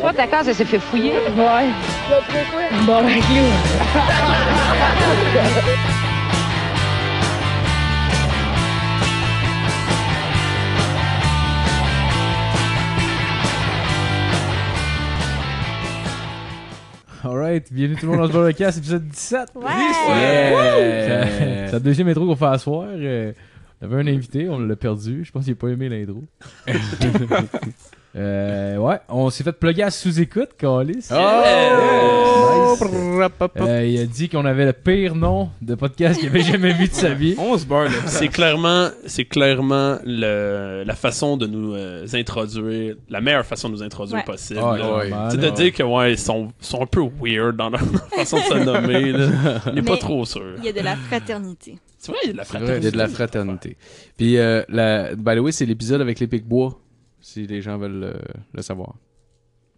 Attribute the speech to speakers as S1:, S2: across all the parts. S1: Toi, ta case, elle s'est fait fouiller.
S2: Ouais. Bon, ben, clou.
S3: Alright, bienvenue tout le monde dans le Joueur de Casse, épisode 17.
S4: Ouais!
S3: C'est la deuxième intro qu'on fait à soir. Euh, on avait un invité, on l'a perdu. Je pense qu'il a pas aimé l'intro. Euh, ouais, on s'est fait plugger à sous-écoute, Calis.
S5: Ah.
S4: Oh!
S3: Nice. Euh, il a dit qu'on avait le pire nom de podcast qu'il avait jamais vu de sa vie.
S4: On se barre là.
S6: C'est clairement, c'est clairement le, la façon de nous euh, introduire, la meilleure façon de nous introduire
S4: Ouais.
S6: possible.
S3: Ah,
S6: là.
S3: ouais, normal,
S6: C'est de
S3: ouais.
S6: dire que ouais, ils sont, sont un peu weird dans leur façon de se nommer. là. On n'est pas
S4: Mais-
S6: trop sûr.
S4: Il y a de la fraternité.
S6: C'est vrai, il y a de la
S5: C'est vrai,
S6: fraternité.
S5: il y a de la fraternité. Puis, euh, la... by the way, c'est l'épisode avec les Pic-Bois, si les gens veulent euh, le savoir.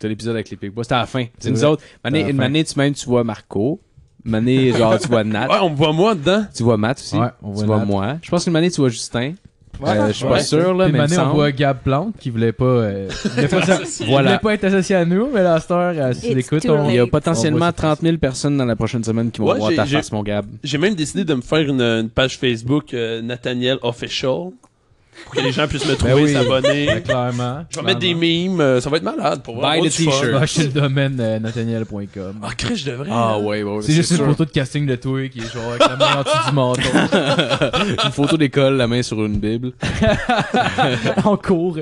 S5: C'est l'épisode avec les Pic-Bois, c'était à la fin. C'est nous
S3: vrai.
S5: autres. Mané,
S3: C'était à la
S5: une
S3: fin.
S5: manée, tu même, tu vois Marco. Une manée, genre, tu vois Nat.
S6: Ouais, on me voit moi dedans.
S5: Tu vois Matt aussi.
S3: Ouais, on voit
S5: tu vois
S3: Nat.
S5: moi. Je pense qu'une manée, tu vois Justin. Euh, je suis pas
S3: Ouais.
S5: sûr,
S3: Puis
S5: là, mais
S3: une
S5: il me
S3: année, on
S5: semble.
S3: voit Gab Plante qui voulait pas, euh, voulait pas,
S6: Associé.
S3: il voulait pas être associé à nous, mais là, cette heure, à
S4: It's
S3: sous-écoute,
S4: too
S3: on
S5: Il y a
S4: On voit
S5: potentiellement
S3: cette
S5: 30 000 personnes dans la prochaine semaine qui vont
S6: Ouais,
S5: voir
S6: j'ai-
S5: ta
S6: j'ai-
S5: face, mon Gab.
S6: J'ai même décidé de me faire une, une page Facebook euh, Nathaniel Official pour que les gens puissent me
S5: Ben
S6: trouver,
S3: oui.
S6: s'abonner.
S3: Ouais, clairement.
S6: Je vais mettre des memes, euh, ça va être malade pour voir.
S5: Buy
S6: Moi,
S5: the
S6: du fun.
S5: t-shirt.
S3: Bah, chez le domaine euh, nathaniel.com.
S6: Ah, Chris, je devrais.
S5: Ah
S6: hein.
S5: ouais, ouais, ouais,
S3: C'est juste une
S5: sûr.
S3: photo de casting de toi qui est genre avec la main en dessous du menton.
S5: une photo d'école, la main sur une bible.
S3: en cours.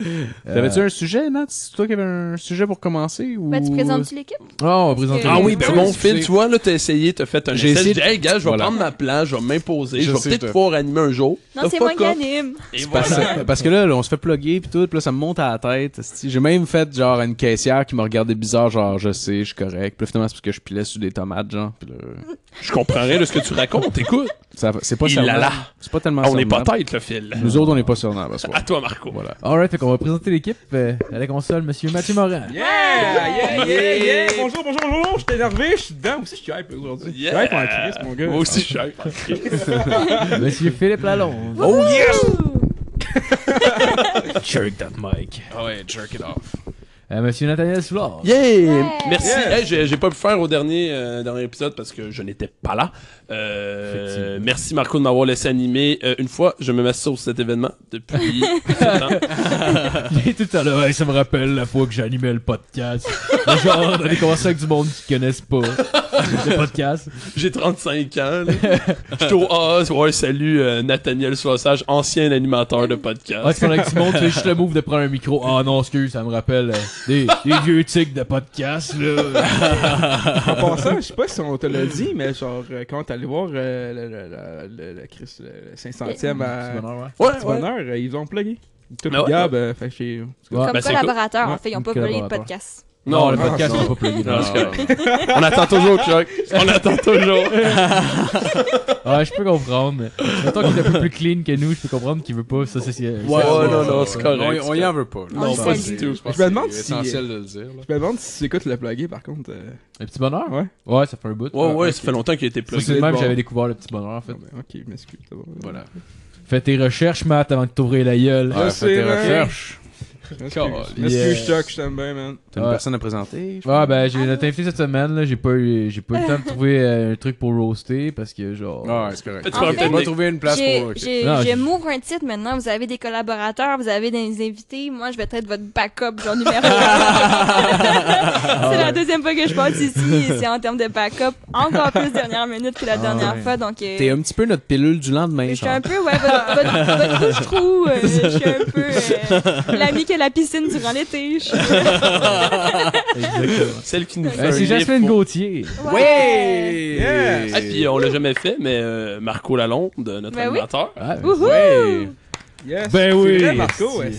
S3: Euh,
S5: T'avais-tu un sujet, Nat? C'est toi qui avais un sujet pour commencer? Ou...
S4: Ben, tu présentes-tu l'équipe?
S5: Ah, on va présenter.
S6: Ah oui, ben
S5: Excusez,
S6: bon, Phil,
S5: excusez.
S6: tu vois, là, t'as essayé, t'as fait un
S5: J'ai
S6: essai.
S5: essayé
S6: J'ai dit, hey, gars, je vais
S5: Voilà.
S6: prendre ma place, je vais m'imposer,
S5: Je
S6: je vais
S5: sais,
S6: peut-être
S5: toi.
S6: pouvoir animer un jour.
S4: Non,
S5: Ah,
S6: The
S4: c'est moi
S6: fuck
S4: qui
S6: up.
S4: anime.
S6: Et
S5: Parce,
S6: voilà.
S5: parce que là, là, on se fait plugger puis tout, puis là, ça me monte à la tête. esti. J'ai même fait genre une caissière qui m'a regardé bizarre, genre je sais, je suis correct. Puis là, finalement, c'est parce que je pilais sur des tomates, genre. Puis là,
S6: Je comprends rien de ce que tu racontes, écoute.
S5: ça- c'est pas
S6: Il
S5: servant.
S6: l'a là.
S5: C'est pas tellement
S6: on n'est pas
S5: servant.
S6: tête, le Phil.
S5: Nous autres, on n'est pas sur parce que
S6: À toi, Marco.
S5: voilà.
S3: Alright, fait qu'on va présenter l'équipe euh, à la console, monsieur Mathieu Morin.
S7: Yeah, yeah, yeah, yeah. Bonjour, bonjour, bonjour, je suis énervé, je suis dedans, aussi je suis hype aujourd'hui. Je suis
S6: Yeah.
S7: hype en crise, mon gars.
S6: Moi aussi, je suis hype.
S3: Monsieur Philippe Lalonde.
S6: Oh yes!
S5: ouais, jerk it off.
S3: Euh, monsieur Nathaniel Soulard.
S6: Yeah! Merci.
S7: Yeah.
S6: Hey, j'ai, j'ai pas pu faire au dernier, euh, dernier épisode parce que je n'étais pas là. Euh,
S3: Effectivement.
S6: merci Marco de m'avoir laissé animer. Euh, une fois, je me mets sur cet événement depuis sept ans.
S3: Il est tout à l'heure, Hey, ça me rappelle la fois que j'animais le podcast. Le genre, on commencé avec du monde qui connaissent pas le podcast.
S6: J'ai 35 ans. Je suis au AA. Ouais, salut euh, Nathaniel Soissage, ancien animateur de podcast.
S3: Ah, tu parles avec du monde, tu fais juste le move de prendre un micro. Ah non, excuse, ça me rappelle euh, des, des vieux tics de podcast, là.
S7: En passant, je sais pas si on te l'a dit, mais genre, euh, quand t'allais voir euh, le, le, le, le- le Christ, le 500e
S3: C'est
S7: à
S3: bon, ouais.
S6: Ouais,
S7: Petit
S6: ouais.
S7: Bonheur, euh, ils ont plugué. Tout
S6: Mais ouais.
S7: le gab, euh, fait chez.
S3: Ouais,
S4: Comme
S6: ben, c'est
S4: collaborateur, en
S7: cool.
S4: fait, ils n'ont
S3: Ouais,
S4: pas
S3: comme
S4: volé le
S3: collaborateur.
S4: podcast.
S3: Non, le
S7: non,
S3: podcast,
S5: non.
S3: on va pas plugger.
S6: Non,
S3: Ah, Non.
S6: c'est
S5: Ah.
S6: On attend toujours, Chuck. On attend toujours.
S3: Ouais, je peux comprendre. Mettons qu'il est un peu plus clean que nous, je peux comprendre qu'il veut pas s'associer.
S5: Ouais,
S6: ouais,
S5: ouais,
S6: non, non,
S5: ouais,
S6: c'est
S5: ouais.
S6: correct,
S5: On y-
S6: c'est
S5: On y en veut pas. là.
S4: On le
S5: c'est-
S4: salue.
S5: pense
S7: Je me
S5: que c'est
S7: demande si-
S5: essentiel de le dire. là.
S7: Je me demande si c'est quoi tu l'as plugué par contre. euh,
S3: Le petit bonheur?
S7: Ouais.
S3: Ouais, ça fait un bout.
S6: Ouais, ouais,
S7: ok.
S6: ça fait longtemps qu'il était
S3: Ça,
S6: plus.
S3: C'est le même que j'avais découvert le petit bonheur, en fait.
S7: non, mais ah, ben, ok, je m'excuse. c'est bon.
S5: Voilà.
S3: Fais tes recherches, Matt, avant de t'ouvrir la gueule.
S5: Ouais, fais
S7: sais,
S5: tes
S7: man.
S5: recherches.
S7: Je
S5: Calice.
S7: m'excuse. Je m'excuse, Chuck, je t'aime bien, man.
S5: T'as une
S3: Ouais.
S5: personne à présenter? je
S3: Ouais,
S5: pense?
S3: ben j'ai notre invité cette semaine, là, j'ai pas eu, j'ai pas eu le temps de trouver euh, un truc pour roaster parce que genre.
S5: Ouais, c'est correct.
S6: Tu
S5: On
S4: En vas fait,
S5: va
S3: Ah,
S6: peut-être-
S5: trouver une place
S4: J'ai-
S5: pour. ok.
S4: j'ai-
S3: Non,
S4: Je
S3: j'ai-
S4: m'ouvre un titre maintenant. Vous avez des collaborateurs, vous avez des invités. Moi, je vais être votre backup, genre numéro un. c'est la deuxième fois que je passe ici. et C'est en termes de backup, encore plus dernière minute que la dernière
S3: ouais.
S4: fois. Donc, euh,
S5: T'es un petit peu notre pilule du lendemain,
S4: je suis
S5: genre.
S4: un peu, ouais, votre, votre, votre couche-trou. euh, je suis un peu euh, l'ami qui a la piscine durant l'été. je suis- euh,
S3: Exactement.
S6: Celle qui nous fait.
S3: Euh,
S6: un
S3: c'est
S6: livre
S3: Jasmine
S6: pour-
S3: Gauthier.
S4: Ouais!
S7: Yeah.
S6: Ah, puis euh, on l'a jamais fait, mais euh, Marco Lalonde, notre
S4: Ben oui.
S6: animateur,
S3: Ouais, ben,
S4: Wouhou!
S5: Ouais.
S7: Yes.
S3: Ben
S7: c'est
S3: oui.
S7: vrai, Marco, ouais.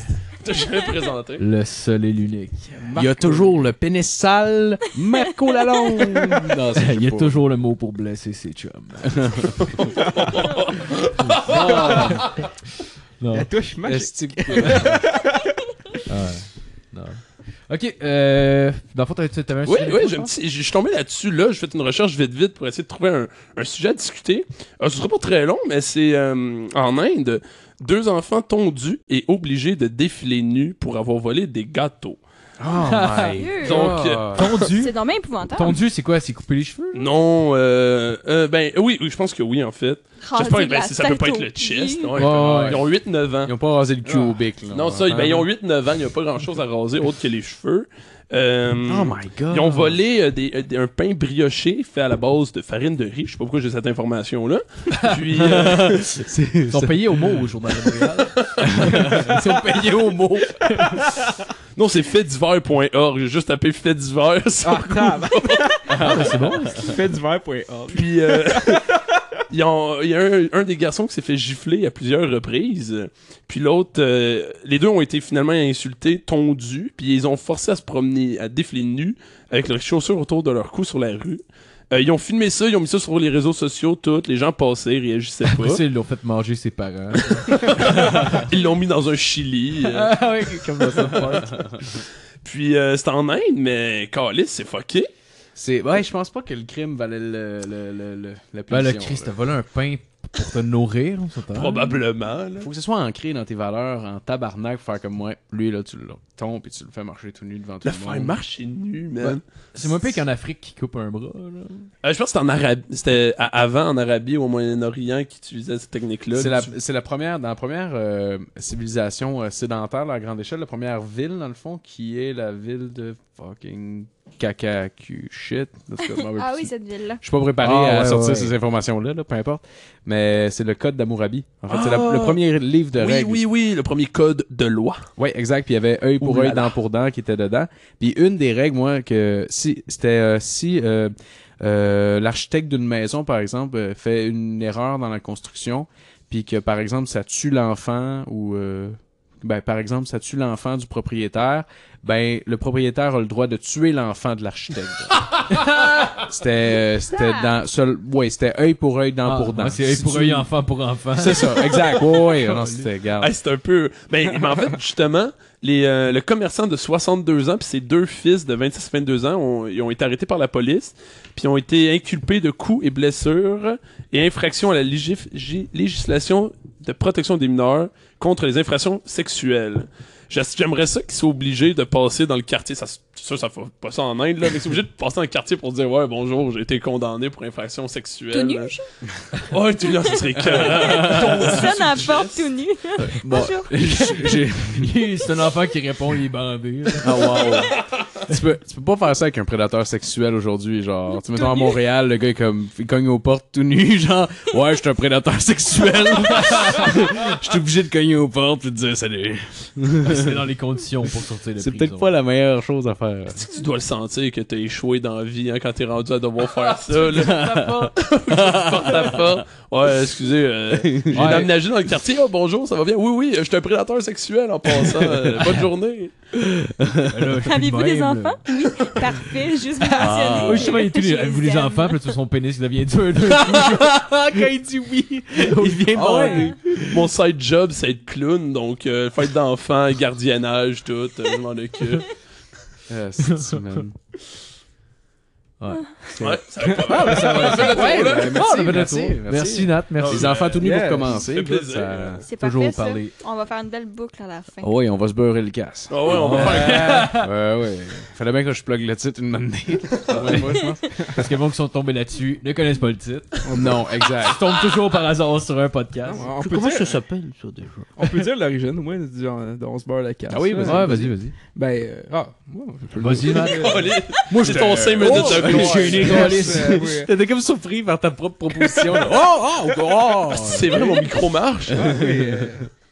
S6: t'as jamais présenté.
S3: le seul et l'unique.
S5: Il y a toujours le pénis sale, Marco Lalonde. Non, ça, je sais
S3: Il y a
S5: pas.
S3: toujours le mot pour blesser ses chums. non.
S7: La touche magique.
S5: Esti-
S3: Ah, Ouais. Non. Ok, euh, dans le fond, t'avais- t'avais un
S6: Oui,
S3: sujet
S6: oui,
S3: d'écho,
S6: j'ai
S3: je
S6: un
S3: pense?
S6: petit- je suis tombé là-dessus, là. Je fais une recherche vite-vite pour essayer de trouver un, un sujet à discuter. Euh, ce sera pas très long, mais c'est euh, en Inde. Deux enfants tondus et obligés de défiler nus pour avoir volé des gâteaux.
S5: Oh
S4: Sérieux?
S6: Donc,
S3: Ah. Tondu.
S4: C'est dommage épouvantable.
S3: Tondu, c'est quoi? C'est couper les cheveux?
S6: Non, euh, euh, ben oui, oui, je pense que oui, en fait.
S4: Ah,
S6: J'espère que
S4: c'est de
S6: ben,
S4: la
S6: ça peut
S4: tête
S6: pas être
S4: aux
S6: le
S4: pieds.
S6: chest.
S3: Ouais, ouais.
S6: Ils ont 8-9 ans.
S5: Ils ont pas rasé le cul
S3: Ah.
S5: au bic, là.
S6: Non, ça, ben, ils ont 8-9 ans, il n'y a pas grand-chose à raser autre que les cheveux. Euh,
S5: Oh my god.
S6: Ils ont volé euh, des- euh, des- un pain brioché fait à la base de farine de riz. Je sais pas pourquoi j'ai cette information-là. Puis, euh,
S5: C'est-
S3: Ils sont
S5: c'est-
S3: payés au mot au journal de Montréal.
S5: Ils sont payés au mot.
S6: non, c'est faitdiver.org. J'ai juste tapé faitdiver. sur-
S7: Ah, tabarnak.
S3: c'est bon.
S7: Fait du verre.org.
S6: Puis, euh, ils ont- il y a un, un des garçons qui s'est fait gifler à plusieurs reprises. Puis l'autre, euh, les deux ont été finalement insultés, tondus. Puis ils ont forcé à se promener, à défiler nus avec leurs chaussures autour de leur cou sur la rue. Euh, ils ont filmé ça, ils ont mis ça sur les réseaux sociaux, tout. Les gens passaient, réagissaient
S3: Après ça,
S6: pas.
S3: ils l'ont fait manger ses parents.
S6: Ils l'ont mis dans un chili. euh,
S3: ah ouais, comme dans South Park.
S6: Puis euh, c'est en Inde, mais Calis, c'est fucké.
S5: C'est... Ouais, je pense pas que le crime valait le, le, le, le, la
S3: Ben, le
S5: punition,
S3: Christ
S5: là.
S3: t'a volé un pain pour te nourrir, on s'entend.
S6: Probablement. là.
S5: Faut que ce soit ancré dans tes valeurs, en tabarnak, pour faire comme moi. Lui, là, tu le tombes et tu le fais marcher tout nu devant tout
S6: Le
S5: le monde.
S6: faire marcher nu, man.
S3: C'est moins pire qu'en Afrique qui coupe un bras, là.
S6: Euh, je pense que c'était en Arabie. C'était à- avant en Arabie ou au Moyen-Orient qu'ils utilisaient cette technique-là.
S5: C'est la,
S6: Tu-
S5: c'est la première, dans la première euh, civilisation euh, sédentaire là, à grande échelle, la première ville, dans le fond, qui est la ville de fucking caca cul shit. En tout cas, je m'en veux
S4: Ah
S5: plus.
S4: oui, cette ville-là.
S5: Je suis pas préparé
S3: Ah,
S5: à
S3: ouais,
S5: sortir
S3: ouais.
S5: ces informations-là, là, peu importe. Mais c'est le code d'Hammurabi. En fait, c'est
S6: Ah!
S5: la- le premier livre de
S6: Oui,
S5: règles.
S6: oui, oui, le premier code de loi.
S5: Oui, exact. Puis il y avait œil pour
S6: Ouh là
S5: œil, dent pour dent qui était dedans. Puis une des règles, moi, que si c'était euh, si euh, euh, l'architecte d'une maison, par exemple, euh, fait une erreur dans la construction, puis que par exemple ça tue l'enfant ou euh, ben, par exemple ça tue l'enfant du propriétaire, ben le propriétaire a le droit de tuer l'enfant de l'architecte. c'était euh, c'était dans seul, ouais, c'était œil pour œil, dent
S3: Ah,
S5: pour dent.
S3: ouais, c'est œil
S5: Si
S3: pour
S5: tu-
S3: œil, enfant pour enfant.
S5: C'est ça, exact. Ouais, ouais, non, c'était garde.
S6: Hey, c'est un peu. Ben, mais en fait, justement, les, euh, le commerçant de 62 ans puis ses deux fils de 26-22 ans ont, ils ont été arrêtés par la police puis ont été inculpés de coups et blessures et infractions à la légif- gi- législation de protection des mineurs contre les infractions sexuelles. J'as- J'aimerais ça qu'ils soient obligés de passer dans le quartier. Ça, se- c'est sûr, ça fait pas ça en Inde, là, mais ils sont obligés de passer dans le quartier pour dire Ouais, bonjour, j'ai été condamné pour infraction sexuelle.
S4: Tout nu,
S6: Ouais, tout nu, ça serait écœurant.
S4: Ça n'importe tout nu.
S5: Bon,
S4: Bonjour.
S5: j'ai-
S3: c'est un enfant qui répond, il est bandé. là.
S5: Ah, wow. tu, peux, tu peux pas faire ça avec un prédateur sexuel aujourd'hui, genre. Tu mettons à Montréal, le gars, est comme, il cogne aux portes tout nu, genre, ouais, je suis un prédateur sexuel. Je suis obligé de cogner aux portes et de dire salut.
S3: C'est dans les conditions pour sortir de
S5: C'est
S3: prison.
S5: peut-être pas la meilleure chose à faire.
S6: Tu- Tu dois le sentir que t'as échoué dans la vie hein, quand t'es rendu à devoir faire ça. là. Porte à porte. Ouais, excusez, euh, j'ai
S3: Ouais.
S6: aménagé dans le quartier. Oh, bonjour, ça va bien? Oui, oui, euh, je suis un prédateur sexuel en passant. euh, bonne journée.
S3: Ben là, je suis
S4: Avez-vous
S3: de
S4: des
S3: même,
S4: enfants?
S3: là.
S4: Oui, parfait, juste
S5: Ah.
S3: Oui, je sais pas, Oh, il est tout nu.
S4: mentionné.
S3: Avez-vous des enfants? Puis là, tu vois son pénis, il devient dur. Ah
S5: Quand il dit oui, il vient
S4: ouais.
S6: Mon side job, c'est être clown, donc euh, fête d'enfants, gardiennage, tout. euh, je m'en occupe.
S5: Euh,
S6: Ouais, ça va pas
S3: Ah,
S6: mal.
S5: hein. Ah, ben, merci, Ah,
S3: Merci, Nat. Merci.
S5: Les enfants tout nus
S7: Yes.
S5: pour commencer.
S6: Ça fait
S5: écoute,
S6: plaisir.
S5: ça-
S4: C'est
S3: Toujours
S4: parfait, ça.
S3: parler. Oh.
S4: On va faire une belle boucle à la fin.
S5: Ah ouais, on va se beurrer le casse.
S6: Ah ouais, on va faire.
S5: Ouais, ouais. Fallait bien que je plug le titre une manée.
S3: Parce que les gens qui sont tombés là-dessus ne connaissent pas le titre.
S5: Non, exact.
S3: Ils tombent toujours par hasard sur un podcast.
S7: On peut, dire,
S1: s'appelle, ça, déjà?
S7: on peut dire l'origine, au moins, du genre, de on se beurre la casse.
S5: Ah oui,
S7: là.
S5: vas-y.
S3: Ouais, vas-y, vas-y.
S7: Ben, euh, ah, moi, je peux le
S3: Vas-y,
S7: dire.
S3: Matt.
S6: Oh, les- Moi, j'ai ton 5 minutes
S5: Oh,
S6: de
S5: ben,
S6: gloire.
S5: j'ai une
S7: Yes, euh, oui.
S5: T'étais comme surpris par ta propre proposition. là.
S6: Ah,
S5: Oh, oh, oh!
S6: C'est vrai, mon micro marche.
S7: Ah, oui, euh,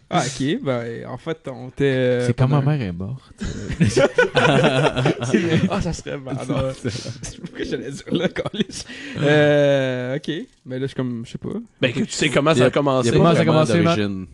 S7: ah, ok, ben, en fait, on était. euh,
S3: C'est quand ma mère est morte.
S7: Ah, ça serait mal. Alors, Pourquoi j'allais dire là, Calis? Euh, ok. Mais là, je suis comme, je sais pas.
S6: Ben, que tu sais comment ça
S5: Y
S6: a
S5: a-
S6: commencé.
S3: pas- vraiment
S5: d'origine.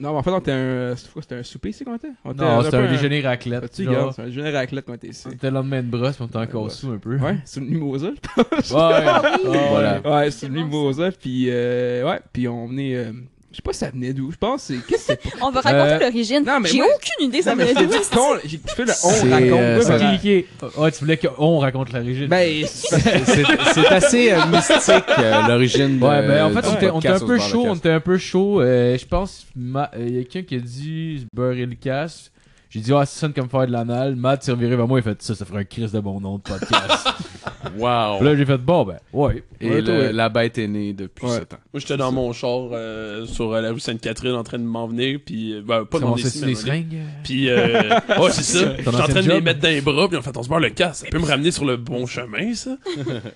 S7: Non, mais en fait, on était un. C'était quoi, c'était un souper ici qu'on était? On était
S3: Non, c'était
S7: peu
S3: un déjeuner raclette.
S7: Tu sais,
S3: genre.
S7: gars, c'est un déjeuner raclette qu'on était ici.
S3: C'était le lendemain de brosse, puis on était encore sous un peu.
S7: Ouais, c'est une mimosa.
S3: Ouais.
S5: Voilà.
S4: Ah
S3: Ah,
S7: Ouais, c'est
S4: C'est
S7: une
S4: bon,
S7: mimosa. Puis, euh, ouais, puis on venait. euh, Je sais pas ça venait d'où. Je pense que c'est. Qu'est-ce que c'est
S4: On va
S3: Euh,
S4: raconter l'origine.
S7: non, mais
S4: J'ai
S7: moi-
S4: aucune idée, ça
S7: Non, mais
S4: me
S7: c'est
S4: dit.
S7: du con. J'ai kiffé le
S5: C'est,
S7: on
S5: euh,
S7: raconte.
S5: ça-
S7: là,
S3: Ok,
S7: ben,
S3: ok. Ah, tu voulais qu'on raconte l'origine.
S7: Ben, c'est-
S5: c'est, c'est assez euh, mystique euh, l'origine de
S3: Ouais, ben en fait,
S5: du
S3: on était- on était un
S5: podcast au
S3: peu
S5: Sport
S3: chaud, on
S5: Podcast.
S3: était un peu chaud. euh, Je pense, Ma- euh, y a quelqu'un qui a dit beurre et le casse. J'ai dit, ah, ça sonne comme faire de l'anal. Matt s'est reviré vers moi, il fait ça, ça ferait un crise de bon nom de podcast. Puis
S5: Wow.
S3: là, j'ai fait, bon, ben, ouais.
S5: Et
S3: Ouais, toi,
S5: le-
S3: ouais.
S5: la bête est née depuis
S7: Ouais.
S5: 7 ans.
S6: Moi, j'étais dans mon char euh, sur euh, la rue Sainte-Catherine en train de m'en venir, puis euh, ben, pas dans les
S3: Commencer sur
S6: cinémas,
S3: les seringues.
S6: Puis, euh, ouais, c'est ça. J'étais en
S3: ancien
S6: train de les
S3: job?
S6: mettre dans les bras, puis en fait, on se barre le casse. Ça peut me ramener sur le bon chemin, ça?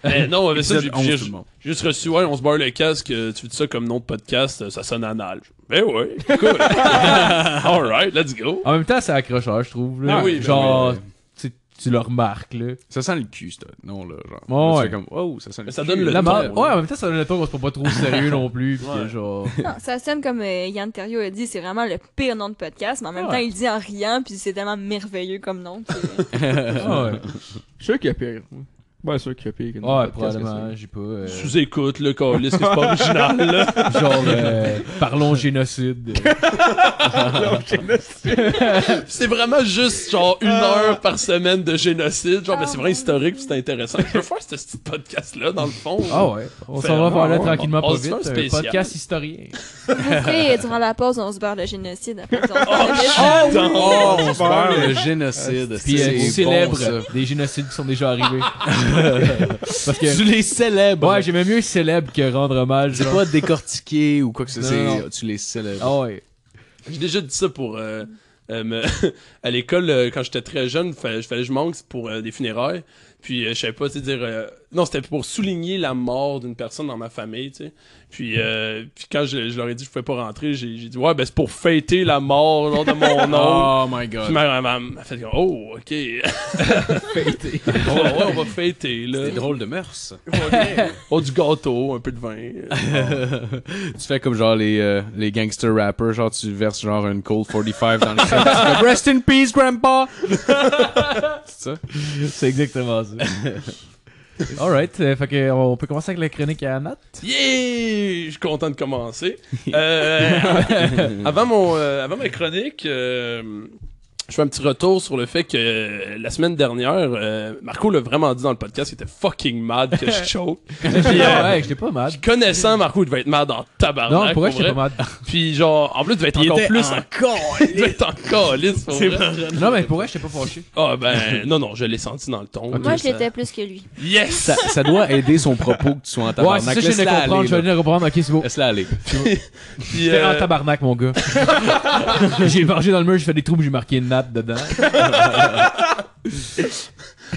S6: Mais non, avec ça, j'ai
S5: Épisode 11, tout
S6: j'ai-
S5: le monde.
S6: j'ai juste reçu, ouais, on se barre le casque, euh, tu dis ça comme nom de podcast, euh, ça sonne anal. Ben ouais, cool. Alright, let's go.
S3: En même temps, c'est accrocheur, je trouve. là.
S6: Ah oui, ben
S3: Genre,
S5: oui,
S3: tu tu le remarques, là.
S5: Ça sent le cul, ça. Non, là, genre.
S3: Ouais,
S5: Là,
S3: ouais.
S5: tu fais comme, oh, ça sent le
S6: Mais ça
S5: cul.
S6: donne le
S3: La
S6: ton,
S3: marde-
S6: là.
S3: ouais, en même temps, ça donne le ton qu'on se prend pas trop sérieux non plus. Puis que
S6: Ouais.
S3: genre.
S4: Non, ça sonne comme euh, Yann Terriot a dit, c'est vraiment le pire nom de podcast, mais en même
S3: Ah Ouais.
S4: temps, il dit en riant, puis c'est tellement merveilleux comme nom. que-
S3: Ah ouais, Ah
S7: Je suis sûr qu'il y a pire. Ouais, sûr qu'il y a pire. que nous,
S3: Ouais,
S7: podcast, qu'est-ce que
S3: probablement, j'ai pas. euh,
S6: Sous-écoute, le calice, que c'est pas original, là.
S3: Genre, euh, parlons génocide.
S6: C'est vraiment juste genre une heure par semaine de génocide. Genre, ben c'est vraiment historique, puis c'est intéressant. Je veux faire ce petit podcast-là, dans le fond.
S3: Ah ouais, on
S6: Fait-
S3: s'en va voir là
S6: ouais,
S3: tranquillement
S6: on
S3: pas
S6: se fait
S3: vite.
S6: un
S3: Un
S6: spécial.
S3: podcast historien.
S4: Vous ferez, durant la pause, on se barre le génocide.
S3: Oh,
S4: Après, on se barre le génocide.
S6: Ah, oui!
S5: Oh, on se parle le génocide.
S3: Puis euh,
S5: c'est
S3: tu
S5: bon,
S3: célèbres
S5: ça.
S3: des génocides qui sont déjà arrivés. Parce que.
S5: Tu les célèbres.
S3: Ouais, j'aimais mieux célèbre que rendre hommage.
S5: C'est
S3: genre.
S5: pas décortiqué ou quoi que ce
S3: Non,
S5: soit. c'est- euh,
S3: non.
S5: Tu les célèbres.
S3: Ah ouais.
S6: J'ai déjà dit ça pour. euh, euh, me- à l'école, euh, quand j'étais très jeune, fallait, fallait que je manque pour euh, des funérailles. Puis euh, je savais pas, tu sais, dire. euh, non, c'était pour souligner la mort d'une personne dans ma famille, tu sais. Puis, euh, puis quand je, je leur ai dit que je pouvais pas rentrer, j'ai j'ai dit, ouais, ben c'est pour fêter la mort genre, de mon oncle.
S5: Oh my
S6: Puis
S5: god.
S6: ma maman m'a fait comme, oh, ok. fêter. on va, ouais, on va fêter, là.
S5: C'est drôle de mœurs.
S6: Oh, du gâteau, un peu de vin.
S3: Euh,
S5: tu fais comme genre les, euh, les gangster rappers, genre tu verses genre une Cold 45 dans le crâne, tu fais comme, Rest in peace, grandpa! C'est ça?
S3: C'est exactement ça. Alright, euh, fait que on peut commencer avec la chronique à Nat.
S6: Yeah! Je suis content de commencer. Euh, avant, mon, euh, avant ma chronique, euh, je fais un petit retour sur le fait que euh, la semaine dernière, euh, Marco l'a vraiment dit dans le podcast qu'il était fucking mad que je choke. Puis, euh,
S3: ouais, j'étais pas mad.
S6: puis connaissant Marco, il devait être mad en tabarnak.
S3: Non, pour vrai,
S6: pour
S3: j'étais pas
S6: vrai.
S3: mad.
S6: Puis genre, en plus, il devait être encore plus. en- Il devait être encore calice, pour vrai.
S3: Non, mais pour vrai, j'étais pas fâché.
S6: Ah ben, non, non, je l'ai senti dans le ton.
S4: Moi,
S6: Ça-
S4: j'étais plus que lui.
S6: Yes!
S5: ça? Ça doit aider son propos que tu sois en
S3: Ouais,
S5: tabarnak.
S3: c'est ça, je viens de
S5: Laisse-la aller,
S3: comprendre. Je
S5: là.
S3: viens de comprendre. Ok, c'est beau.
S5: Laisse-la aller.
S6: Puis,
S3: J'étais en
S6: euh,
S3: tabarnak, mon gars. j'ai marché dans le mur, j'ai fait des trous, j'ai marqué une natte dedans.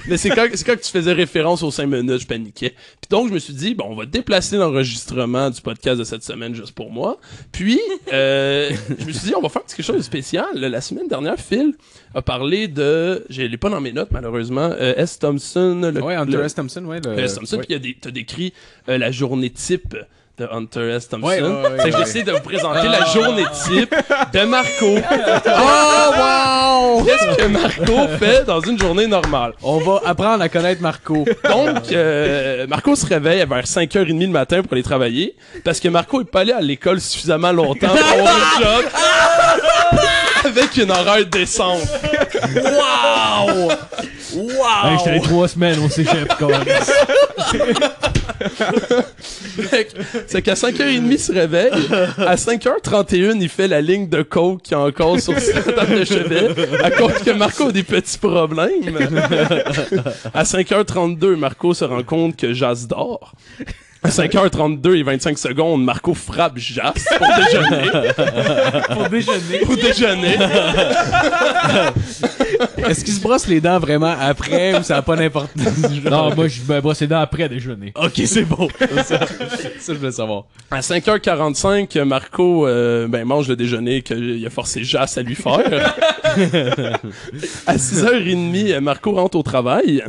S6: Mais c'est quand, c'est quand que tu faisais référence aux 5 minutes, je paniquais. Puis donc, je me suis dit, bon, on va déplacer l'enregistrement du podcast de cette semaine juste pour moi. Puis, euh, je me suis dit, on va faire quelque chose de spécial. La semaine dernière, Phil a parlé de, je l'ai pas dans mes notes, malheureusement, euh, S. Thompson. Le,
S5: Ouais, Hunter
S6: le-
S5: S. Thompson, ouais.
S6: le
S5: Le...
S6: S. Thompson.
S5: ouais.
S6: Puis, il y a des- t'as décrit euh, la journée type de Hunter S. Thompson.
S5: Ouais, ouais, ouais,
S6: Fait que
S5: ouais. Ah.
S6: j'essaie de vous présenter la journée type de Marco.
S5: Oh, wow!
S6: Qu'est-ce que Marco fait dans une journée normale?
S5: On va apprendre à connaître Marco.
S6: Donc, euh, Marco se réveille vers 5h30 le matin pour aller travailler parce que Marco est pas allé à l'école suffisamment longtemps pour avoir un job avec une horaire décente. Wow!
S3: Hey, j'étais allé
S6: Wow!
S3: trois semaines, on s'échappe quand même.
S6: Fait que- C'est qu'à 5h30, il se réveille. À 5h31, il fait la ligne de coke qu'il y a encore sur sa table de chevet à cause que Marco a des petits problèmes. À 5h32, Marco se rend compte que Jas dort. À 5h32 et 25 secondes, Marco frappe Jas pour déjeuner.
S3: Pour déjeuner.
S6: Pour déjeuner.
S5: Est-ce qu'il se brosse les dents vraiment après ou ça n'a pas d'importance?
S3: Non, moi, je me brosse les dents après déjeuner.
S5: Ok, c'est bon. ça, ça, je veux savoir.
S6: À 5h45, Marco euh, ben, mange le déjeuner qu'il a forcé Jas à lui faire. à 6h30, euh, Marco rentre au travail.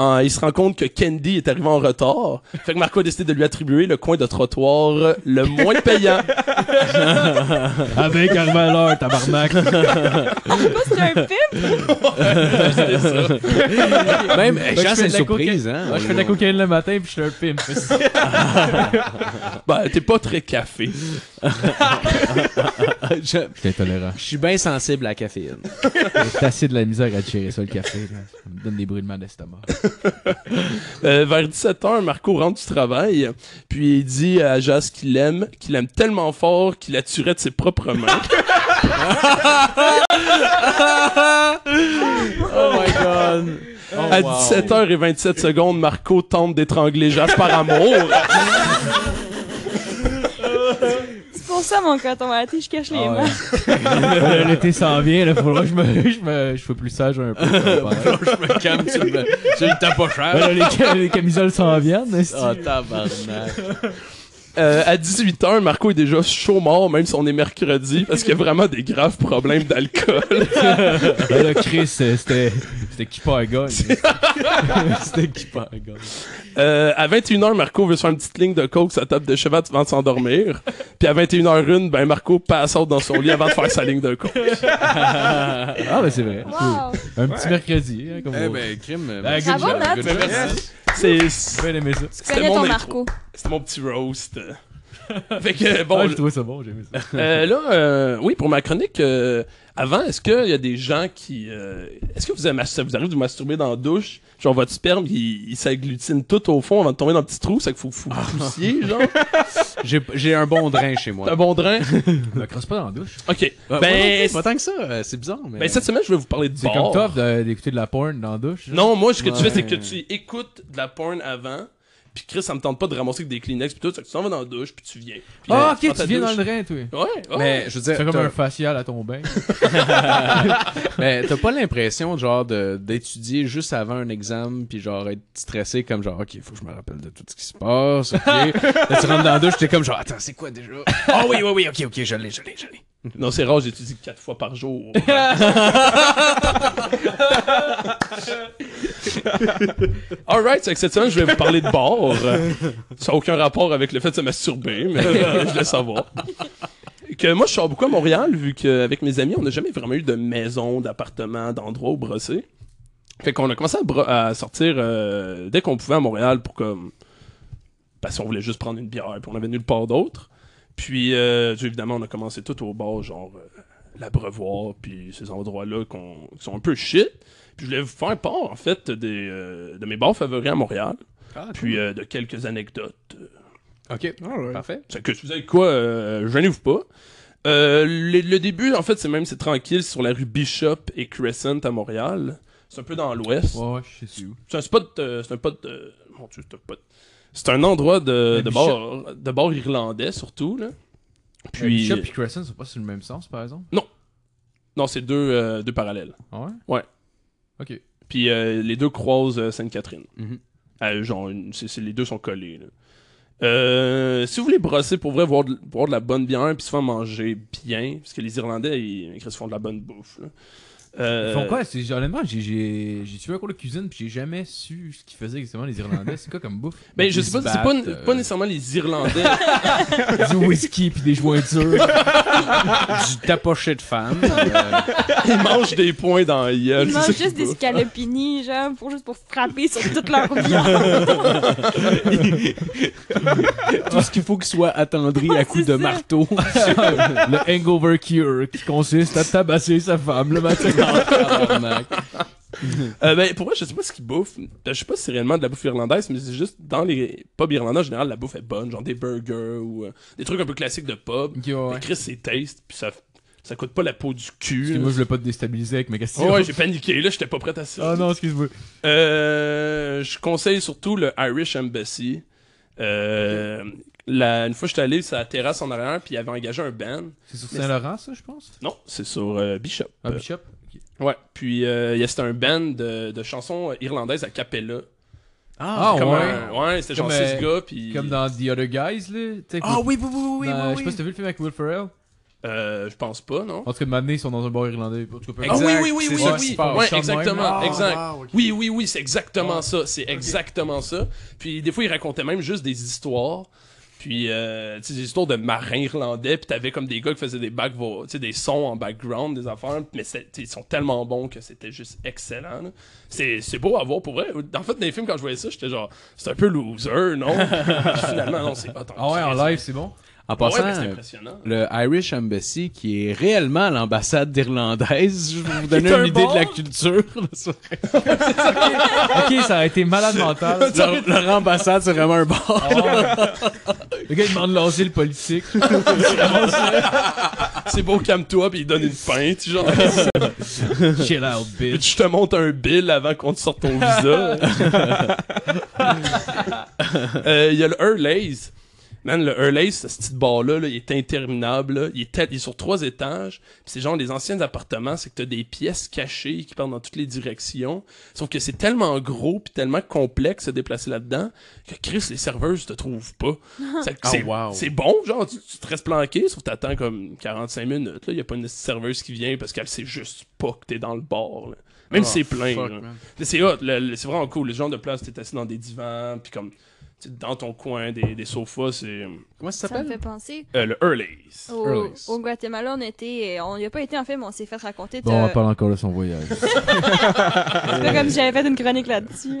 S6: Euh, il se rend compte que Candy est arrivé en retard. Fait que Marco a décidé de de lui attribuer le coin de trottoir le moins payant.
S3: Avec arrivé à l'heure, tabarnak.
S4: Je sais pas si c'est un film.
S5: Même,
S3: je
S5: Ben,
S3: fais
S5: Jean, c'est une
S3: de la
S5: surprise, hein?
S3: Moi, je fais de la cocaïne le matin puis je suis un pimp.
S6: ben, t'es pas très café.
S5: Je
S3: Je suis intolérant.
S5: je suis bien sensible à la caféine.
S3: J'ai assez de la misère à tirer ça le café. là. Ça me donne des brûlements d'estomac.
S6: Euh, vers 17h, Marco rentre du travail, puis il dit à Jas qu'il l'aime, qu'il l'aime tellement fort qu'il la tuerait de ses propres mains.
S5: Oh my god! Oh,
S6: à 17h27 secondes, Marco tente d'étrangler Jas par amour.
S4: C'est pour ça, mon coton maté, je cache les mains.
S3: Là, L'été s'en vient, là, faudra que je me, je me, je sois plus sage un peu. Ouais,
S5: je me calme, tu me, tu me tapes pas cher.
S3: là, les, cam- les camisoles s'en viennent. est-ce que-
S5: Oh tabarnak.
S6: Euh, à 18h, Marco est déjà chaud mort, même si on est mercredi, parce qu'il y a vraiment des graves problèmes d'alcool.
S3: Là, là, Chris, euh, c'était, c'était qui pas un gars. C'était qui pas un gars.
S6: Euh, à 21h, Marco veut se faire une petite ligne de coke sa table de cheval avant de s'endormir. Puis à 21h01, ben Marco passe out dans son lit avant de faire sa ligne de coke.
S3: Ah, ben c'est vrai.
S4: Wow.
S3: Un petit mercredi, hein, comme
S5: Eh
S3: vous.
S5: ben, crime.
S3: Ah, good
S4: Bravo,
S3: job,
S4: Nat.
S3: good job.
S6: Merci. C'est
S3: J'ai bien aimé ça.
S4: Tu
S6: c'était
S4: connais ton
S6: intro.
S4: Marco.
S6: C'était mon petit roast. fait que
S3: Bon,
S6: bon,
S3: j'ai trouvé ça bon, j'ai aimé ça.
S6: euh, là, euh, oui, pour ma chronique, euh, avant, est-ce qu'il y a des gens qui, euh, est-ce que vous, avez, ça vous arrive de vous masturber dans la douche, genre votre sperme, il, il s'agglutine tout au fond avant de tomber dans le petit trou, ça qu'il faut, faut poussier, genre,
S5: J'ai j'ai un bon drain chez
S6: un
S5: moi.
S6: bon drain.
S3: Je me crosse pas dans la douche.
S6: Ok.
S5: Ouais, moi non
S6: ben,
S5: plus, pas tant que ça, euh, c'est bizarre, mais.
S6: ben cette semaine, je vais vous parler de
S3: C'est
S6: bord.
S3: comme top de- d'écouter de la porn dans la douche. là.
S6: Non, moi, ce que tu
S5: Ouais.
S6: fais, c'est que tu écoutes de la porn avant, puis Chris, ça me tente pas de ramasser avec des Kleenex, puis tout, c'est que tu t'en vas dans la douche, puis tu viens. Puis,
S3: Ah,
S6: euh,
S3: ok,
S6: prends ta
S3: tu viens dans
S6: douche.
S3: le drain, toi.
S6: Ouais, ouais.
S5: Mais je veux
S3: Tu
S5: dire,
S3: fais comme
S5: t'as-
S3: un facial à ton bain.
S5: mais ben, t'as pas l'impression, genre, de- d'étudier juste avant un examen, puis genre, être stressé, comme genre, ok, faut que je me rappelle de tout ce qui se passe, ok. Là, tu rentres dans la douche, t'es comme genre, attends, c'est quoi déjà? Ah oui, oui, oui, ok, ok, je l'ai, je l'ai, je l'ai.
S6: Non, c'est rare, j'étudie quatre fois par jour. Alright, c'est que cette semaine, je vais vous parler de bord. Ça n'a aucun rapport avec le fait de se masturber, mais je voulais savoir. Que moi, je sors beaucoup à Montréal, vu qu'avec mes amis, on n'a jamais vraiment eu de maison, d'appartement, d'endroit où brosser. Fait qu'on a commencé à, bro- à sortir euh, dès qu'on pouvait à Montréal pour comme. Parce qu'on voulait juste prendre une bière, puis on avait nulle part d'autre. Puis, euh, tu sais, évidemment, on a commencé tout au bord, genre euh, l'abreuvoir, puis ces endroits-là qu'on- qui sont un peu shit. Puis, je voulais vous faire part, en fait, des, euh, de mes bars favoris à Montréal,
S3: Ah,
S6: puis euh, de quelques anecdotes.
S5: Ok,
S7: Alright.
S5: parfait.
S6: Ça, que si vous avez quoi, euh, gênez-vous pas. Euh, le, le début, en fait, c'est même c'est tranquille sur la rue Bishop et Crescent à Montréal. C'est un peu dans l'ouest.
S3: Ouais, ouais, je sais où.
S6: C'est un spot. euh, c'est un pot. euh, mon Dieu, c'est un pot. C'est un endroit de,
S3: Le
S6: de,
S3: Bishop.
S6: bar, de bar irlandais, surtout. Là.
S3: Puis.
S6: Puis. euh,
S3: Bishop et Crescent sont pas sur le même sens, par exemple.
S6: Non, c'est deux, euh, deux parallèles.
S3: Ah ouais?
S6: Ouais.
S3: Ok.
S6: Puis euh, les deux croisent euh, Sainte-Catherine.
S5: Mhm.
S6: Euh, genre, une- c'est- c'est- les deux sont collés. là. Euh, si vous voulez brosser pour vrai, voir de, boire de la bonne bière, puis se faire manger bien, parce que les Irlandais, ils, ils font de la bonne bouffe. là. Euh,
S3: Ils font quoi? C'est- Honnêtement, j'ai- j'ai j'ai suivi un cours de cuisine puis j'ai jamais su ce qu'ils faisaient exactement les Irlandais. C'est quoi comme bouffe?
S6: Ben,
S3: Des
S6: je sais pas, c'est
S3: battes,
S6: pas,
S3: euh,
S6: pas nécessairement les Irlandais.
S3: du whisky puis des jointures.
S5: Du tapoché de femme. euh,
S6: ils mangent des points dans la gueule,
S4: Ils
S6: c'est ça
S4: mangent
S6: qu'ils
S4: juste des
S6: bouffent.
S4: scalopini, genre, pour, juste pour frapper sur toute leur viande.
S5: tout ce qu'il faut qu'il soit attendri à coups de
S4: c'est ça.
S5: marteau. Ah,
S3: le hangover cure qui consiste à tabasser sa femme le matin.
S5: Tabarnak.
S6: Euh, ben, pour moi, je sais pas ce qu'ils bouffent. Ben, je sais pas si c'est réellement de la bouffe irlandaise, mais c'est juste dans les pubs irlandais, en général, la bouffe est bonne, genre des burgers ou euh, des trucs un peu classiques de pub.
S3: Ok, ouais, ouais.
S6: Mais Chris, c'est taste, puis ça, ça coûte pas la peau du
S3: Parce
S6: cul.
S3: que moi, je voulais pas te déstabiliser avec mes questions.
S6: Oh ouais, j'ai paniqué, là, j'étais pas prêt à ça.
S3: Ah non, excuse-moi.
S6: Euh, je conseille surtout le Irish Embassy. Euh, la- une fois, j'étais allé sur la terrasse en arrière, puis il avait engagé un band.
S3: C'est sur
S6: Mais
S3: Saint-Laurent, ça, je pense?
S6: Non, c'est sur euh, Bishop.
S3: Ah, Bishop?
S6: Euh, ouais, puis euh, il y a- c'était un band de, de chansons irlandaises à cappella.
S3: Ah,
S6: Comme
S3: ouais.
S6: un- ouais, c'était genre
S3: Comme,
S6: six
S3: euh,
S6: gars, puis...
S3: Comme dans The Other Guys, là. tu sais,
S6: Ah
S3: que-
S6: oui, oui, oui, oui,
S3: dans- Je
S5: Ben,
S6: oui,
S3: sais
S6: oui.
S3: pas si t'as vu le film avec Will Ferrell.
S6: Euh, je pense pas, non?
S3: En tout cas, de m'amener, ils sont dans un bar irlandais. En tout cas, peu
S6: Ah
S3: importe.
S6: oui, oui, oui,
S3: c'est
S6: oui,
S3: ça qui
S6: oui,
S3: se passe. Ah,
S6: oui. Ouais,
S3: Sean
S6: exactement,
S3: Murray.
S6: exact. Oui, oui, oui, c'est exactement
S3: Ah.
S6: ça. C'est exactement ça. Puis des fois, il racontait même juste des histoires. Puis, euh, tu sais, des histoires de marins irlandais. Puis t'avais comme des gars qui faisaient des back vo- tu sais, des sons en background, des affaires. Mais c'est- tu sais, ils sont tellement bons que c'était juste excellent. là. C'est c'est beau à voir pour vrai. En fait, dans les films, quand je voyais ça, j'étais genre, c'est un peu loser, non? Puis finalement, non, c'est pas tant Ah
S3: Ah ouais, en live, c'est bon.
S5: En
S6: Ouais,
S5: passant,
S6: mais c'est
S5: euh,
S6: impressionnant.
S5: le Irish Embassy, qui est réellement l'ambassade d'Irlandaise, je vais vous donner
S6: est un
S5: une idée de la
S6: bar.
S5: culture. leur,
S3: Ok, ça a été malade mental.
S5: leur ambassade, c'est vraiment un
S3: Ah,
S5: bar.
S3: Le gars, il demande l'asile politique.
S6: C'est beau, calme-toi, puis il donne une pinte, genre.
S3: Chill out,
S6: Puis
S3: bitch.
S6: je te monte un bill avant qu'on te sorte ton visa. Euh, Il y a le Hurlays. Man, le Hurlays, ce petit bar-là, là, il est interminable. là. Il, est tel- il est sur trois étages. Puis c'est genre les anciens appartements, c'est que t'as des pièces cachées qui partent dans toutes les directions. Sauf que c'est tellement gros puis tellement complexe de se déplacer là-dedans que Chris, les serveuses te trouvent pas. C'est c'est-
S5: wow.
S6: c'est bon, genre, tu, tu te restes planqué, sauf que t'attends comme 45 minutes. Il y a pas une serveuse qui vient parce qu'elle sait juste pas que t'es dans le bar. là. Même si c'est plein.
S5: Ah, fuck,
S6: là.
S5: man.
S6: Mais c'est hot, le- le- c'est vraiment cool. Le genre de place, t'es assis dans des divans, puis comme tu sais, dans ton coin, des, des sofas, c'est
S5: Comment ça
S4: Ça me fait
S5: s'appelle?
S4: penser.
S6: euh, le Hurleys.
S4: Au,
S5: Earlys.
S4: au Guatemala, on était, on n'y a pas été en fait, mais on s'est fait raconter.
S3: Bon, on
S4: t'as-
S3: va parler encore de son voyage.
S4: c'est pas comme si j'avais fait une chronique là-dessus.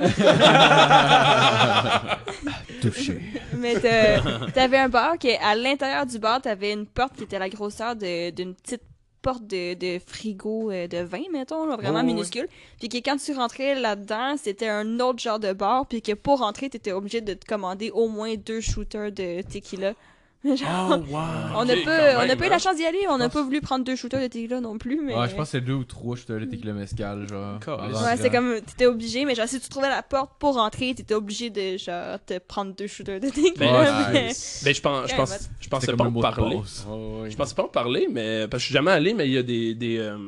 S3: Touché.
S4: mais t'as- t'avais un bar qui, à l'intérieur du bar, t'avais une porte qui était la grosseur de- d'une petite porte de, de frigo euh, de vin, mettons, là,
S5: Ouais,
S4: vraiment
S5: ouais, ouais.
S4: minuscule. Puis que quand tu rentrais là-dedans, c'était un autre genre de bar. Puis que pour rentrer, t'étais obligé de te commander au moins deux shooters de tequila. Genre,
S3: Ah,
S4: on n'a
S6: Ok,
S4: pas,
S6: quand
S4: on n'a
S6: même,
S4: pas eu la
S6: hein.
S4: chance d'y aller. On n'a pas voulu prendre deux shooters de tequila non plus. Mais...
S3: Ah, je pense que c'est deux ou trois, je te le tequila mescal, genre. Ah,
S5: Cool.
S3: en
S5: Ouais,
S3: rentrant.
S4: Ouais, c'est comme, t'étais obligé, mais genre, si tu trouvais la porte pour rentrer, t'étais obligé de, genre, te prendre deux shooters de tequila.
S3: Ouais,
S4: mais-
S6: Ben, je pense, je
S4: Ouais,
S6: pense,
S4: but-
S6: je
S3: C'est
S6: pensais
S3: comme
S6: pas
S3: le
S6: en
S3: mot de
S6: parler.
S3: passe.
S6: Je pensais pas en parler, mais parce que je suis jamais allé, mais il y a des des euh,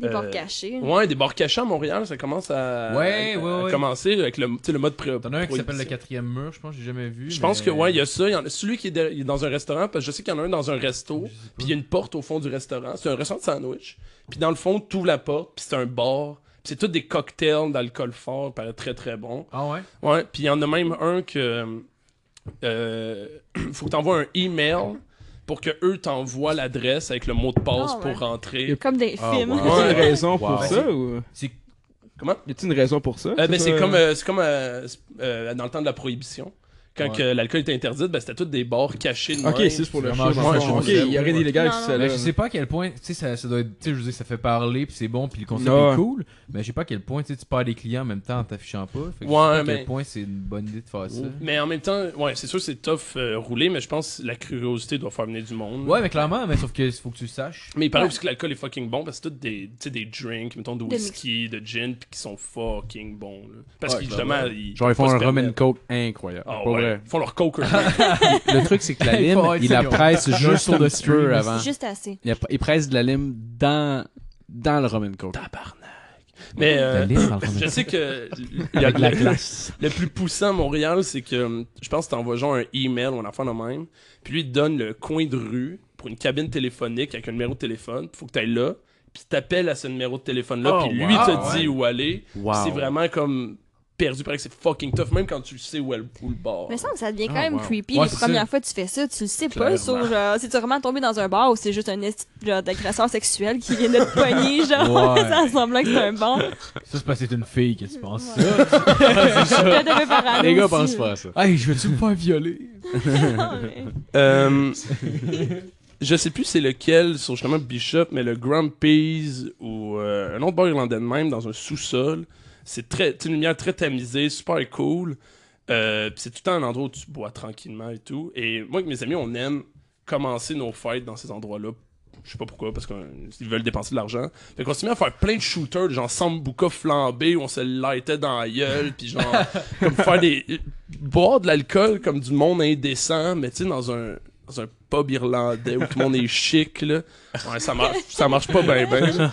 S4: Des
S6: Euh,
S4: portes cachées.
S6: ouais des bars cachés à Montréal, ça commence à,
S3: Ouais,
S6: à-
S3: ouais,
S6: à
S3: ouais.
S6: commencer avec le, tu sais, le mode pré.
S3: T'en as un qui s'appelle le
S6: prohibition.
S3: quatrième mur, je pense, j'ai jamais vu.
S6: Je pense que ouais, il y a ça. il y en a- celui qui est, derrière- il est dans un restaurant, parce que je sais qu'il y en a un dans un resto. Puis il y a une porte au fond du restaurant. C'est un restaurant de sandwich. Puis dans le fond, tu ouvres la porte, puis c'est un bar. Puis c'est tous des cocktails d'alcool fort, il paraît très très bon.
S3: Ah ouais?
S6: Ouais, puis il y en a même un que. Euh, faut que t'envoies un email pour que eux t'envoient l'adresse avec le mot de passe
S4: Ah ouais.
S6: pour rentrer.
S4: Comme des
S5: Ah,
S4: films.
S5: wow.
S7: Y a-t-il
S6: Ouais.
S7: une raison
S5: Wow.
S7: pour ça ou
S3: C'est
S7: y a-t-il une raison pour ça
S6: Euh, ben, c'est
S7: ça?
S6: comme, euh, c'est comme euh, c'est- euh, dans le temps de la prohibition. Quand
S3: Ouais.
S6: que l'alcool était interdit, ben, c'était tous des bars cachés. de
S7: Ok,
S6: même.
S7: c'est juste pour le
S3: Vraiment,
S7: show. dans le
S3: je
S7: fond.
S3: pense
S7: Ok,
S3: que-
S7: il y aurait des légales qui
S4: Non,
S7: se
S3: Mais ben, je sais pas à quel point, tu sais, ça, ça doit être, tu sais, je veux dire, ça fait parler, puis c'est bon, puis le concept
S7: Ouais.
S3: est cool, mais je sais pas à quel point, tu sais, tu perds des clients en même temps en t'affichant pas. Fait que je sais
S6: Ouais,
S3: pas à
S6: mais-
S3: quel point c'est une bonne idée de faire ça.
S6: Mais en même temps, ouais, c'est sûr que c'est tough euh, rouler, mais je pense que la curiosité doit faire venir du monde.
S3: Ouais, mais clairement, mais sauf que faut que tu le saches.
S6: Mais il paraît aussi que l'alcool est fucking bon parce que c'est tous des, tu sais, des drinks, mettons, de
S4: Des
S6: whisky, de gin, puis qui sont fucking bons. là. Parce
S5: Ouais,
S6: qu'ils,
S5: bah
S6: justement,
S5: ouais.
S6: ils.
S5: Genre, ils font
S6: peuvent
S5: un
S6: pas se
S5: rum and
S6: permettre.
S5: coke incroyable.
S6: Ah
S5: Pas
S6: ouais.
S5: vrai.
S6: Ils font leur coke. eux.
S5: Le truc, c'est que la lime,
S3: Faut être
S5: il la
S3: sérieux.
S5: presse juste
S3: Juste
S5: un
S3: un
S5: petit peu
S3: petit-
S5: avant.
S4: Juste assez.
S5: Il, il presse de la lime dans, dans le rum and coke.
S6: mais euh,
S3: liste dans le
S6: je sais que il y a le- Le plus poussant à Montréal, c'est que hum, je pense que t'envoies genre un email ou un enfant de même, puis lui il te donne le coin de rue pour une cabine téléphonique avec un numéro de téléphone. Faut que t'ailles là, puis t'appelles à ce numéro de téléphone là,
S5: Oh,
S6: puis lui
S5: wow.
S6: te dit où aller.
S5: Wow.
S6: C'est vraiment comme perdu, pareil que c'est fucking tough, même quand tu le sais où est le, où le bar.
S4: Mais ça, ça devient quand
S5: Ah,
S4: même
S5: wow.
S4: creepy.
S3: Ouais,
S4: les
S3: c'est
S4: premières
S3: ça.
S4: fois que tu fais ça, tu le sais pas.
S6: Clairement.
S4: Sur, genre, si tu es vraiment tombé dans un bar où c'est juste un esti- genre d'agresseur sexuel qui vient de te pogner, genre,
S3: Ouais.
S4: ça ressemble à que c'est un bon.
S3: Ça, c'est parce que c'est une fille qui se pense ça.
S4: Là, t'avais parano
S5: Les gars
S4: aussi,
S5: pensent
S4: là.
S5: pas à ça.
S3: Hey, je vais-tu me faire violer?
S4: Ah, ouais.
S6: Euh, je sais plus c'est lequel sur justement Bishop, mais le Grumpy's ou euh, un autre bar irlandais de même dans un sous-sol. C'est très, c'est une lumière très tamisée, super cool. Euh, puis c'est tout le temps un endroit où tu bois tranquillement et tout. Et moi avec mes amis, on aime commencer nos fêtes dans ces endroits-là. Je sais pas pourquoi, parce qu'ils veulent dépenser de l'argent. Fait qu'on s'est mis à faire plein de shooters, genre Sambuca flambé, où on se lightait dans la gueule, puis genre, comme faire des. boire de l'alcool comme du monde indécent, mais tu sais, dans un, dans un pub irlandais où tout le monde est chic, là. Ouais, ça marche, ça marche pas bien, ben.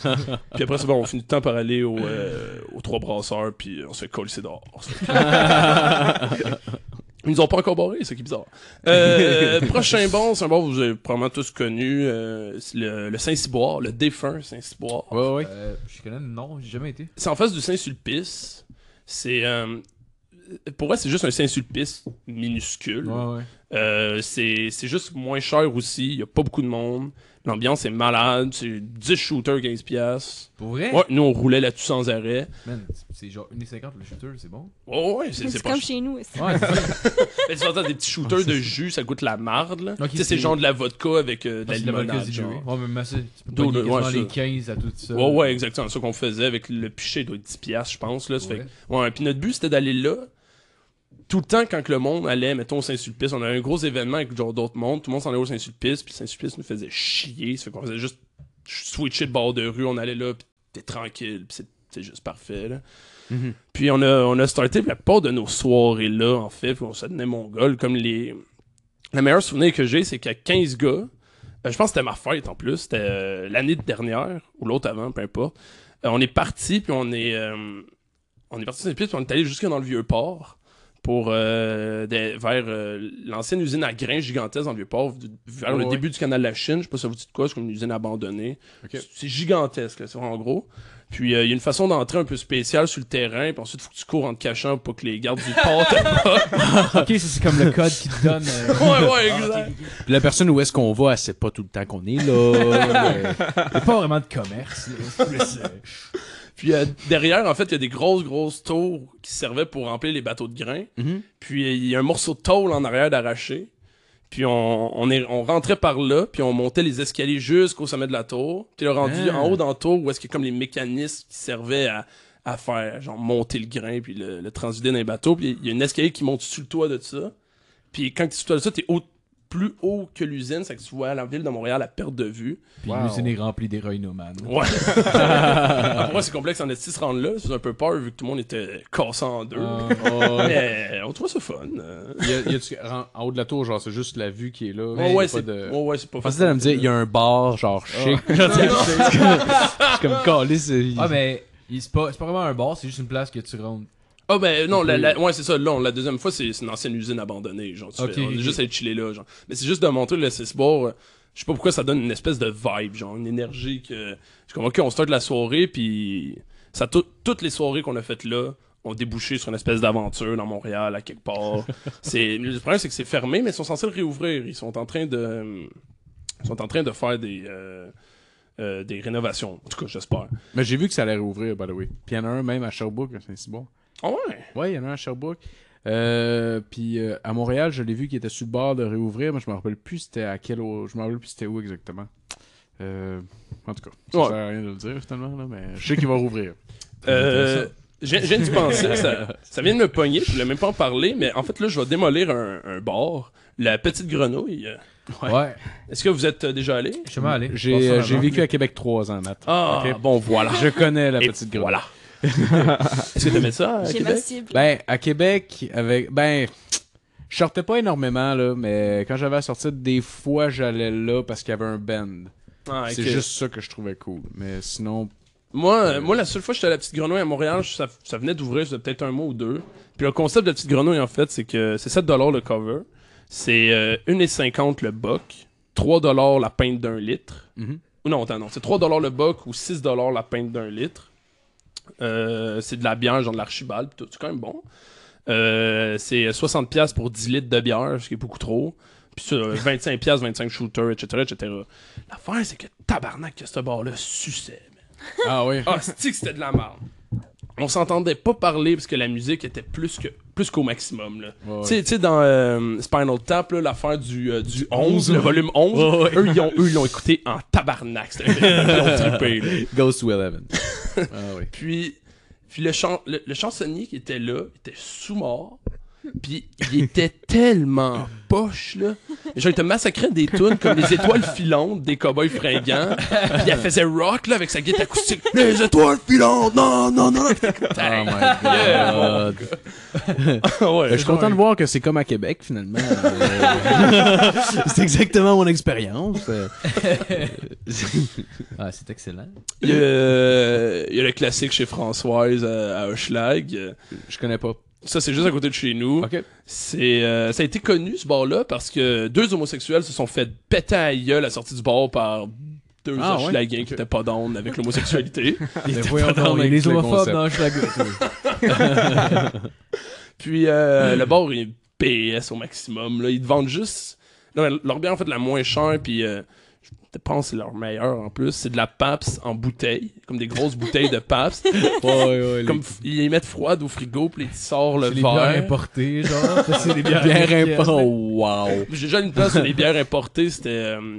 S6: Puis après, c'est bon, on finit le temps par aller au, euh, aux trois brasseurs, puis on se colle, c'est dehors. Ils nous ont pas encore barré, c'est qui est bizarre. Euh, prochain bon, c'est un bon que vous avez probablement tous connu, euh, c'est le, le Saint-Cyboire, le défunt Saint-Cyboire.
S5: Ouais, ouais.
S3: Euh, je connais le nom, j'ai jamais été.
S6: C'est en face du Saint-Sulpice. C'est euh, pour moi, c'est juste un Saint-Sulpice minuscule.
S3: ouais.
S6: Euh, c'est c'est juste moins cher aussi, il y a pas beaucoup de monde. L'ambiance est malade, c'est 10 shooters 15 pièces.
S3: Pour vrai?
S6: Ouais, nous on roulait là-dessus sans arrêt.
S3: Man, c'est genre 1,50 le shooter, c'est bon.
S6: Ouais ouais, c'est c'est
S4: C'est
S6: pas
S4: comme
S6: cher.
S4: chez nous. aussi.
S3: Ouais,
S6: Mais tu entends des petits shooters de jus, ça goûte la marde là.
S3: Ah, Ok,
S6: tu sais c'est
S3: c'est- Ah,
S6: genre de la vodka avec euh, de la
S3: c'est de la vodka
S6: limonade.
S3: du
S6: genre.
S3: jeu. Ouais, mais mais c'est- tu peux
S6: D'où
S3: pogner
S6: le-
S3: quasiment
S6: ouais,
S3: les 15
S6: ça.
S3: à tout ça.
S6: Ouais, ouais, exactement. C'est ce qu'on faisait avec le pichet, il doit être 10 piastres, je pense. Là. Ça fait
S3: Ouais.
S6: que- ouais, puis notre but, c'était d'aller là. Tout le temps, quand que le monde allait, mettons, au Saint-Sulpice, on avait un gros événement avec genre d'autres mondes. Tout le monde s'en allait au Saint-Sulpice, puis Saint-Sulpice nous faisait chier. Ça fait qu'on faisait juste switcher de bord de rue. On allait là, puis t'es tranquille, puis c'est- c'est juste parfait. Là.
S3: Mm-hmm.
S5: Mhm.
S6: Puis on a, on a starté la part de nos soirées là, en fait, puis on se tenait mon goal. Comme les. Le meilleur souvenir que j'ai, c'est qu'à 15 gars, euh, je pense que c'était ma fête en plus, c'était euh, l'année dernière, ou l'autre avant, peu importe. Euh, on est parti, puis on est. euh, on est parti sur une piste, puis on est allé jusque dans le vieux port pour euh, des- vers euh, l'ancienne usine à grains gigantesque dans le vieux port, v- vers le
S3: Ouais.
S6: début du canal de la Chine. Je sais pas si ça vous dit de quoi, c'est comme une usine abandonnée. C'est- C'est gigantesque, là, c'est vraiment gros. Puis euh, il y a une façon d'entrer un peu spéciale sur le terrain, puis ensuite faut que tu cours en te cachant pour que les gardes du port te pas.
S3: Ok, ça, c'est comme le code qui te donne. euh,
S6: ouais, ouais, exact.
S5: Puis la personne où est-ce qu'on va, elle sait pas tout le temps qu'on est là. Euh,
S3: y a pas vraiment de commerce. là. C'est plus, euh,
S6: Puis euh, derrière, en fait, il y a des grosses, grosses tours qui servaient pour remplir les bateaux de grains.
S5: Mhm.
S6: Puis euh, il y a un morceau de tôle en arrière d'arraché. Puis on, on, est, on rentrait par là, puis on montait les escaliers jusqu'au sommet de la tour. Puis le rendu
S5: Ah.
S6: en haut dans la tour, où est-ce qu'il y a comme les mécanismes qui servaient à, à faire, genre monter le grain, puis le, le transvider dans les bateaux. Puis il y a une escalier qui monte sur le toit de ça. Puis quand tu es sur le toit de ça, t'es haut, plus haut que l'usine, c'est que tu vois la ville de Montréal à perte de vue.
S3: Puis
S5: Wow.
S3: l'usine est remplie d'héroïnomanes.
S6: Ouais. Ah, pour moi, c'est complexe en esti se rendre là. C'est un peu peur vu que tout le monde était cassé en deux.
S3: Ah,
S6: Mais on trouve ça fun. Euh,
S5: y a- y a-tu- en, en haut de la tour, genre, c'est juste la vue qui est là.
S6: ouais,
S5: y a
S6: ouais,
S5: pas
S6: c'est
S5: de...
S6: ouais, ouais, c'est pas
S5: Je pensais à me dire, il y a un bar, genre, chic. Genre, c'est- c'est comme- Je suis comme calé, c'est.
S3: ah mais il- c'est pas, c'est pas vraiment un bar, c'est juste une place que tu rentres.
S6: Ah, ben non, la, la- ouais, c'est ça. Là, la deuxième fois, c'est c'est une ancienne usine abandonnée. Genre, tu
S3: Ok,
S6: fais- on est
S3: ok.
S6: juste à chiller là. Genre. Mais c'est juste de montrer le Cisbourg. euh, Je sais pas pourquoi ça donne une espèce de vibe, genre une énergie que. Je comprends qu'on start la soirée, puis ça tou- toutes les soirées qu'on a faites là ont débouché sur une espèce d'aventure dans Montréal, à quelque part. c'est le problème c'est que c'est fermé, mais ils sont censés le réouvrir. Ils sont en train de ils sont en train de faire des euh, euh, des rénovations. En tout cas, j'espère.
S5: Mais j'ai vu que ça allait rouvrir, by the way. Puis il y en a un même à Sherbrooke, à Saint-Cyboire.
S6: Ah ouais.
S5: Ouais, il y en a un à Sherbrooke. Euh, puis euh, à Montréal, je l'ai vu qui était sur le bord de réouvrir, mais je me rappelle plus c'était à quel au- je me rappelle plus c'était où exactement. Euh, en tout cas, ça
S6: Ouais.
S5: sert à rien de le dire finalement là, mais je sais qu'il va rouvrir.
S6: Euh, je viens- je viens d'y penser, ça, ça vient de me pogner, je voulais même pas en parler, mais en fait là, je vais démolir un, un bar, la petite grenouille.
S3: Ouais.
S6: Est-ce que vous êtes euh, déjà allé?
S3: Je suis jamais allé. Je pense
S5: J'ai
S3: en
S5: euh,
S3: avant.
S5: j'ai vécu à Québec trois ans, Nat.
S6: Ah,
S5: Ok.
S6: bon, voilà.
S5: Je connais la
S6: Et
S5: petite grenouille.
S6: voilà. Est-ce que t'aimais ça à
S4: J'ai ma
S6: Québec?
S4: cible.
S5: Ben à Québec avec ben je sortais pas énormément là, mais quand j'avais à sortir, des fois j'allais là parce qu'il y avait un band.
S6: Ah, ok.
S5: C'est juste ça que je trouvais cool, mais sinon
S6: Moi, euh, moi, la seule fois que j'étais à la petite grenouille à Montréal, je- ça, ça venait d'ouvrir, ça faisait peut-être un mois ou deux. Puis le concept de la petite grenouille, en fait, c'est que c'est 7$ le cover, c'est euh, 1,50$ le buck, 3$ la pinte d'un litre.
S5: Mhm.
S6: Ou non, attends, non, c'est 3$ le buck ou 6$ la pinte d'un litre. Euh, c'est de la bière, genre de l'archibald, pis tout, c'est quand même bon. Euh, c'est 60$ pour 10 litres de bière, ce qui est beaucoup trop. Puis ça, 25$, 25 shooters, etc., etc. L'affaire, c'est que tabarnak que ce bar-là suçait.
S5: ah oui.
S6: Ah, c'est que c'était de la merde. On s'entendait pas parler parce que la musique était plus que plus qu'au maximum. Là.
S5: Ouais, ouais.
S6: Tu sais- tu sais, dans euh, Spinal Tap, là, l'affaire du, euh, du 11, le volume 11, eux, ils ont- eux, ils l'ont écouté en tabarnak. C'était- Ils ont trippé. là.
S5: Goes to Eleven. ah oui.
S6: Puis, puis le, chan- le, le chansonnier qui était là était sous-mort. Puis il était tellement poche, là. Genre, il te massacrait des tunes comme les étoiles filantes des cowboys fringants. Puis il faisait rock, là, avec sa guitare acoustique. Les étoiles filantes, non, non, non. Puis t'es comme,
S5: Oh my
S6: Dang.
S5: god.
S6: Ah Ouais.
S5: Euh, je suis content de voir que c'est comme à Québec finalement. Euh, c'est exactement mon expérience. Euh,
S3: Ah, c'est excellent.
S6: Il y, a, il y a le classique chez Françoise euh, à Hochelag.
S5: Je connais pas.
S6: Ça, c'est juste à côté de chez nous.
S5: Ok.
S6: C'est, euh, ça a été connu, ce bar-là, parce que deux homosexuels se sont fait péter à la gueule à la sortie du bar par deux
S5: Ah,
S6: ah,
S5: ouais?
S6: qui étaient pas down avec l'homosexualité. Ils
S5: Mais
S6: étaient
S5: voyons
S6: pas down
S5: donc,
S6: avec-
S5: il
S3: les
S5: le
S3: homophobes
S5: concept.
S3: dans Schlager.
S6: Puis euh, le bar est PS au maximum. Là. Ils te vendent juste. Non, mais leur bière, en fait, la moins chère, puis euh, je pense que c'est leur meilleure en plus. C'est de la PAPS en bouteille, comme des grosses bouteilles de PAPS.
S5: Ouais, ouais,
S6: comme f- ils les mettent froides au frigo, puis ils te sortent le
S3: C'est les bières
S6: verre.
S3: importées, genre. Ça, C'est des bières
S5: Bien
S3: américaines.
S5: important. Wow.
S6: J'ai déjà une place sur les bières importées, c'était. euh,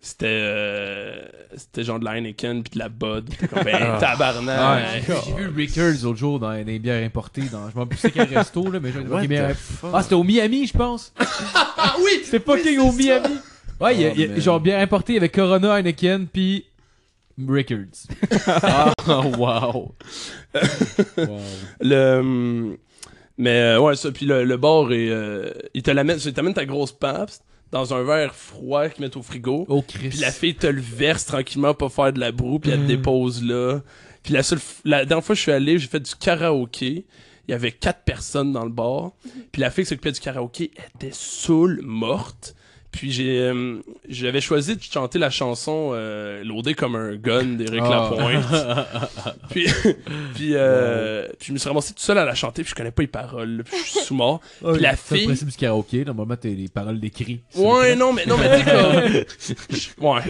S6: c'était. euh, c'était genre de l'Heineken puis de la Bud. J'étais comme, ben,
S3: Ah. Ouais,
S6: tabarnak.
S3: Euh, j'ai- j'ai vu Rickers l'autre jour dans des bières importées. Dans, je m'en plus c'est quel resto, là, mais j'ai des bières Ah, c'était au Miami, je pense.
S6: Ah oui!
S3: C'était fucking au Miami. Ouais, il y a- il y a,
S5: Oh, man.
S3: genre bière importée avec Corona, Heineken, puis Rickers.
S5: wow.
S6: Le. hum, Mais euh, ouais, ça. Puis le, le bar, est, euh, il te l'amène, il t'amène ta grosse Pabst dans un verre froid qu'ils mettent au frigo.
S3: Oh, Chris. Mm.
S6: Puis la fille te le verse tranquillement pour faire de la broue, puis elle te dépose là. Puis la seule f- la dernière fois que je suis allé, j'ai fait du karaoké. Il y avait quatre personnes dans le bar. Puis la fille qui s'occupait du karaoké était saoule, morte. Puis j'ai euh, j'avais choisi de chanter la chanson euh, Loadé comme un gun d'Éric
S3: Ah.
S6: Lapointe. puis puis, euh, puis je me suis ramassé tout seul à la chanter, puis je connais pas les paroles. là, Puis je suis sous mort. Puis la
S3: C'est le
S6: fille
S3: principe du karaoké. Normalement, t'as les paroles d'écrit.
S6: Ouais, non, mais, non, mais tu sais, comme. Ouais.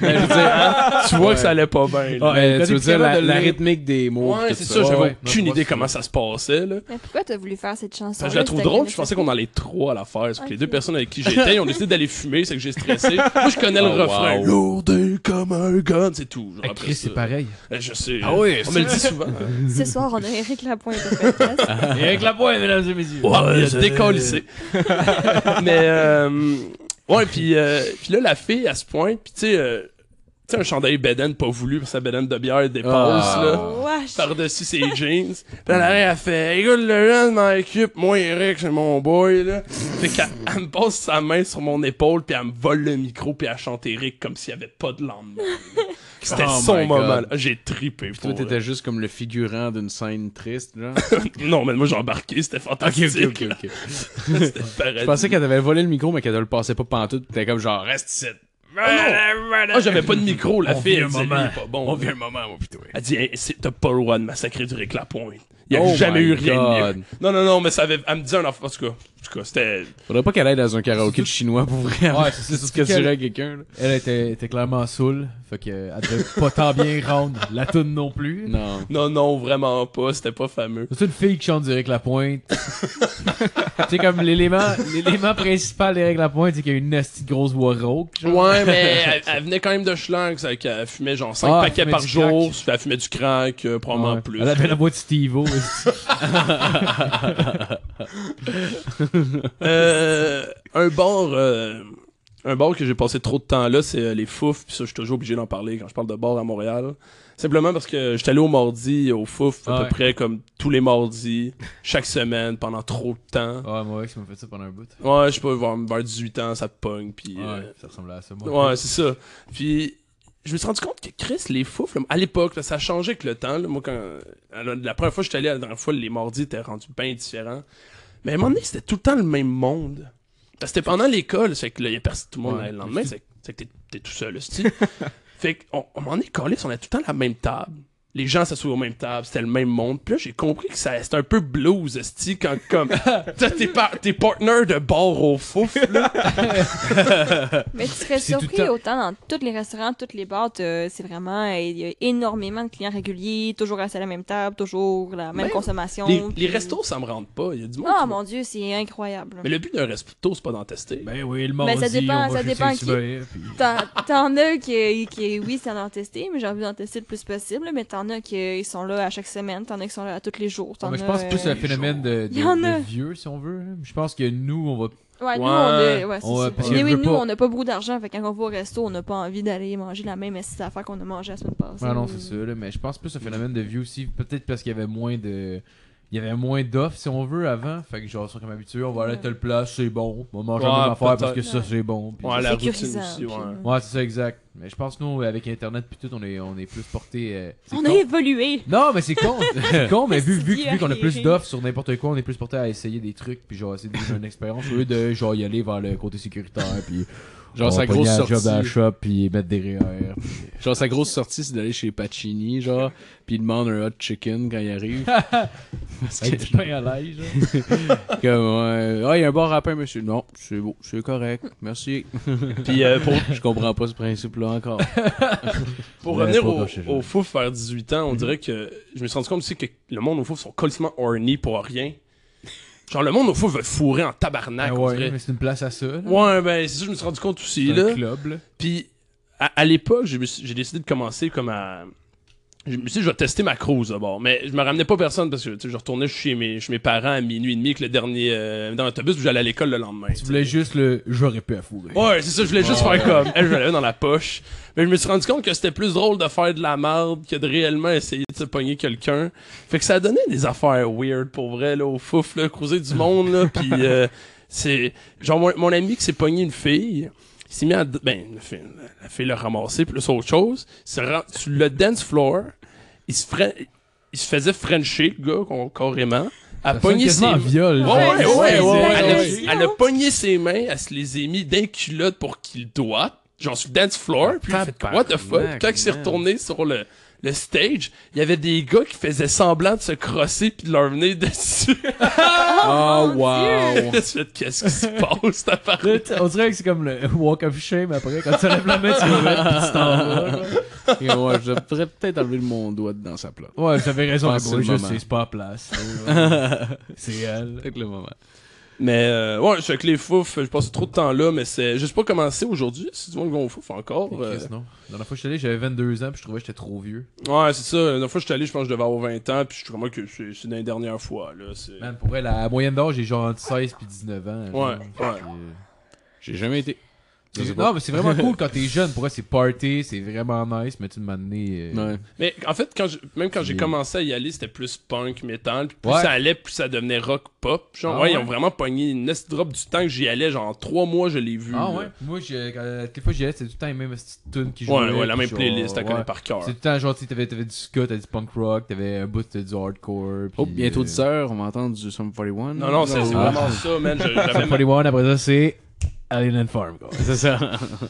S6: Mais je veux dire, hein, tu vois que ça allait pas bien. là.
S3: Ah,
S5: Euh,
S3: t'as
S5: tu veux
S3: dit
S5: dire
S3: capable
S5: la,
S3: de
S5: la
S3: le-
S5: rythmique des mots.
S6: ouais,
S5: tout
S6: c'est ça, j'avais
S3: Ouais, ouais.
S6: aucune
S3: Non,
S6: idée
S3: moi,
S6: comment ça se passait, là.
S4: Mais pourquoi t'as voulu faire cette chanson
S6: Enfin, je la trouve drôle, puis je pensais qu'on allait trois à la faire. Parce que les deux personnes avec qui j'étais, ils ont décidé d'aller fumer, c'est que j'ai stressé. Moi, je connais
S5: Oh,
S6: le refrain.
S5: wow.
S6: Lourdé comme un gun, c'est tout. genre,
S3: Ah,
S6: après
S3: Chris,
S6: ben, ça.
S3: c'est pareil.
S6: Eh, Je sais.
S5: Ah oui,
S6: on
S5: c'est-
S6: me le dit souvent.
S4: Ce soir, on a Eric Lapointe au podcast.
S3: Et avec la pointe, mesdames et messieurs.
S5: Ah,
S6: Ouais, il a décalissé. Mais, euh, ouais, puis euh, puis là, la fille, à ce point, puis tu sais, euh, tu sais, un chandail Beden pas voulu, parce que sa Beden de bière elle dépasse,
S5: Ah.
S6: là.
S4: Wesh.
S6: par-dessus ses jeans. Puis elle arrive, elle fait Écoute, le jeune dans l'équipe, moi, Eric, c'est mon boy, là. Fait qu'elle elle me passe sa main sur mon épaule, puis elle me vole le micro, puis elle chante Eric comme s'il n'y avait pas de lendemain. C'était
S5: Oh
S6: son
S5: my
S6: moment.
S5: God.
S6: là. J'ai tripé.
S5: Puis toi,
S6: pour
S5: t'étais juste comme le figurant d'une scène triste, genre.
S6: vrai. Non, mais moi, j'ai embarqué, c'était fantastique.
S5: ok.
S6: C'était paradis.
S5: Je pensais qu'elle t'avait volé le micro, mais qu'elle te le passait pas pantoute. T'étais comme genre, reste ici.
S6: Ah non! Ah, j'avais pas de micro, la
S3: On
S6: fille.
S3: vit
S6: Elle
S3: un
S6: dit,
S3: moment.
S6: Lui, il est pas bon.
S5: On vient un moment, moi, plutôt.
S6: Elle dit, Hey, c'est- t'as pas le droit de massacrer du Rick Lapointe. Il y a
S5: Oh
S6: jamais
S5: my
S6: eu rien de
S5: God.
S6: mieux. Non, non, non, mais ça avait, elle me disait un enfant, en tout cas, en tout cas, c'était,
S5: Faudrait pas qu'elle aille dans un karaoké de chinois pour vrai.
S3: Ouais, c'est- c'est-
S5: ce que tu
S3: qu'elle-
S5: dirais à quelqu'un, là.
S3: Elle était, était clairement saoule. Fait que, elle devait pas tant bien rendre la toune non plus.
S5: Non.
S6: Non, non, vraiment pas. C'était pas fameux.
S3: C'est une fille qui chante direct la pointe. c'est comme l'élément, l'élément principal d'Éric Lapointe, c'est qu'il y a une nasty grosse voix rauque. genre.
S6: Ouais, mais elle, elle venait quand même de schlang. ça, qu'elle fumait genre 5
S3: Ah, elle
S6: paquets
S3: fumait
S6: par
S3: du
S6: jour.
S3: crack.
S6: Elle fumait du crack, euh, probablement
S3: Ouais.
S6: plus.
S3: Elle avait la voix de Steve-O.
S6: Euh, un bar. euh, un bar que j'ai passé trop de temps là, c'est euh, les Fouf, puis ça, je suis toujours obligé d'en parler quand je parle de bar à Montréal. Simplement parce que j'étais allé au mardi, au Fouf, à
S3: Ouais.
S6: peu près comme tous les mardis, chaque semaine, pendant trop de temps.
S3: Ouais, moi, ça m'a fait ça pendant un bout.
S6: Ouais, je sais pas, vers vers 18 ans, ça pogne, puis.
S3: Ouais,
S6: euh,
S3: ça ressemblait à ça, moi.
S6: Ouais, c'est ça. Puis, je me suis rendu compte que Chris, les foufles, à l'époque, là, ça a changé avec le temps. là. Moi, quand, à la, la première fois que j'étais allé, la dernière fois, les mardis étaient rendus bien différents. Mais à un moment donné, c'était tout le temps le même monde. Parce que C'était pendant l'école, c'est que là, il y a personne, tout le monde
S3: Ouais.
S6: allait le lendemain, c'est c'est que t'es- t'es tout seul, hostie. fait qu'on on m'en est collé, on a tout le temps la même table. Les gens s'assoient aux mêmes tables, c'était le même monde. Puis là, j'ai compris que ça- c'était un peu blues, hostie, quand comme. t'as tes, par- tes partners de bar au fouf, là.
S4: Mais tu serais
S3: C'est tout le
S4: surpris
S3: temps-
S4: autant dans tous les restaurants, toutes les bars, t'as- c'est vraiment euh, il y a énormément de clients réguliers, toujours assis à la même table, toujours la même
S6: Même
S4: consommation.
S6: Les, les
S4: puis-
S6: restos, ça me rentre pas. Il y a du monde.
S4: Ah
S6: qui
S4: mon dieu, c'est incroyable.
S6: Mais le but d'un resto, c'est pas d'en tester.
S3: Ben oui, le monde
S4: Mais ça dépend- ça dépend qui. T'en t'en as qui, qui, oui, c'est en tester, mais j'ai envie d'en tester le plus possible. Mais t'en as qui ils sont là à chaque semaine, t'en as qui sont là à tous les jours. t'en
S3: mais je
S4: as,
S3: pense plus
S4: euh,
S3: à un phénomène de, de-
S4: Il y en
S3: de
S4: a.
S3: vieux, si on veut. hein. Je pense que nous, on va.
S4: Ouais, nous,
S6: Ouais.
S4: on a. Ouais, c'est
S3: On va-
S4: ça.
S3: parce
S4: Mais
S3: que
S4: oui,
S3: je
S4: nous,
S3: veux pas-
S4: on n'a pas beaucoup d'argent. Fait que quand on va au resto, on n'a pas envie d'aller manger la même assise affaire qu'on a mangé la semaine passée.
S3: Ah non, c'est ça, là, mais je pense plus au phénomène de vieux aussi. Peut-être parce qu'il y avait moins de. il y avait moins d'offres si on veut avant. Fait que genre, ils sont comme habitués, on va aller à telle place, c'est bon. On va manger la
S6: Ouais,
S3: même affaire parce
S6: peut-être.
S3: que ça, c'est bon. Puis-
S6: Ouais, la routine
S4: Sécurisant,
S6: aussi,
S4: puis- euh,
S6: ouais.
S3: Ouais, c'est ça, exact. Mais je pense que nous, avec Internet puis tout, on est, on est plus porté. euh, c'est
S4: On
S3: con.
S4: a évolué.
S3: Non, mais c'est con. c'est con, mais vu,
S4: C'est
S3: vu,
S4: dit à
S3: vu qu'on a plus
S4: rien.
S3: d'offres sur n'importe quoi, on est plus porté à essayer des trucs puis genre essayer de vivre une expérience au lieu de genre y aller vers le côté sécuritaire puis
S5: Genre,
S3: on
S5: sa
S3: va pogner
S5: grosse
S3: un
S5: sortie.
S3: job à la shop puis mettre des REER. puis-
S5: Genre, sa grosse sortie, c'est d'aller chez Pacini, genre, puis il demande un hot chicken quand il arrive. Parce que,
S3: Avec du pain à l'ail, genre.
S5: comme, ouais, ah, il y a un bon rapin, monsieur. Non, c'est beau, c'est correct, merci.
S6: Puis euh, pour,
S5: Je comprends pas ce principe-là encore.
S6: pour
S3: Ouais,
S6: revenir
S3: pas
S6: au,
S3: gâché,
S6: au fouf vers 18
S3: Mm-hmm.
S6: ans, on dirait que je me suis rendu compte aussi que le monde au fouf sont complètement horny pour rien. Genre, le monde au fouf veut fourrer en tabarnak,
S3: Ah
S6: on
S3: ouais,
S6: dirait.
S3: mais c'est une place à ça. là.
S6: Ouais, ben, c'est ça, je me suis rendu compte aussi,
S3: C'est
S6: là.
S3: un club, là.
S6: Puis à, à l'époque, j'ai j'ai décidé de commencer comme à. Je me suis dit, je vais tester ma cruise d'abord. Mais je me ramenais pas personne parce que tu sais, je retournais chez mes, chez mes parents à minuit et demi avec le dernier. euh, dans l'autobus, puis j'allais à l'école le lendemain.
S3: Tu voulais juste le j'aurais pu à fourrer.
S6: Ouais, c'est ça, je voulais juste faire comme. Elle, je l'avais dans la poche. Mais je me suis rendu compte que c'était plus drôle de faire de la merde que de réellement essayer de se pogner quelqu'un. Fait que ça a donné des affaires weird pour vrai, là, au fouf, là, croiser du monde, là. Puis, euh, c'est. Genre, mon, mon ami qui s'est pogné une fille, il s'est mis à. d- Ben, la fille, la fille l'a ramassé, puis là, c'est autre chose. Il se rend sur le dance floor, il se, fre- il se faisait frencher, le gars, con- carrément. À
S3: Ça sonne
S6: pogner ses
S3: quasiment en viol.
S6: Ouais,
S3: genre.
S6: ouais,
S4: Ouais,
S6: ouais,
S4: c'est
S6: ouais,
S4: la
S6: Elle, a,
S4: relation.
S6: elle a pogné ses mains, elle se les a mis d'un culotte pour qu'il doit. Genre sur le dance floor, puis il a fait comme, What the fuck?
S5: Tabarnak,
S6: Quand il s'est
S5: man.
S6: retourné sur le, le stage, il y avait des gars qui faisaient semblant de se crosser puis de leur venir dessus.
S5: Oh, wow!
S6: Je me suis fait, Qu'est-ce qui se passe, cette affaire?
S3: Là, t- On dirait que c'est comme le walk of shame après, quand tu lèves la main, tu le mets, puis tu t'en vas. genre.
S5: Et ouais, je devrais peut-être enlever mon doigt dans sa plate.
S3: Ouais, j'avais raison,
S5: Je
S3: mais
S5: pense que c'est le
S3: juste,
S5: moment.
S3: c'est c'est pas à place. c'est elle.
S5: Peut-être le moment.
S6: Mais euh, ouais, je fais que les fouf, je passe trop de temps là, mais c'est. Je sais pas comment c'est aujourd'hui, si tu vois le gars au fouf encore. euh,
S3: Chris, non. La dernière fois que je suis allé, j'avais 22 ans, puis je trouvais que j'étais trop vieux.
S6: ouais, c'est ça. La dernière fois que je suis allé, je pense que je devais avoir 20 ans, puis je suis vraiment que c'est c'est dans les dernières fois. Là, c'est-
S3: Man, pour elle, la moyenne d'âge, j'ai genre entre 16 puis 19 ans. genre.
S6: Ouais, ouais.
S3: Puis, euh,
S5: J'ai jamais été. Je sais
S3: c'est-
S5: pas.
S3: Non, mais c'est vraiment cool quand t'es jeune. Pour elle, c'est party, c'est vraiment nice, mais tu m'as donné. euh,
S5: Ouais.
S6: Mais en fait, quand je- même quand j'ai
S3: Oui.
S6: commencé à y aller, c'était plus punk, metal. Puis plus
S3: Ouais.
S6: ça allait, plus ça devenait rock pop. Genre,
S3: Ah
S6: ouais, ils
S3: ouais.
S6: ont vraiment pogné une nest drop du temps que j'y allais. Genre, en trois mois, je l'ai vu.
S3: Ah
S6: là.
S3: ouais? Moi, j'ai- quand- toutes les fois que j'y allais, c'était tout le temps les mêmes petites tunes qui
S6: Ouais,
S3: jouaient.
S6: ouais, la
S3: puis
S6: même
S3: genre,
S6: playlist, t'as
S3: ouais.
S6: connais par cœur.
S3: C'est tout le temps genre, tu sais, t'avais t'avais du ska, t'avais du punk rock, t'avais un bout c'était du hardcore.
S5: Oh,
S3: puis,
S5: bientôt
S3: euh,
S5: 10 heures, on va entendre du Sum 41.
S6: Non, non, c'est c'est
S3: Ah.
S6: vraiment ça, man. Je- j'avais même-
S3: 41, après ça, c'est Alien and Farm, quoi.
S5: C'est ça.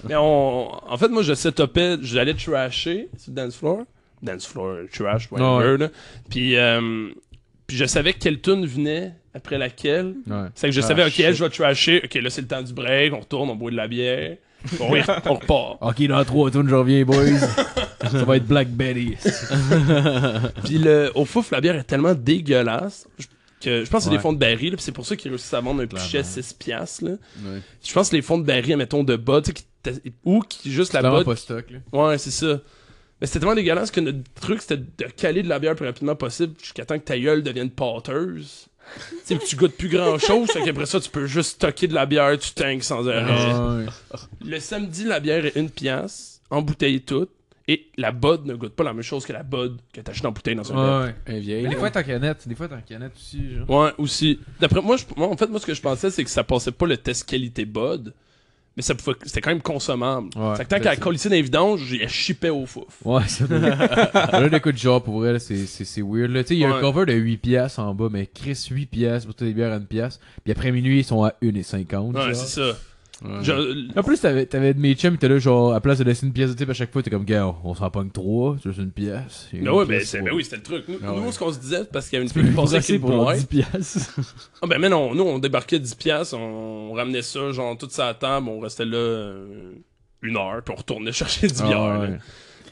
S6: Mais on... en fait, moi, je setupais, j'allais trasher sur le dance floor. Dance floor, trash, whatever.
S3: Ah Ouais.
S6: là. Puis, euh, puis je savais quelle tune venait après laquelle.
S3: Ouais.
S6: C'est que je
S5: Ah,
S6: savais, ok,
S5: shit.
S6: elle, je vais trasher. Ok, là, c'est le temps du break. On retourne, on boit de la bière. On, y- on repart.
S3: Ok, dans 3 tours, je reviens, boys. ça va être Black Betty.
S6: Puis le, au fouf, la bière est tellement dégueulasse je- que je pense que c'est des
S3: Ouais.
S6: fonds de baril, là, puis c'est pour ça qu'ils réussissent à vendre un
S3: Clairement.
S6: pichet 6 piastres. là.
S5: Ouais.
S6: Je pense que les fonds de baril, mettons, de bas, tu sais, qui t'a- ou qui juste la
S3: Clairement
S6: bas.
S3: pas stock, là.
S6: Ouais, c'est ça. Mais c'était tellement dégueulasse que notre truc, c'était de caler de la bière le plus rapidement possible jusqu'à temps que ta gueule devienne pâteuse. tu sais, puis tu goûtes plus grand chose, fait qu'après ça, tu peux juste stocker de la bière, tu tanks sans arrêt.
S3: Ouais.
S6: Le samedi, la bière est une pièce, en bouteille toute, et la bod ne goûte pas la même chose que la bod que t'achètes en bouteille dans un bar.
S3: Ouais.
S5: Un
S3: Mais
S5: vieil.
S3: Des fois, t'es en canette. Des fois, t'es en canette aussi, genre.
S6: Ouais, aussi. D'après moi, je- moi, en fait, moi, ce que je pensais, c'est que ça passait pas le test qualité bud, mais ça pouvait, c'était quand même consommable.
S3: Ouais,
S6: fait que tant qu'elle
S3: c'est-
S6: colissait dans les vidanges, elle chipait au fouf.
S3: Ouais, ça doit Là, le coup de genre, pour vrai, là, c'est c'est- c'est weird. là. Tu sais, il y a
S6: Ouais.
S3: un cover de 8 piastres en bas, mais Chris, 8 piastres pour toutes les bières à 1 piastre. Puis après minuit, ils sont à 1,50.
S6: Ouais,
S3: genre.
S6: c'est ça.
S5: Ouais.
S6: Je-
S3: En plus, t'avais t'avais de mes chums, ils étaient là, genre, à place de laisser une pièce de type à chaque fois, t'es comme, gars, on s'en pogne 3, c'est juste une pièce. Il y a
S6: Ben
S3: une
S6: ouais, ben,
S3: pièce,
S6: c'est-
S3: ouais.
S6: ben oui, c'était le truc. Nous,
S5: Ah
S6: nous,
S5: ouais.
S6: ce qu'on se disait, parce qu'il y avait une
S3: Tu peux
S6: fille qui passait avec
S3: brasser
S6: une
S3: pour genre
S6: boîte.
S3: 10 piastres.
S6: Ah ben mais non, nous on débarquait 10 piastres, on ramenait ça, genre toute sa table, on restait là euh, une heure, puis on retournait chercher du
S3: Ah
S6: bière. là.
S3: ouais.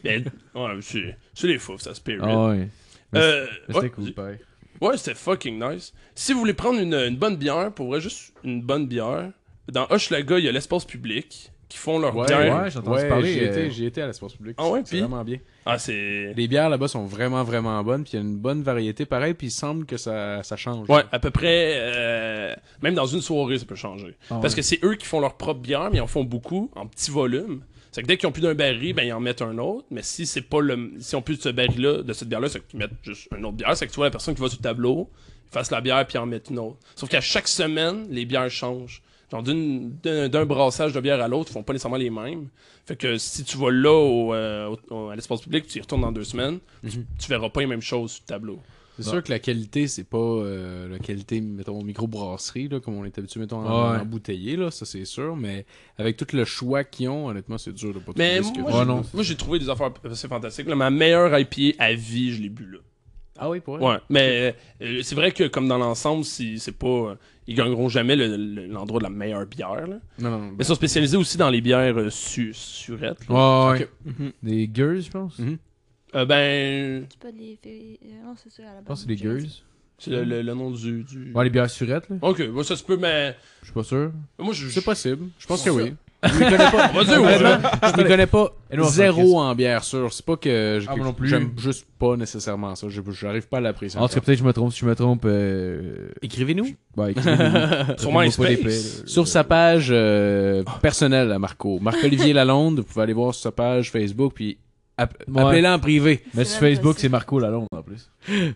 S6: Ben, ouais, c'est c'est les fous, ça, spirit.
S3: Ah ouais. Mais
S6: Euh,
S3: Mais C'était
S6: ouais,
S3: cool, pareil.
S6: Ouais, c'était fucking nice. Si vous voulez prendre une, une bonne bière, pour vrai, juste une bonne bière, dans Hochelaga, il y a l'espace public qui font leur
S5: Ouais,
S6: bière.
S3: ouais, j'ai entendu
S5: Ouais,
S3: parler.
S5: J'y
S3: euh,
S5: étais, j'y étais à l'espace public.
S6: Ah ouais,
S5: C'est
S6: puis?
S5: vraiment bien.
S6: Ah, c'est.
S5: Les bières là-bas sont vraiment, vraiment bonnes. Puis il y a une bonne variété. Pareil, puis il semble que ça, ça change.
S6: Ouais, à peu près. euh, même dans une soirée, ça peut changer.
S3: Ah ouais.
S6: Parce que c'est eux qui font leur propre bière, mais ils en font beaucoup, en petit volume. C'est que dès qu'ils ont plus d'un baril, ben, ils en mettent un autre. Mais si c'est pas le, si on plus de ce baril-là, de cette bière-là, c'est qu'ils mettent juste un autre bière. C'est que tu vois la personne qui va sur le tableau, fassent la bière puis en mettent une autre. Sauf qu'à chaque semaine, les bières changent. Genre d'une- d'un d'un brassage de bière à l'autre, ils font pas nécessairement les mêmes. Fait que si tu vas là au, euh, au- au- à l'espace public, tu y retournes dans deux semaines,
S3: Mhm.
S6: tu, tu verras pas les mêmes choses sur le tableau.
S5: C'est sûr que la qualité, c'est pas euh, la qualité, mettons, microbrasserie, là, comme on est habitué, mettons, en,
S3: Ouais.
S5: en bouteillé, là, ça c'est sûr, mais avec tout le choix qu'ils ont, honnêtement, c'est dur de pas trouver
S6: Mais
S5: ce que
S6: moi,
S5: tu
S6: j'ai-
S5: veux.
S6: moi, j'ai trouvé des affaires assez fantastiques. là. ma meilleure IPA à vie, je l'ai bu là.
S5: Ah oui, pour vrai?
S6: Ouais, mais euh, c'est vrai que comme dans l'ensemble, si c'est pas euh, ils gagneront jamais le- le- l'endroit de la meilleure bière. là.
S5: Non, non, non.
S6: Mais ils sont spécialisés aussi dans les bières euh, su- surettes. là.
S3: Ouais, ouais.
S6: Ok.
S7: Mhm.
S3: Des gueuses, je pense.
S5: Mhm.
S6: Euh, ben,
S4: C'est pas des filles- euh, Non, c'est ça, à la base.
S3: Je pense que c'est des gueuses.
S6: c'est le, le- le nom du. du-
S3: Ouais, les bières surettes, là.
S6: Ok, ouais, ça se peut, mais
S3: Je suis pas sûr.
S6: moi je.
S5: C'est possible. Je pense
S6: On
S5: que
S6: va-
S5: oui. Je m'y connais pas.
S6: On va dire ouais.
S5: Honnêtement, je m'y connais pas
S3: Et nous, on s'en crisse.
S5: zéro en bière sûre. C'est pas que je-
S3: Ah, moi non plus. Ah,
S5: j'aime juste pas nécessairement ça. Je- J'arrive pas à l'apprécier.
S3: En tout cas, peut-être que je me trompe. Si je me trompe, euh...
S5: Écrivez-nous.
S3: bah, écrivez-nous.
S6: Sûrement
S3: Traitez-moi pas
S6: MySpace.
S3: d'épais, là.
S5: Sur sa page euh, personnelle à Marco, Marc-Olivier Lalonde, vous pouvez aller voir sur sa page Facebook, puis app-
S3: Ouais.
S5: appelez-la en privé.
S3: Mais
S4: C'est
S3: sur
S4: même
S3: Facebook,
S4: possible.
S3: c'est Marco Lalonde, en plus.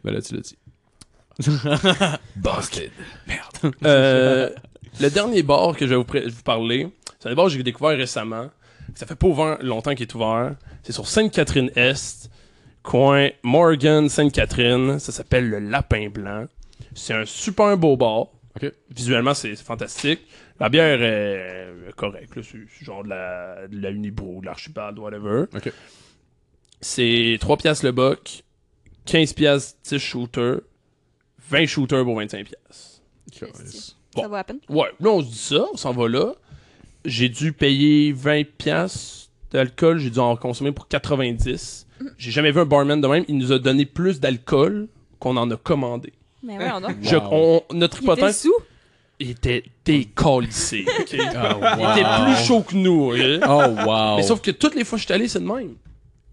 S5: Ben là, tu l'as dit.
S6: Busted. Merde. Euh, le dernier bar que je vais vous, pré- vous parler, c'est un bar que j'ai découvert récemment. Ça fait pas ouvert- longtemps qu'il est ouvert. C'est sur Sainte-Catherine-Est, coin Morgan-Sainte-Catherine. Ça s'appelle le Lapin Blanc. C'est un super beau bar.
S5: Ok.
S6: Visuellement, c'est c'est fantastique. La bière est euh, correcte. là. C'est c'est genre de la, de la Unibrew, de l'Archibald, whatever.
S5: Ok.
S6: C'est 3 piastres le boc, 15 piastres 10 shooters, 20 shooters pour 25 piastres.
S4: Christ.
S6: Bon.
S4: Ça vaut à peine.
S6: Ouais, là on se dit ça, on s'en va là. J'ai dû payer 20 piastres d'alcool, j'ai dû en consommer pour 90. J'ai jamais vu un barman de même, il nous a donné plus d'alcool qu'on en a commandé.
S4: Mais ouais, on a.
S6: Je- on- notre
S4: Il était
S6: hypothèse
S4: sous.
S6: était décalissé. ok?
S5: Oh,
S6: Il était plus chaud que nous. ok?
S5: Oh, wow.
S6: Mais sauf que toutes les fois que je suis allé, c'est de même.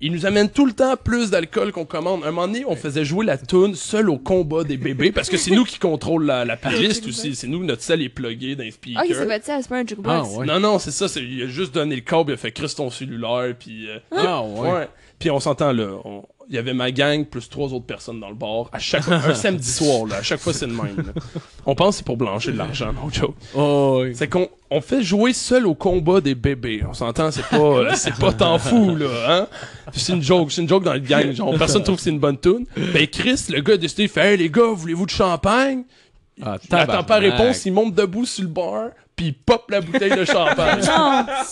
S6: Ils nous amènent tout le temps plus d'alcool qu'on commande. Un moment donné, on faisait jouer la toune seul au combat des bébés parce que c'est nous qui contrôlons la, la playlist aussi. C'est nous, notre salle est pluguée dans les
S4: Ah, il s'est
S6: speakers.
S4: battu à ce point un jukebox.
S5: Ah, ouais.
S6: Non, non, c'est ça. c'est- il a juste donné le câble, il a fait Chris ton cellulaire, puis. euh,
S5: Ah, ouais.
S6: ouais. Puis on s'entend là. on- Il y avait ma gang plus trois autres personnes dans le bar. À chaque un samedi soir, là. À chaque fois, c'est le même. là. On pense que c'est pour blanchir de l'argent, non joke.
S5: Oh, oui.
S6: C'est qu'on on fait jouer seul au combat des bébés. On s'entend, c'est pas, euh, c'est pas tant fou, là, hein? Puis C'est une joke, c'est une joke dans le gang. Genre, personne trouve que c'est une bonne tune. Ben, Chris, le gars a décidé, il fait, hey, les gars, voulez-vous du champagne?
S5: Ah,
S6: Il attend pas
S5: tabarnak.
S6: réponse, il monte debout sur le bar, puis il pop la bouteille de champagne.
S4: Ah,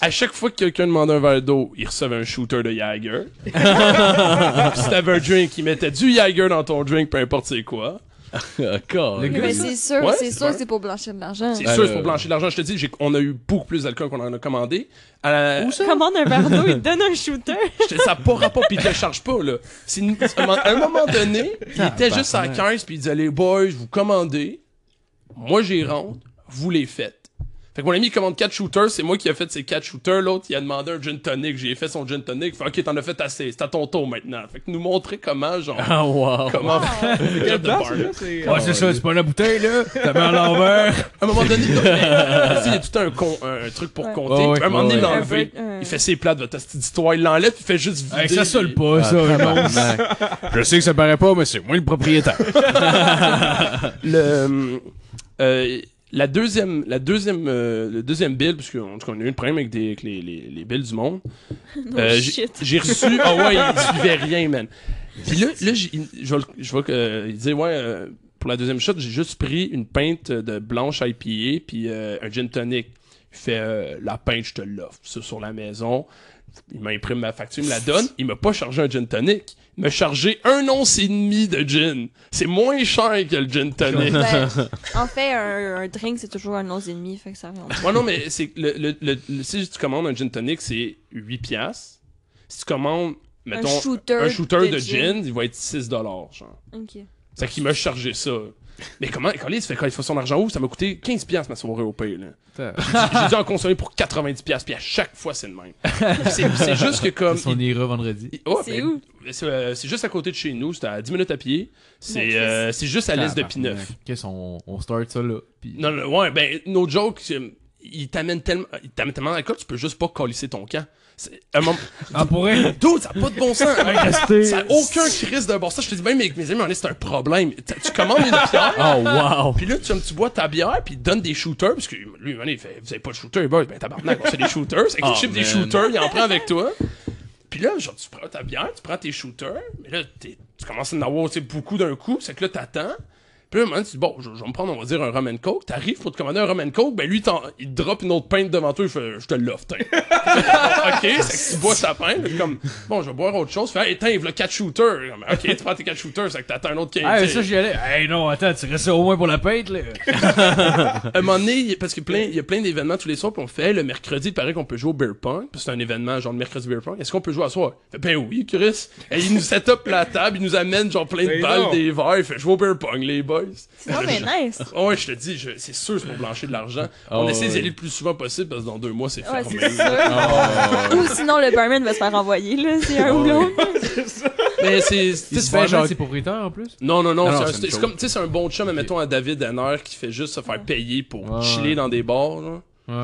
S6: à chaque fois que quelqu'un demandait un verre d'eau, il recevait un shooter de Jagger. Puis si t'avais un drink, il mettait du Jagger dans ton drink, peu importe c'est quoi.
S5: Encore.
S3: Le
S4: Mais
S3: gars,
S4: c'est sûr,
S6: Ouais,
S4: c'est
S6: c'est
S4: sûr
S6: vrai.
S4: que c'est pour blanchir de l'argent.
S6: C'est
S5: Ben,
S6: sûr,
S5: le-
S6: c'est pour blanchir de l'argent. Je te dis, j'ai- on a eu beaucoup plus d'alcool qu'on en a commandé. À la-
S4: Commande un verre d'eau, il te donne un shooter.
S6: Je te- ça n'a pas rapport, puis il te le charge pas, là. C'est une- à un moment- à un moment donné, il était juste à 15, puis il disait, les boys, vous commandez, moi j'y rentre, vous les faites. Fait que mon ami, il commande 4 shooters, c'est moi qui ai fait ses 4 shooters, l'autre, il a demandé un gin tonic, j'ai fait son gin tonic, fait, ok, t'en as fait assez, c'est à ton tour maintenant. Fait que nous montrer comment, genre,
S5: Ah, wow.
S6: comment faire le job de
S7: Ah,
S6: bar,
S7: c'est
S6: là.
S7: ça, c'est-
S3: Ouais, c'est ça, c'est pas la bouteille, là. T'as mis à l'envers.
S6: À un moment donné, il y a tout le temps un, con- un- un truc pour
S4: Ouais.
S6: compter,
S3: Ouais, ouais,
S6: puis à Ah, un moment donné,
S3: ouais,
S6: il l'a
S3: ouais.
S6: enlevé.
S4: Un-
S6: Il fait ses plats de cette histoire, il l'enlève, puis il fait juste vider.
S3: Hey, ça
S6: les-
S3: saoule pas,
S5: Ah,
S3: ça. non.
S5: tabarnak. Je sais que ça paraît pas, mais c'est moi le propriétaire.
S6: le euh, la deuxième la deuxième euh, le deuxième bill parce qu'on a eu le problème avec, des, avec les, les, les bills du monde
S4: Non,
S6: Euh, j'ai
S4: Oh, shit.
S6: j'ai reçu ah ouais il suivait rien man puis là là j'ai- il- je vais le- je vois que euh, il disait ouais euh, pour la deuxième shot j'ai juste pris une pinte de blanche IPA puis euh, un gin tonic il fait euh, la pinte je te l'offre ça sur la maison il m'imprime ma facture, il me la donne. Il m'a pas chargé un gin tonic. Il m'a chargé un once et demi de gin. C'est moins cher que le gin tonic.
S4: Ben, en fait, un, un drink, c'est toujours un 11 et demi, fait que ça revient.
S6: Ouais, non, mais c'est le, le- le- le- si tu commandes un gin tonic, c'est 8 piastres. Si tu commandes, mettons, un shooter,
S4: shooter,
S6: de, gin, il va être 6 dollars, genre.
S4: Ok.
S6: C'est qu'il m'a chargé ça. Mais comment, quand il se fait quand il fait son argent où, ça m'a coûté 15 piastres ma soirée au pays, là. J'ai dû en consommer pour 90 piastres, puis à chaque fois, c'est le même. c'est c'est juste que comme...
S3: On ira vendredi.
S6: il- oh,
S4: C'est
S6: ben,
S4: où?
S6: C'est euh, c'est juste à côté de chez nous, c'est à 10 minutes à pied.
S4: Mon
S6: C'est
S4: Christ.
S6: euh, c'est juste à l'est de P9.
S3: Qu'est-ce qu'on on start ça, là. Puis...
S6: Non, non, ouais, ben, no joke, euh, il t'amène tellement, il t'amène tellement d'alcool, tu peux juste pas colisser ton camp. c'est- à un moment-
S1: Ah, pour elle.
S6: Dude, ça n'a pas de bon sens.
S3: Rester-
S6: ça n'a aucun crise de bon sens. Je te dis, même avec mes amis, on est, c'est un problème. T'as- Tu commandes une bière.
S3: Oh, wow!
S6: Puis là, tu, tu bois ta bière, puis il te donne des shooters, parce que lui, man, il fait Vous avez pas de shooters, les boys? Ben tabarnak, on fait des shooters. C'est que tu
S1: Oh,
S6: chips des
S1: man.
S6: shooters, il en prend avec toi. Puis là, genre, tu prends ta bière, tu prends tes shooters, mais là, t'es- tu commences à en avoir tu sais, beaucoup d'un coup, c'est que là, t'attends. Puis là, man, tu dis Bon, je, je vais me prendre, on va dire, un rum and coke. T'arrives pour te commander un rum and coke, ben lui, t'en- il te drop une autre pinte devant toi, il fait Je te l'offre, tiens. ok, c'est que tu bois sa pinte, puis comme Bon, je vais boire autre chose. Fait, hey, tiens, il veut 4 shooters. Comme, Ok, tu prends tes 4 shooters, c'est que t'attends un autre qui
S3: Ah,
S6: tu sais.
S3: ça, j'y allais. Hey, non, attends, tu restes au moins pour la peinte, là.
S6: À un moment donné, il y a- parce qu'il y a plein d'événements tous les soirs, puis on fait, le mercredi, il paraît qu'on peut jouer au beer pong, puis c'est un événement, genre le mercredi beer pong. Est-ce qu'on peut jouer à soir? Il fait, ben oui, Chris. Et il nous set up la table, il nous amène, genre, plein de
S7: Ben
S6: balles,
S7: non.
S6: des verres, il fait jouer au beer pong, les boys.
S4: Non, mais nice.
S6: Ah ouais, je te dis, je- c'est sûr, c'est pour blanchir de l'argent. on
S3: Oh,
S6: essaie d'y
S3: ouais.
S6: aller le plus souvent possible, parce que dans deux mois, c'est
S4: Ouais,
S6: fermé.
S4: c'est sûr. Ou sinon, le barman va se faire envoyer, là, c'est un ou l'autre.
S6: Mais c'est, tu sais,
S3: Tu fais
S6: c'est vraiment-
S3: genre. C'est propriétaire en plus?
S6: Non, non, non,
S5: Non, non,
S6: c'est, un-
S5: c'est une
S6: c'est
S5: chose.
S6: comme, tu sais, c'est un bon chum, admettons, à David Hanner qui fait juste se faire payer pour
S3: Ouais.
S6: chiller dans des bars, là.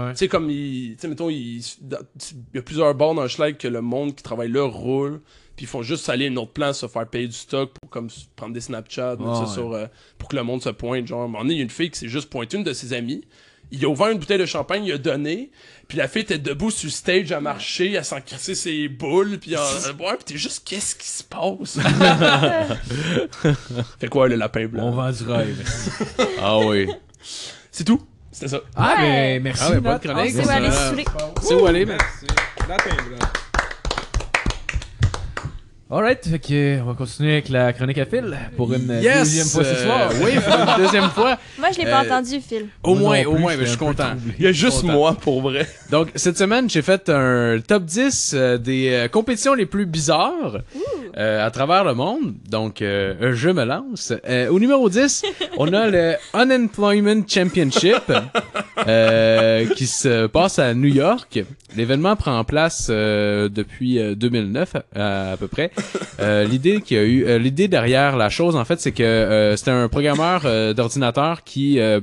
S3: Ouais.
S6: Tu sais, comme il. Tu sais, mettons, il, dans- tu- il y a plusieurs bars dans le schlag que le monde qui travaille là roule. Puis ils font juste aller à une autre place, se faire payer du stock pour comme s- prendre des Snapchats, mettre ça
S3: ouais.
S6: sur, euh, pour que le monde se pointe. Genre, à un moment donné, il y a une fille qui s'est juste pointée, une de ses amies. Il a ouvert une bouteille de champagne, il a donné. Puis la fille était debout sur le stage à marcher, à s'en casser ses boules. Puis à boire. Puis t'es juste, qu'est-ce qui se passe? fait quoi, le lapin blanc?
S3: On vend du rêve.
S5: Ah oui.
S6: C'est tout. C'était ça.
S3: Ah,
S4: Ouais.
S3: ben, merci.
S5: Ah, ben, bonne
S3: Nat.
S4: On
S5: chronique.
S4: sait où aller se saouler.
S5: C'est où aller, mais.
S7: Merci. Lapin blanc.
S3: Alright, fait que, on va continuer avec la chronique à fil pour une
S5: Yes!
S3: deuxième fois ce
S5: euh,
S3: soir.
S5: oui, pour une deuxième fois.
S4: Moi, je l'ai pas
S5: Euh,
S4: entendu, Phil.
S5: Au
S3: Moi
S5: moins,
S3: non
S5: au
S3: plus,
S5: moins, mais je
S3: j'étais
S5: suis
S3: un peu
S5: content.
S3: troublé.
S6: Il y a juste
S5: Content.
S6: moi, pour vrai.
S5: Donc, cette semaine, j'ai fait un top 10 euh, des euh, compétitions les plus bizarres euh, à travers le monde. Donc, euh, je me lance. Euh, au numéro 10, on a le Unemployment Championship euh, qui se passe à New York. L'événement prend place euh, depuis euh, 2009 à, à peu près. Euh, l'idée qu'il y a eu, euh, l'idée derrière la chose, en fait, c'est que euh, c'était un programmeur euh, d'ordinateur qui euh,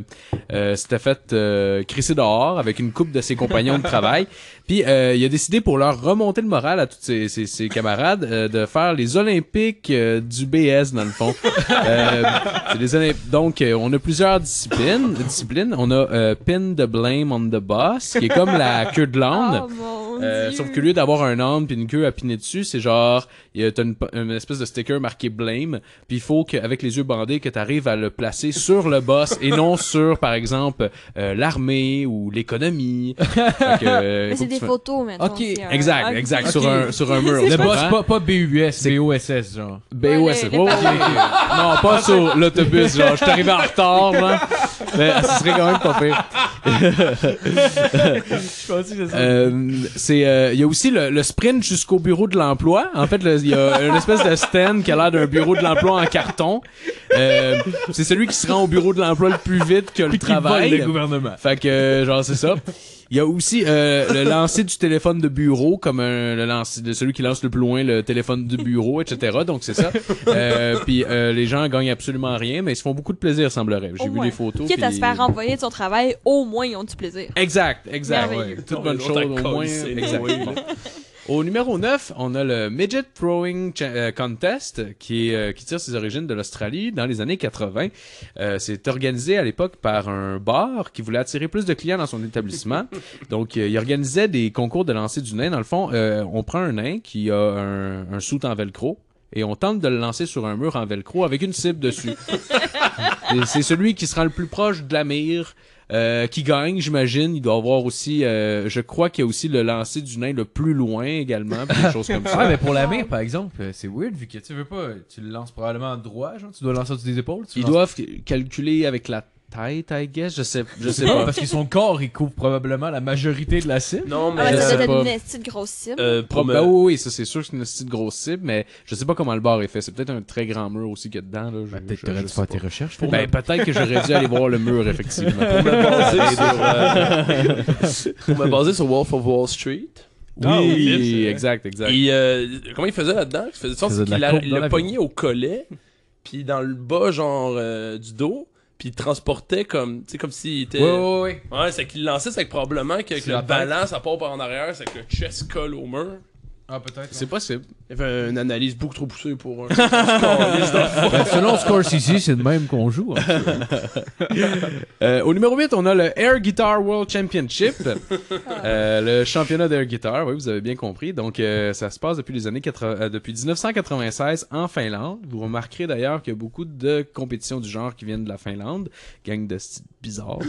S5: euh, s'était fait euh, crisser dehors avec une coupe de ses compagnons de travail. Puis euh, il a décidé pour leur remonter le moral à tous ses, ses- ses camarades euh, de faire les Olympiques euh, du BS dans le fond. Euh, c'est les Olymp- Donc euh, on a plusieurs disciplines. disciplines. On a euh, pin the blame on the boss qui est comme la queue de l'âne.
S4: Oh mon
S5: Euh,
S4: dieu.
S5: sauf que au lieu d'avoir un âne puis une queue à piner dessus, c'est genre y a- t'as une, une espèce de sticker marqué blame, puis il faut qu'avec les yeux bandés que t'arrives à le placer sur le boss et non sur par exemple euh, l'armée ou l'économie. Fait que, euh,
S4: Mais
S5: faut
S4: c'est
S5: que tu
S4: des hein.
S5: fasses-
S4: photos, maintenant.
S3: Ok,
S5: Exact, exact. Sur un sur un mur.
S3: Le
S5: tu
S3: boss,
S5: comprends?
S3: pas, pas BUS, BOSS, genre.
S5: Ben
S4: Ouais,
S5: ouais,
S4: les-
S5: c'est
S4: les
S5: ouais, ouais, ouais. Non, pas sur l'autobus, genre, je suis arrivé en retard, genre. Mais ce serait quand même pas pire. Euh, c'est, euh, il y a aussi le, le sprint jusqu'au bureau de l'emploi. En fait, le- il y a une espèce de stand qui a l'air d'un bureau de l'emploi en carton. Euh, c'est celui qui se rend au bureau de l'emploi le plus vite que le
S3: Puis qui vole
S5: travail.
S3: le gouvernement.
S5: Fait que, euh, genre, c'est ça. Il y a aussi euh, le lancer du téléphone de bureau, comme euh, le lancer de celui qui lance le plus loin le téléphone du bureau, etc. Donc, c'est ça. Euh, puis euh, les gens gagnent absolument rien, mais ils se font beaucoup de plaisir, semblerait. J'ai
S4: Au
S5: vu
S4: moins.
S5: les photos.
S4: Quitte à
S5: puis-
S4: se faire renvoyer de son travail, au moins, ils ont du plaisir.
S5: Exact, exact.
S4: Merveilleux.
S5: Toute
S6: Non,
S5: bonne
S6: l'autre
S5: chose,
S6: a
S5: au moins.
S6: collé,
S5: Exact.
S6: oui.
S5: Bon. Au numéro 9, on a le Midget Throwing Cha- euh, Contest qui, est, euh, qui tire ses origines de l'Australie dans les années 80. Euh, c'est organisé à l'époque par un bar qui voulait attirer plus de clients dans son établissement. Donc, euh, il organisait des concours de lancer du nain. Dans le fond, euh, on prend un nain qui a un, un soute en velcro et on tente de le lancer sur un mur en velcro avec une cible dessus. Et c'est celui qui sera le plus proche de la mire euh, qui gagne, j'imagine. Il doit avoir aussi, euh, je crois qu'il y a aussi le lancer du nain le plus loin également, puis des choses comme ça.
S3: Ouais, mais pour la mire, par exemple, euh, c'est weird vu que tu veux pas, tu le lances probablement droit, genre, tu dois le lancer au-dessus des épaules. Tu
S5: Ils
S3: lances-
S5: doivent calculer avec la tête, I guess. Je sais, je sais
S3: Non,
S5: pas.
S3: parce que son corps, il couvre probablement la majorité de la cible.
S6: Non,
S4: Ah ouais,
S5: je
S3: euh,
S4: ça
S5: sais
S4: doit être
S5: Euh, pas.
S4: une esti de grosse cible.
S5: Oh, ben oui, oui, ça c'est sûr que c'est une petite grosse cible, mais je sais pas comment le bar est fait. C'est peut-être un très grand mur aussi qu'il y a dedans. Là. Je-
S3: Ben, Peut-être
S5: je-
S3: que t'aurais
S5: je
S3: dû
S5: sais
S3: faire
S5: pas.
S3: tes recherches.
S5: Ben, peut-être que j'aurais dû aller voir le mur, effectivement.
S6: pour me baser sur, euh, pour me baser sur Wolf of Wall Street.
S7: Ah
S5: Oui,
S7: c'est-
S5: exact, exact.
S6: Et euh, comment il faisait là-dedans Il faisait ça,
S3: Il faisait
S6: c'est
S3: de
S6: qu'il
S3: la
S6: la-
S3: courbe
S6: il
S3: dans
S6: le
S3: la
S6: pognait au collet, puis dans le bas genre euh, du dos, puis il transportait comme, tu sais, comme s'il était.
S3: Ouais, ouais, ouais.
S6: Ouais, c'est qu'il lançait, c'est que probablement que, que
S3: C'est
S6: le
S3: la tête.
S6: balance, ça part par en arrière, c'est que le chest colle au mur.
S3: Ah, peut-être.
S5: C'est possible.
S6: Il y avait une analyse beaucoup trop poussée pour un.
S3: Ben, selon Scorsese, c'est le même qu'on joue. hein.
S5: Euh, au numéro 8, on a le Air Guitar World Championship. Euh, le championnat d'Air Guitar, oui, vous avez bien compris. Donc, euh, ça se passe depuis les années 80 euh, depuis 1996 en Finlande. Vous remarquerez d'ailleurs qu'il y a beaucoup de compétitions du genre qui viennent de la Finlande. Gang de styles bizarres.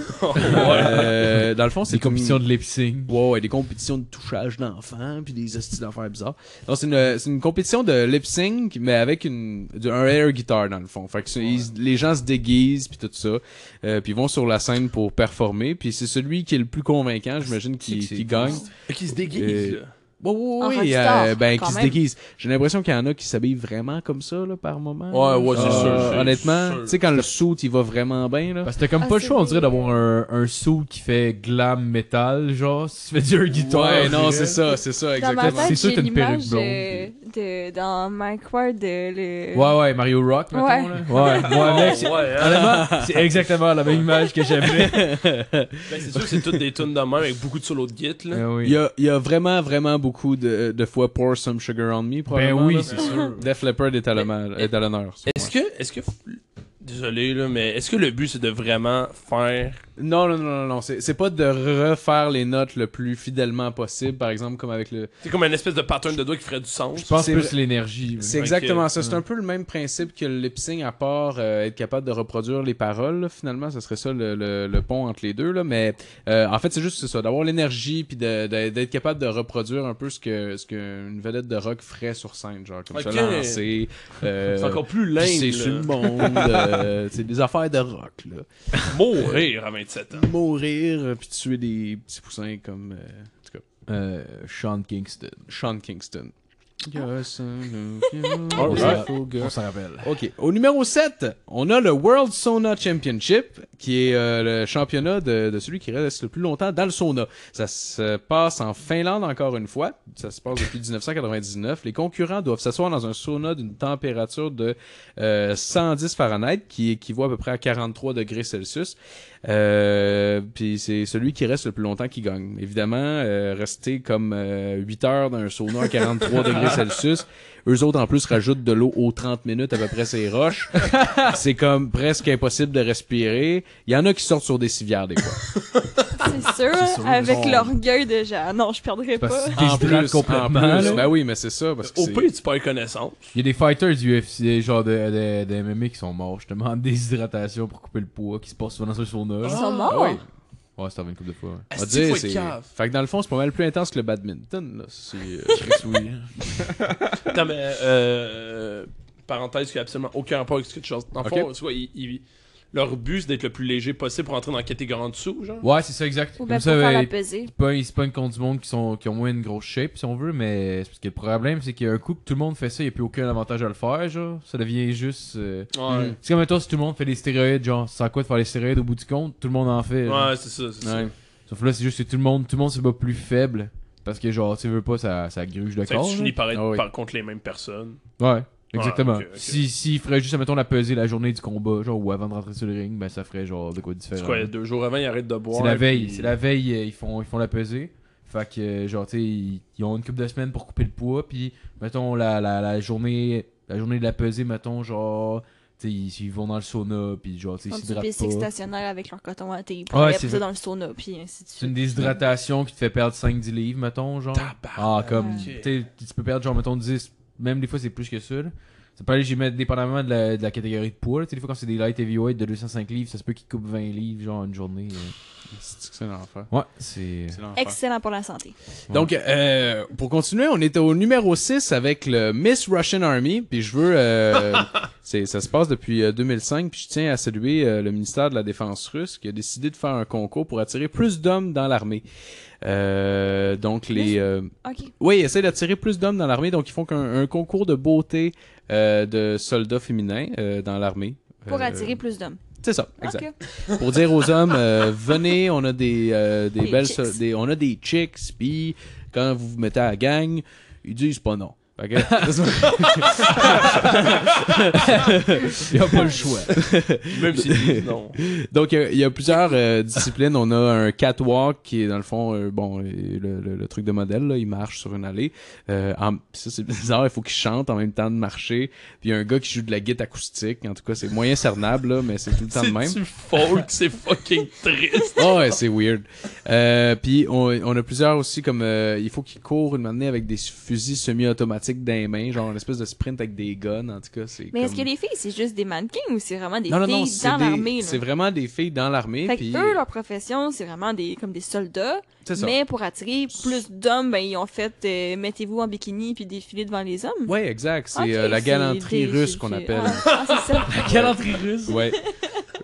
S5: Euh, dans le fond, c'est
S3: C'est
S5: comme...
S3: compétition de lip-sync.
S5: Ouais, ouais, des compétitions de touchage d'enfants, puis des hosties d'affaires bizarres. Non, c'est une, c'est une compétition de lip sync, mais avec une, de- un air guitar dans le fond. Fait que c'est- ils- les gens se déguisent, puis tout ça. Euh, puis ils vont sur la scène pour performer. Puis c'est celui qui est le plus convaincant, j'imagine, qui, qui gagne.
S6: Qui se déguise,
S5: Euh,
S6: là.
S5: Ouais, ouais,
S4: En
S5: ouais,
S4: rockstar,
S5: euh, ben,
S4: quand
S5: qui se
S4: même.
S5: déguise. J'ai l'impression qu'il y en a qui s'habillent vraiment comme ça, là, par moment.
S6: Ouais, ouais, c'est
S5: Euh,
S6: sûr, c'est
S5: Honnêtement,
S6: sûr.
S5: tu sais, quand le suit, il va vraiment bien, là.
S3: Parce que t'as comme
S2: Ah,
S3: pas le
S2: c'est
S3: choix, on dirait,
S2: vrai.
S3: d'avoir un, un saut qui fait glam metal, genre, si tu fais du air guitar.
S5: Ouais,
S3: on
S5: non,
S3: dirait.
S5: c'est ça, c'est ça,
S4: Dans ma
S5: exactement.
S3: C'est
S4: tête,
S3: sûr
S4: j'ai
S3: que t'as une perruque
S4: l'image
S3: blonde,
S4: euh, de, dans Mike Ward, de le...
S3: Ouais, ouais, Mario Rock, mettons,
S4: Ouais.
S3: là. Ouais, moi, mec, c'est-
S6: ouais, hein.
S3: honnêtement, c'est exactement la même image que j'avais.
S6: Ben, c'est sûr que c'est toutes des tunes de même avec beaucoup de solos de git,
S3: Ben
S6: là.
S5: Il
S3: oui.
S5: y, a, il y a vraiment, vraiment beaucoup de, de fois Pour Some Sugar on Me,
S3: Ben
S5: probablement. là.
S3: oui, c'est sûr.
S5: Def Leppard est à l'honneur. est à l'honneur, ça,
S6: Est-ce que, est-ce que, désolé là, mais est-ce que le but c'est de vraiment faire
S5: ouais. Non, non, non, non, non. C'est, c'est pas de refaire les notes le plus fidèlement possible, par exemple, comme avec le.
S6: C'est comme une espèce de pattern de doigt qui ferait du
S3: Je
S6: sens.
S3: pense
S5: C'est
S3: plus
S5: vrai-
S3: l'énergie.
S5: C'est
S6: Ok.
S5: exactement ça.
S3: Mm.
S5: C'est un peu le même principe que le lip-sync, à part euh, être capable de reproduire les paroles. là. Finalement, ce serait ça le, le- le pont entre les deux. Là. Mais euh, en fait, c'est juste c'est ça, d'avoir l'énergie puis de- de- d'être capable de reproduire un peu ce que ce qu'une vedette de rock ferait sur scène, genre comme
S6: Ok.
S5: se lancer. euh,
S6: C'est encore plus
S5: Puis
S6: lame.
S5: C'est
S6: là.
S5: sur le monde. euh, c'est des affaires de rock, là.
S6: Mourir à 27 ans.
S5: Mourir, euh, puis tuer des petits poussins comme euh, en tout cas,
S3: Euh, Sean Kingston.
S5: Sean Kingston.
S3: Alright.
S5: Alright.
S3: On s'en rappelle.
S5: Ok. Au numéro 7, on a le World Sauna Championship, qui est euh, le championnat de, de celui qui reste le plus longtemps dans le sauna. Ça se passe en Finlande encore une fois. Ça se passe depuis 1999. Les concurrents doivent s'asseoir dans un sauna d'une température de euh, 110 Fahrenheit, qui équivaut à peu près à 43 degrés Celsius. Euh, puis c'est celui qui reste le plus longtemps qui gagne. Évidemment, euh, rester comme 8 heures dans un sauna à 43 degrés Celsius, eux autres en plus rajoutent de l'eau aux 30 minutes à peu près ces roches. c'est comme presque impossible de respirer. Il y en a qui sortent sur des civières des fois.
S4: C'est sûr,
S3: sûr,
S4: avec
S3: genre-
S4: l'orgueil de genre, non, je perdrai
S3: Parce
S4: pas.
S3: que tu déshydrates complètement.
S5: en plus.
S3: là.
S5: Ben oui, mais c'est ça parce que
S6: Au
S5: c'est-
S6: pire, tu perds connaissance.
S3: Il y a des fighters du UFC, genre de, de, de MMA, qui sont morts justement en déshydratation pour couper le poids, qui se passent souvent dans un sauna.
S4: Ils
S3: là. Ah
S4: sont morts.
S5: Ah oui.
S3: Ouais, c'est arrivé une couple de fois. ouais.
S5: On va
S6: Est-ce
S5: dire,
S6: qu'il faut
S5: c'est-
S6: être cave?
S5: Fait que dans le fond, c'est pas mal plus intense que le badminton. Là. C'est, euh,
S6: Attends, mais, euh, parenthèse qui a absolument aucun rapport avec ce que tu chantes. En
S5: Ok.
S6: fond, tu vois, ils- ils- leur but c'est d'être le plus léger possible pour entrer dans la catégorie en dessous, genre.
S3: Ouais, c'est ça, exact.
S4: Ou
S3: Comme
S4: bien pour
S3: ça,
S4: faire
S3: ben,
S4: la
S3: ils
S4: pesée.
S3: pognent- ils se pognent contre du monde qui, sont, qui ont moins une grosse shape, si on veut, mais c'est parce que le problème, c'est qu'un coup que tout le monde fait ça, il n'y a plus aucun avantage à le faire, genre. Ça devient juste. euh,
S6: Ouais,
S3: C'est comme toi, si tout le monde fait des stéroïdes, genre, sans quoi de faire les stéroïdes au bout du compte, tout le monde en fait. genre.
S6: ouais c'est ça, c'est ça.
S5: ouais.
S3: Sauf là, c'est juste que tout le monde, tout le monde se bat plus faible. Parce que genre, tu veux pas, ça, ça gruge le
S6: C'est que
S3: corps.
S6: tu finis par être
S5: Ah oui.
S6: par contre les mêmes personnes.
S3: là. Ouais, exactement.
S6: Ouais, ok, ok.
S3: Si, s'il ferait juste, mettons, la pesée la journée du combat, genre, ou avant de rentrer sur le ring, ben ça ferait genre de quoi de
S6: C'est
S3: différent.
S6: quoi, deux jours avant, ils arrêtent de boire.
S3: C'est la veille,
S6: puis-
S3: c'est la veille, euh, ils font, ils font la pesée. Fait que, euh, genre, tu sais, ils, ils ont une couple de semaines pour couper le poids, puis, mettons, la, la, la journée la journée de la pesée, mettons, genre, tu sais, ils, ils vont dans le sauna, puis genre, tu sais,
S4: Ils font
S3: ils
S4: du
S3: s'hydratent
S4: basic
S3: pas.
S4: stationnaire avec leur coton à thé.
S3: Ouais,
S4: Ils
S3: c'est
S4: mettent
S3: ça.
S4: ça dans le sauna, puis ainsi de
S3: C'est une
S4: suite.
S3: déshydratation qui te fait perdre 5-10 livres, mettons, genre. Ah, comme,
S6: Ok.
S3: tu sais, tu peux perdre, genre, mettons, 10, même des fois, c'est plus que ça, là. Ça peut aller, j'y mets dépendamment de la, de la catégorie de poids, là. Tu sais, des fois, quand c'est des light heavyweight de 205 livres, ça se peut qu'ils coupent 20 livres, genre, une journée. euh.
S5: C'est que c'est l'enfer.
S3: Ouais, c'est...
S5: C'est l'enfer.
S4: Excellent pour la santé.
S5: Donc, euh, pour continuer, on était au numéro 6 avec le Miss Russian Army. Puis je veux... euh, c'est, ça se passe depuis euh, 2005. Puis je tiens à saluer euh, le ministère de la Défense russe qui a décidé de faire un concours pour attirer plus d'hommes dans l'armée. Euh, donc, les... euh,
S4: Ok.
S5: oui, ils essaient d'attirer plus d'hommes dans l'armée. Donc, ils font qu'un- un concours de beauté euh, de soldats féminins euh, dans l'armée.
S4: Pour
S5: Euh,
S4: attirer plus d'hommes.
S5: C'est ça, exact
S4: Ok.
S5: pour dire aux hommes euh, venez on a des, euh, des
S4: Des
S5: belles
S4: chicks.
S5: so- des- on a des chicks puis quand vous vous mettez à la gang ils disent pas non Fait que-
S3: Il a pas le choix.
S6: Même si non.
S5: Donc, il y a- il y, a plusieurs euh, disciplines. On a un catwalk qui est, dans le fond, euh, bon, euh, le, le- le truc de modèle, là, il marche sur une allée. Euh, en- ça, c'est bizarre, il faut qu'il chante en même temps de marcher. Puis il y a un gars qui joue de la guitare acoustique. En tout cas, c'est moyen cernable, là, mais c'est tout le temps le même.
S6: C'est-tu folk? C'est fucking triste.
S5: Ah ouais, c'est weird. Euh, puis on, on a plusieurs aussi comme euh, il faut qu'ils courent une année avec des fusils semi-automatiques dans les mains, genre une espèce de sprint avec des guns. En tout cas, c'est.
S4: Mais est-ce que
S5: comme-
S4: les filles, c'est juste des mannequins ou c'est vraiment des
S5: non, non, non,
S4: filles
S5: c'est
S4: dans
S5: des-
S4: l'armée? là?
S5: C'est vraiment des filles dans l'armée.
S4: Fait
S5: Puis
S4: que eux, leur profession, c'est vraiment des comme des soldats.
S5: c'est ça.
S4: Mais pour attirer plus d'hommes, ben ils ont fait euh, mettez-vous en bikini puis défilez devant les hommes.
S5: Ouais, exact. C'est
S4: Ok,
S5: euh, la galanterie
S4: des-
S5: russe
S4: c'est-
S5: qu'on
S4: c'est-
S5: appelle.
S4: Ah, ah, c'est ça.
S3: Galanterie russe.
S5: Ouais.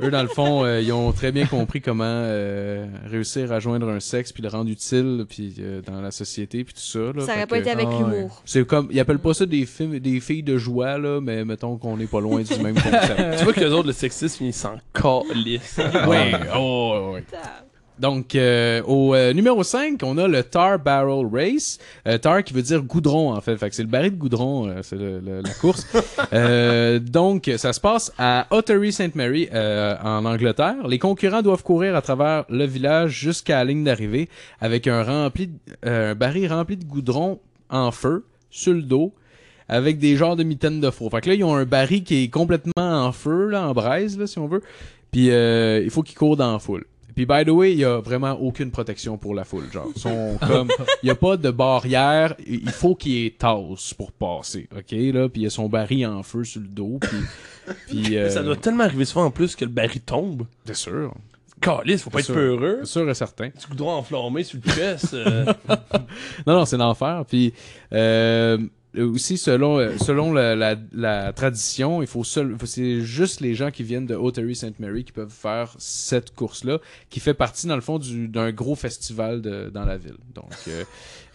S5: Eux, dans le fond, euh, ils ont très bien compris comment euh, réussir à joindre un sexe puis le rendre utile puis euh, dans la société puis tout ça. Là,
S4: Ça
S5: Fait
S4: aurait pas
S5: que-
S4: été avec
S3: ah ouais.
S4: l'humour.
S5: C'est comme, ils appellent pas ça des, films, des filles de joie, là, mais mettons qu'on est pas loin du même concept. Ah
S6: tu vois que les autres, le sexisme, ils s'en calissent.
S5: ouais, oh, ouais. Donc, euh, au euh, numéro 5, on a le Tar Barrel Race. Euh, tar qui veut dire goudron, en fait. Fait que c'est le baril de goudron, euh, c'est le- le- la course. Euh, donc, ça se passe à Ottery St. Mary, euh, en Angleterre. Les concurrents doivent courir à travers le village jusqu'à la ligne d'arrivée avec un, rempli de- euh, un baril rempli de goudron en feu, sur le dos, avec des genres de mitaines de four. Fait que là, ils ont un baril qui est complètement en feu, là, en braise, là, si on veut. Puis, euh, il faut qu'ils courent dans la foule. Puis, by the way, il y a vraiment aucune protection pour la foule. Genre, Ils sont comme, il n'y a pas de barrière. Il il faut qu'ils aient tasse pour passer. OK, là? Puis, il y a son baril en feu sur le dos. Puis, puis euh,
S6: Ça doit tellement arriver souvent en plus que le baril tombe.
S5: C'est sûr.
S6: Calisse, faut pas
S5: C'est
S6: être
S5: sûr.
S6: peureux.
S5: C'est sûr et certain.
S6: Du coup, droit enflammé sur le chest. euh,
S5: Non, non, c'est l'enfer. Puis euh, aussi, selon, euh, selon la, la- la tradition, il faut seul, faut- c'est juste les gens qui viennent de Ottery St. Mary qui peuvent faire cette course-là, qui fait partie, dans le fond, du- d'un gros festival de- dans la ville. Donc, euh,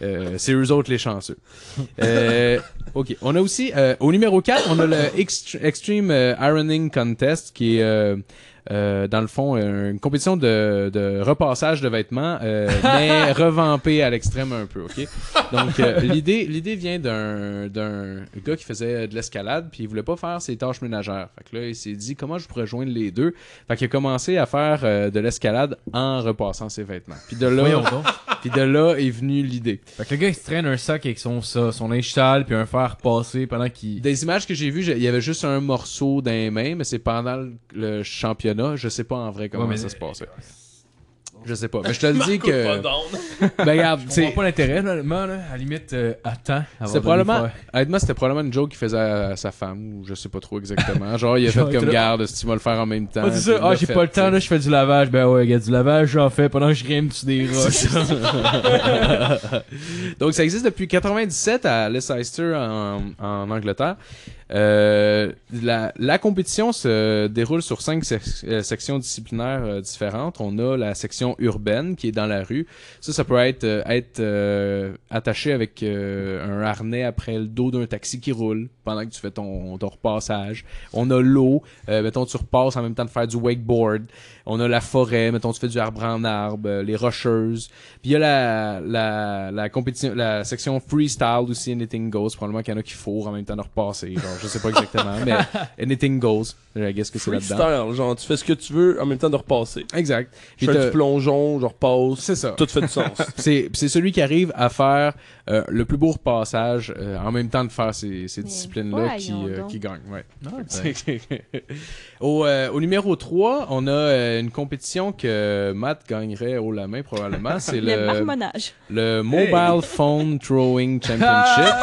S5: euh, c'est eux autres les chanceux. Euh, OK. On a aussi, euh, au numéro 4, on a le Ext- Extreme euh, Ironing Contest qui est... euh, euh, dans le fond, euh, une compétition de, de repassage de vêtements, euh, mais revampée à l'extrême un peu, ok? Donc, euh, l'idée, l'idée vient d'un, d'un gars qui faisait de l'escalade, puis il voulait pas faire ses tâches ménagères. Fait que là, il s'est dit, comment je pourrais joindre les deux? Fait qu'il a commencé à faire euh, de l'escalade en repassant ses vêtements. Puis de là,
S3: Voyons donc.
S5: puis de là est venue l'idée.
S3: Fait que le gars, il se traîne un sac avec son, ça, son linge sale puis un fer passé pendant qu'il.
S5: Des images que j'ai vues, j'ai- il y avait juste un morceau d'un main, mais c'est pendant le- le championnat. Je sais pas en vrai comment
S3: Ouais, mais- euh,
S5: ça se passait. Je sais pas. Mais je te le dis
S6: coupe pas
S5: que.
S6: d'onde.
S5: Ben, regarde,
S3: Je
S5: tu sais,
S3: comprends pas l'intérêt, là, honnêtement, là. À la limite, euh, attends. avant
S5: C'était
S3: de
S5: probablement,
S3: lui faire-
S5: honnêtement, c'était probablement une joke qu'il faisait à, à sa femme, ou je sais pas trop exactement. Genre, il a
S3: Genre,
S5: fait
S3: il
S5: comme
S3: était là.
S5: garde, si tu vas le faire en même temps.
S3: Ah, c'est ça. Ah, j'ai pas le temps, là, je fais du lavage. Ben ouais, gars, du lavage, j'en fais pendant que je rime sur des roches.
S5: Donc, ça existe depuis 97 à Leicester, en, en Angleterre. Euh, la, la compétition se déroule sur cinq sec- euh, sections disciplinaires euh, différentes. On a la section urbaine qui est dans la rue. Ça, ça peut être, euh, être euh, attaché avec euh, un harnais après le dos d'un taxi qui roule pendant que tu fais ton, ton repassage. On a l'eau, euh, mettons tu repasses en même temps de faire du wakeboard. On a la forêt, mettons tu fais du arbre en arbre, euh, les rocheuses. Puis il y a la, la, la compétition, la section freestyle aussi, anything goes. Probablement qu'il y en a qui fourrent en même temps de repasser. Genre, je sais pas exactement, mais anything goes. Je guess que c'est là-dedans.
S6: Freestyle, genre, tu fais ce que tu veux en même temps de repasser.
S5: Exact.
S6: Je
S5: Puis
S6: fais
S5: t'as-
S6: du plongeon, je repasse.
S5: C'est ça.
S6: Tout fait du sens.
S5: C'est c'est celui qui arrive à faire euh, le plus beau repassage euh, en même temps de faire ces, ces
S4: Mais
S5: disciplines-là qui,
S4: voyons
S5: euh,
S4: donc.
S5: qui gagne. Ouais.
S3: C'est-
S5: au, euh, au numéro 3, on a euh, une compétition que Matt gagnerait haut la main probablement. C'est
S4: Le
S5: le,
S4: marmonnage.
S5: le Mobile Phone Throwing Championship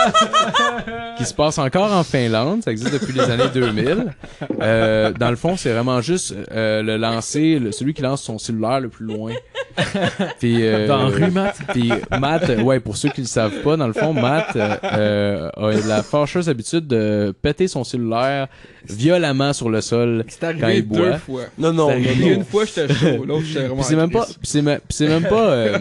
S5: qui se passe encore en Finlande. Ça existe depuis les années 2000. Euh, dans le fond, c'est vraiment juste euh, le lancer, le- celui qui lance son cellulaire le plus loin. Puis, euh,
S3: Dans hein. la rue, Matt.
S5: puis Matt, euh, ouais, pour ceux qui le savent pas, dans le fond, Matt euh, euh, a la fâcheuse habitude de péter son cellulaire violemment sur le sol.
S7: C'est
S5: Quand
S7: arrivé
S5: il
S7: deux
S5: boit.
S7: fois.
S6: Non, non,
S5: C'est
S6: non,
S5: rigolo.
S7: Il y a
S6: non.
S7: une fois, j'étais chaud. L'autre, j'étais vraiment.
S5: Puis c'est même pas,
S7: triste.
S5: puis c'est même, puis c'est même pas. euh,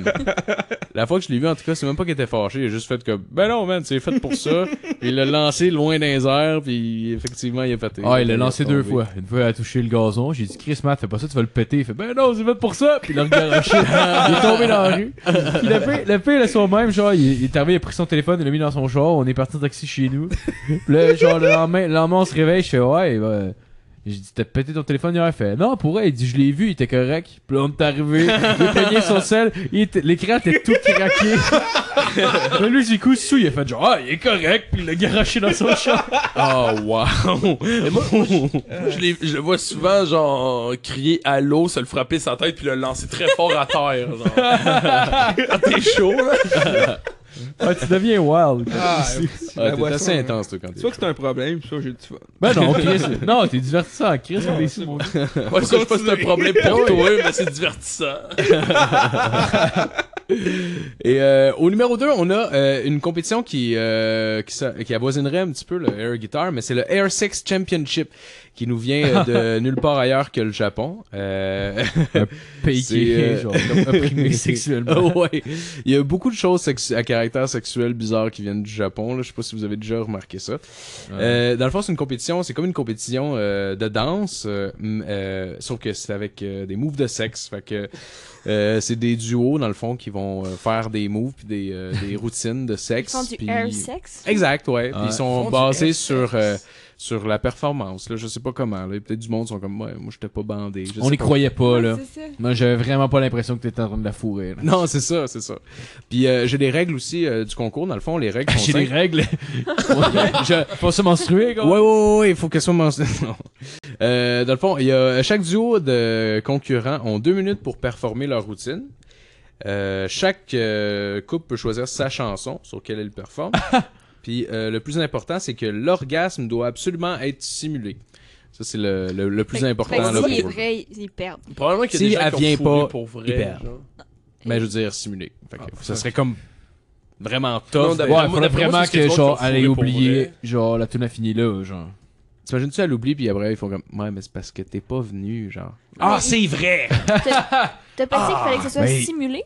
S5: la fois que je l'ai vu, en tout cas, c'est même pas qu'il était fâché. Il a juste fait comme, ben non, man, c'est fait pour ça. Il l'a lancé loin dans les airs, puis effectivement, il a pété.
S3: Ah, il l'a lancé deux
S5: tombé.
S3: fois. Une fois, il a touché le gazon. J'ai dit, Chris, Matt, fais pas ça, tu vas le péter. Il fait, ben non, c'est fait pour ça. Puis il l'a regaraché il est tombé dans la rue. Puis le pire, le pire, le soir même, genre, il, il est arrivé, il a pris son téléphone, il l'a mis dans son char, on est parti en taxi chez nous. Puis là, genre, le lendemain, le lendemain, on se réveille, je fais, ouais, ben, j'ai dit, t'as pété ton téléphone hier? Il fait, non, pour vrai, il dit, je l'ai vu, il était correct. Puis là, on est arrivé, il a pogné son sel, il était- l'écran était tout craqué. Puis lui, du coup, sous, il a fait genre, ah, il est correct, puis il l'a garoché dans son char.
S5: Ah,
S1: Oh, wow!
S6: Moi, je, l'ai- je le vois souvent, genre, crier allô, se le frapper sa tête, puis le lancer très fort à terre. Genre. Quand t'es chaud, là.
S3: Ouais, tu deviens wild.
S7: Ah,
S5: Ah,
S7: la
S5: t'es
S7: boisson,
S5: assez
S7: hein.
S5: intense, toi, quand
S7: Tu
S5: t'es.
S7: vois que c'est un problème, ça, j'ai du fun.
S3: Ben non, Chris, non, t'es divertissant, Chris, on est sous, mon gars.
S6: Ouais, ça, je sais pas si c'est un problème pour toi, mais c'est divertissant.
S5: Et euh, au numéro 2, on a euh, une compétition qui, euh, qui, s'a- qui avoisinerait un petit peu le Air Guitar, mais c'est le Air Sex Championship qui nous vient euh, de nulle part ailleurs que le Japon. Euh,
S3: Pays qui est,
S5: C'est, euh, Oh, Ah
S3: genre, comme opprimé sexuellement.
S5: ouais. Il y a beaucoup de choses sexu- à caractère sexuel bizarre qui viennent du Japon. Là. Je sais pas si vous avez déjà remarqué ça. Euh, dans le fond, c'est une compétition, c'est comme une compétition euh, de danse, euh, m- euh, sauf que c'est avec euh, des moves de sexe. Fait que euh, c'est des duos dans le fond qui vont euh, faire des moves puis des, euh, des routines de
S4: Ils
S5: sexe.
S4: font du
S5: puis-
S4: air sex.
S5: Exact, ouais. Puis
S3: Ouais.
S5: ils sont basés sur euh, sur la performance. Là, je sais pas comment. Là, peut-être du monde sont comme ouais, moi, j'étais pas bandé. Je
S3: On
S5: sais
S3: y
S5: pas.
S3: croyait pas, là.
S4: C'est ça.
S3: Moi, j'avais vraiment pas l'impression que t'étais en train de la fourrer, là.
S5: Non, c'est ça, c'est ça. Puis euh, j'ai les règles aussi euh, du concours. Dans le fond, Ah, les règles. sont
S3: J'ai des
S5: simples.
S3: règles. Je, faut se menstruer, quoi.
S5: Ouais, ouais, ouais, ouais, il faut qu'elle soit mentionnée. Non. Euh, dans le fond, il y a, chaque duo de concurrents ont deux minutes pour performer leur routine. Euh, chaque euh, couple peut choisir sa chanson sur laquelle elle performe. Puis euh, le plus important, c'est que l'orgasme doit absolument être simulé. Ça, c'est le, le, le plus
S4: Fait-
S5: important.
S4: fait que
S5: là,
S4: s'il est
S5: pour-
S4: vrai, ils ils perdent.
S6: Probablement qu'il y a
S5: Si
S6: des gens
S5: elle
S6: qui ont
S5: vient
S6: fourré
S5: pas,
S6: pour vrai.
S5: il perd.
S6: genre.
S5: Ben, je veux dire, simulé. Fait que
S6: Ah,
S5: ça
S6: fuck.
S5: serait comme vraiment
S6: Non,
S5: tough.
S6: d'après
S3: Ouais,
S6: moi,
S3: faudrait
S6: d'après moi,
S3: vraiment
S6: c'est quelque
S3: que,
S6: chose
S3: genre,
S6: qu'ils ont
S3: elle ait
S6: fourré pour
S3: oublié,
S6: vrai.
S3: genre, la tune a fini là, genre.
S5: T'imagines-tu, elle oublie, puis après, ils font comme, ouais, mais c'est parce que t'es pas venu, genre.
S4: Ah,
S5: c'est vrai! Ah,
S4: T'as pensé qu'il fallait que ce soit
S5: mais-
S4: simulé?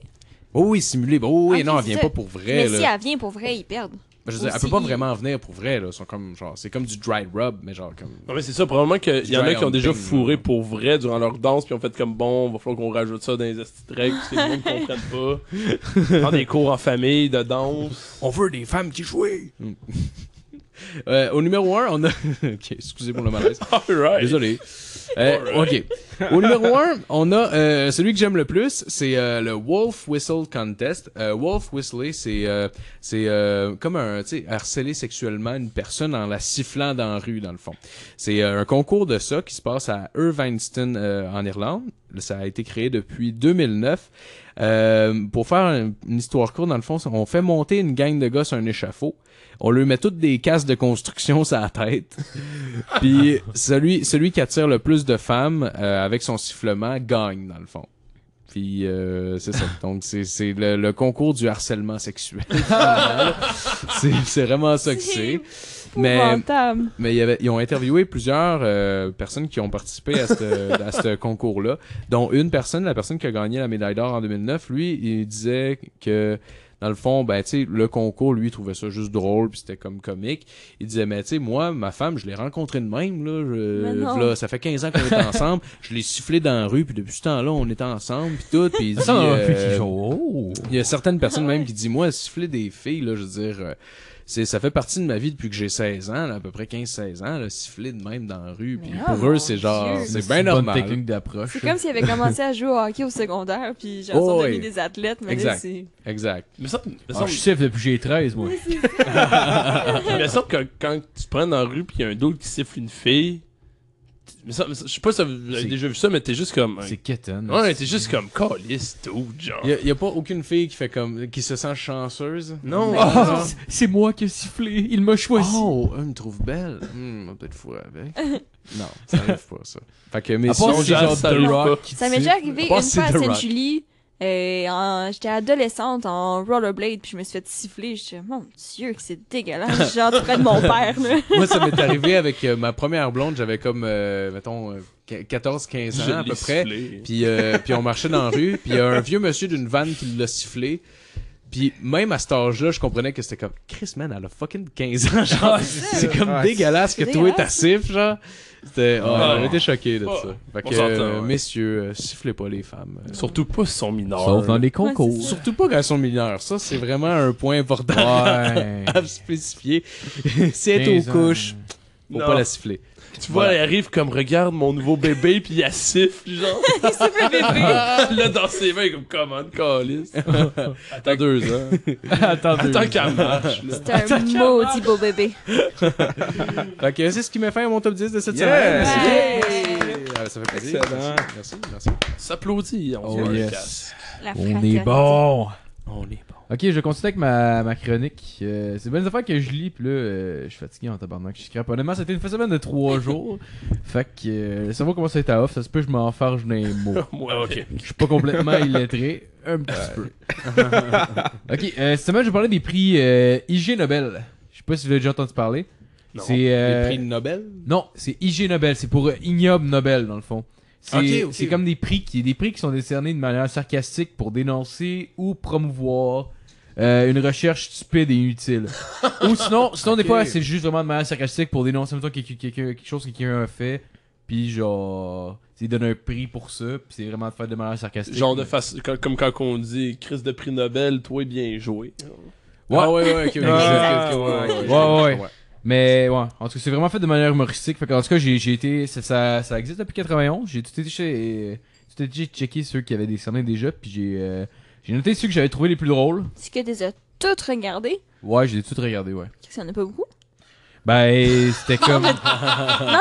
S5: Oh oui, simulé. Bon, oui,
S4: Ah, Ok,
S5: non, elle
S4: c'est
S5: vient
S4: ça.
S5: pas pour vrai.
S4: Mais
S5: là.
S4: si elle vient pour vrai, ils perdent.
S5: Je veux dire, elle
S4: Aussi,
S5: peut pas
S4: il-
S5: vraiment venir pour vrai, là. Ils sont comme, genre, c'est comme du dry rub, mais genre, comme.
S6: Non, mais c'est ça, probablement qu'il y en a qui ont déjà
S5: Dry humping,
S6: fourré
S5: là.
S6: pour vrai durant leur danse, puis ont fait comme bon, va falloir qu'on rajoute ça dans les astuces parce que les gens ne comprennent pas. Prendre des cours en famille de danse.
S5: On veut des femmes qui jouent! Euh, au numéro 1, on a. ok, excusez pour le malaise.
S6: Alright.
S5: Désolé. Euh, ok. Au numéro 1, on a euh, celui que j'aime le plus, c'est euh, le Wolf Whistle Contest. Euh, Wolf Whistler, c'est euh, c'est euh, comme un, tu sais, harceler sexuellement une personne en la sifflant dans la rue, dans le fond. C'est euh, un concours de ça qui se passe à Irvineston, euh, en Irlande. Ça a été créé depuis 2009. Euh, pour faire un- une histoire courte, dans le fond, on fait monter une gang de gars sur un échafaud. On lui met toutes des casques de construction sur la tête. Puis celui, celui qui attire le plus de femmes euh, avec son sifflement gagne, dans le fond. Puis euh, c'est ça. Donc c'est, c'est le, le concours du harcèlement sexuel. c'est, c'est vraiment ça que c'est. Mais,
S4: Épouvantable.
S5: mais il y avait- ils ont interviewé plusieurs euh, personnes qui ont participé à ce à ce concours-là, dont une personne, la personne qui a gagné la médaille d'or en 2009, lui, il disait que dans le fond, ben tu sais, le concours, lui, il trouvait ça juste drôle, puis c'était comme comique. Il disait, mais tu sais, moi, ma femme, je l'ai rencontrée de même, là,
S4: Mais
S5: je,
S4: non.
S5: voilà, ça fait 15 ans qu'on est ensemble, je l'ai sifflé dans la rue, puis depuis ce temps-là, on est ensemble, puis tout, puis il dit,
S3: Ça, on a
S5: euh,
S3: fait qui, genre, oh.
S5: il y a certaines personnes même qui disent moi siffler des filles là, je veux dire euh, c'est ça fait partie de ma vie depuis que j'ai 16 ans, là, à peu près 15-16 ans, là, siffler de même dans la rue puis
S4: Mais oh,
S5: pour eux
S4: mon
S5: c'est genre
S4: Dieu.
S5: c'est
S3: une
S5: bien
S3: bonne
S5: normal.
S3: technique d'approche.
S4: C'est comme s'il avait commencé à jouer au hockey au secondaire, puis genre,
S5: Oh,
S4: on a
S5: ouais.
S4: mis des athlètes, mais
S5: Exact.
S4: là, c'est...
S5: Exact.
S6: Mais ça, me
S3: Ah,
S6: semble-
S3: je suis safe depuis que j'ai 13, moi.
S6: Il me semble que quand tu te prends dans la rue pis y a un d'autre qui siffle une fille, tu- il me semble- je sais pas si vous avez
S3: C'est-
S6: déjà vu ça, mais t'es juste comme.
S3: C'est kitten.
S6: Ouais, t'es juste comme calice, dude, genre.
S5: Il y a- il y, a pas aucune fille qui fait comme qui se sent chanceuse.
S6: Non,
S4: Oh.
S3: Ah, c'est- c'est moi qui ai sifflé, il m'a choisi.
S5: Oh, elle me trouve belle. Hmm, on va peut-être fourrer avec. non, ça arrive pas ça. Fait que mais
S3: À part
S5: sinon,
S6: si
S5: j'ai
S6: Jean
S5: genre
S6: Salut
S5: The Rock
S6: pas.
S5: qui
S4: Ça m'est
S5: tire.
S4: déjà arrivé
S5: Pas
S4: une fois à
S5: si The Rock.
S4: Sainte-Julie. euh, en- J'étais adolescente en rollerblade, puis je me suis fait siffler. J'étais, mon Dieu, que c'est dégueulasse. Genre, tu près de mon père, là.
S5: Moi, ça m'est arrivé avec euh, ma première blonde, j'avais comme, euh, mettons, euh, 14-15
S6: Je
S5: ans à
S6: l'ai
S5: peu près.
S6: sifflé.
S5: Puis, euh, puis on marchait dans la rue, puis il y a un vieux monsieur d'une vanne qui l'a sifflé. Puis même à cet âge-là, je comprenais que c'était comme Chris, man, elle a fucking 15 ans,
S6: Ah,
S5: genre. Ah, c'est comme
S7: Ouais,
S5: dégueulasse que
S4: c'est
S5: toi
S4: dégueulasse.
S5: ta siffle, genre. C'était. Oh,
S6: Ah,
S5: on
S6: non.
S5: était choqués de
S6: Oh,
S5: ça. Fait
S6: on
S5: que,
S6: s'entend,
S5: euh,
S6: ouais.
S5: messieurs, euh, sifflez pas les femmes. Euh,
S6: Surtout pas si sont mineurs.
S3: Sauf dans les concours.
S4: Ouais, c'est
S5: Surtout pas quand elles sont mineures. Ça, c'est vraiment un point important
S3: Ouais.
S5: à spécifier. si elle est
S3: 15
S5: aux
S3: ans.
S5: couches, faut
S6: Non.
S5: pas la siffler.
S6: Tu vois, elle arrive comme regarde mon nouveau bébé, puis elle siffle, genre. Il siffle le bébé. là, dans ses mains, comme comment, calice. Attends deux ans.
S3: Attends, deux
S6: Attends
S3: minutes.
S6: qu'elle marche, là.
S4: C'était un maudit beau bébé.
S5: Fait que c'est ce qui m'a fait à mon top 10 de cette
S7: Yeah!
S5: semaine. Merci.
S4: Ouais.
S5: Ah, ça fait plaisir.
S7: Excellent.
S5: Merci, merci. merci.
S6: S'applaudit, on
S3: Oh,
S6: voit le
S3: yes.
S6: casque.
S4: La
S3: On
S4: fraternité.
S3: est bon!
S5: On est bon.
S3: Ok, je continue avec ma, ma chronique. Euh, c'est une bonne affaire que je lis, puis là, euh, je suis fatigué en tabarnak. Je scrape. Honnêtement, c'était une semaine de 3 jours. fait que euh, le cerveau commence à être à off. Ça se peut que je m'en farge dans les mots.
S6: Moi, ok.
S3: Je suis pas complètement illettré. Un petit peu. ok, euh, cette semaine, je vais parler des prix euh, IG Nobel. Je sais pas si vous avez déjà entendu parler.
S6: Non.
S3: C'est, euh,
S5: Les prix Nobel?
S3: Non, c'est IG Nobel, c'est pour euh, ignoble Nobel dans le fond. C'est
S5: Ok, ok.
S3: c'est comme des prix qui des prix qui sont décernés de manière sarcastique pour dénoncer ou promouvoir euh, une recherche stupide et inutile. ou sinon, sinon des
S5: Ok.
S3: fois c'est juste vraiment de manière sarcastique pour dénoncer mettons, quelque, quelque, quelque chose que quelqu'un a fait, puis genre c'est donner un prix pour ça, puis c'est vraiment de faire de manière sarcastique.
S6: Genre de façon, comme, comme quand on dit Chris de prix Nobel, toi bien joué.
S3: Ouais.
S5: Ah, ouais, ouais, ok, ok,
S7: Ah,
S5: ok, ok, ouais,
S4: ouais,
S5: ouais,
S3: ouais.
S5: ouais, ouais.
S3: Mais ouais, en tout cas, c'est vraiment fait de manière humoristique. Fait en tout cas, j'ai j'ai été. Ça, ça, ça existe depuis 91. J'ai tout été, chez- tout été checké ceux qui avaient décerné déjà. Puis j'ai euh, j'ai noté ceux que j'avais trouvé les plus drôles.
S4: Tu que des as toutes regardées.
S3: Ouais, j'ai tout regardé, ouais.
S4: Ça en a pas beaucoup.
S3: Ben, c'était comme.
S4: Non,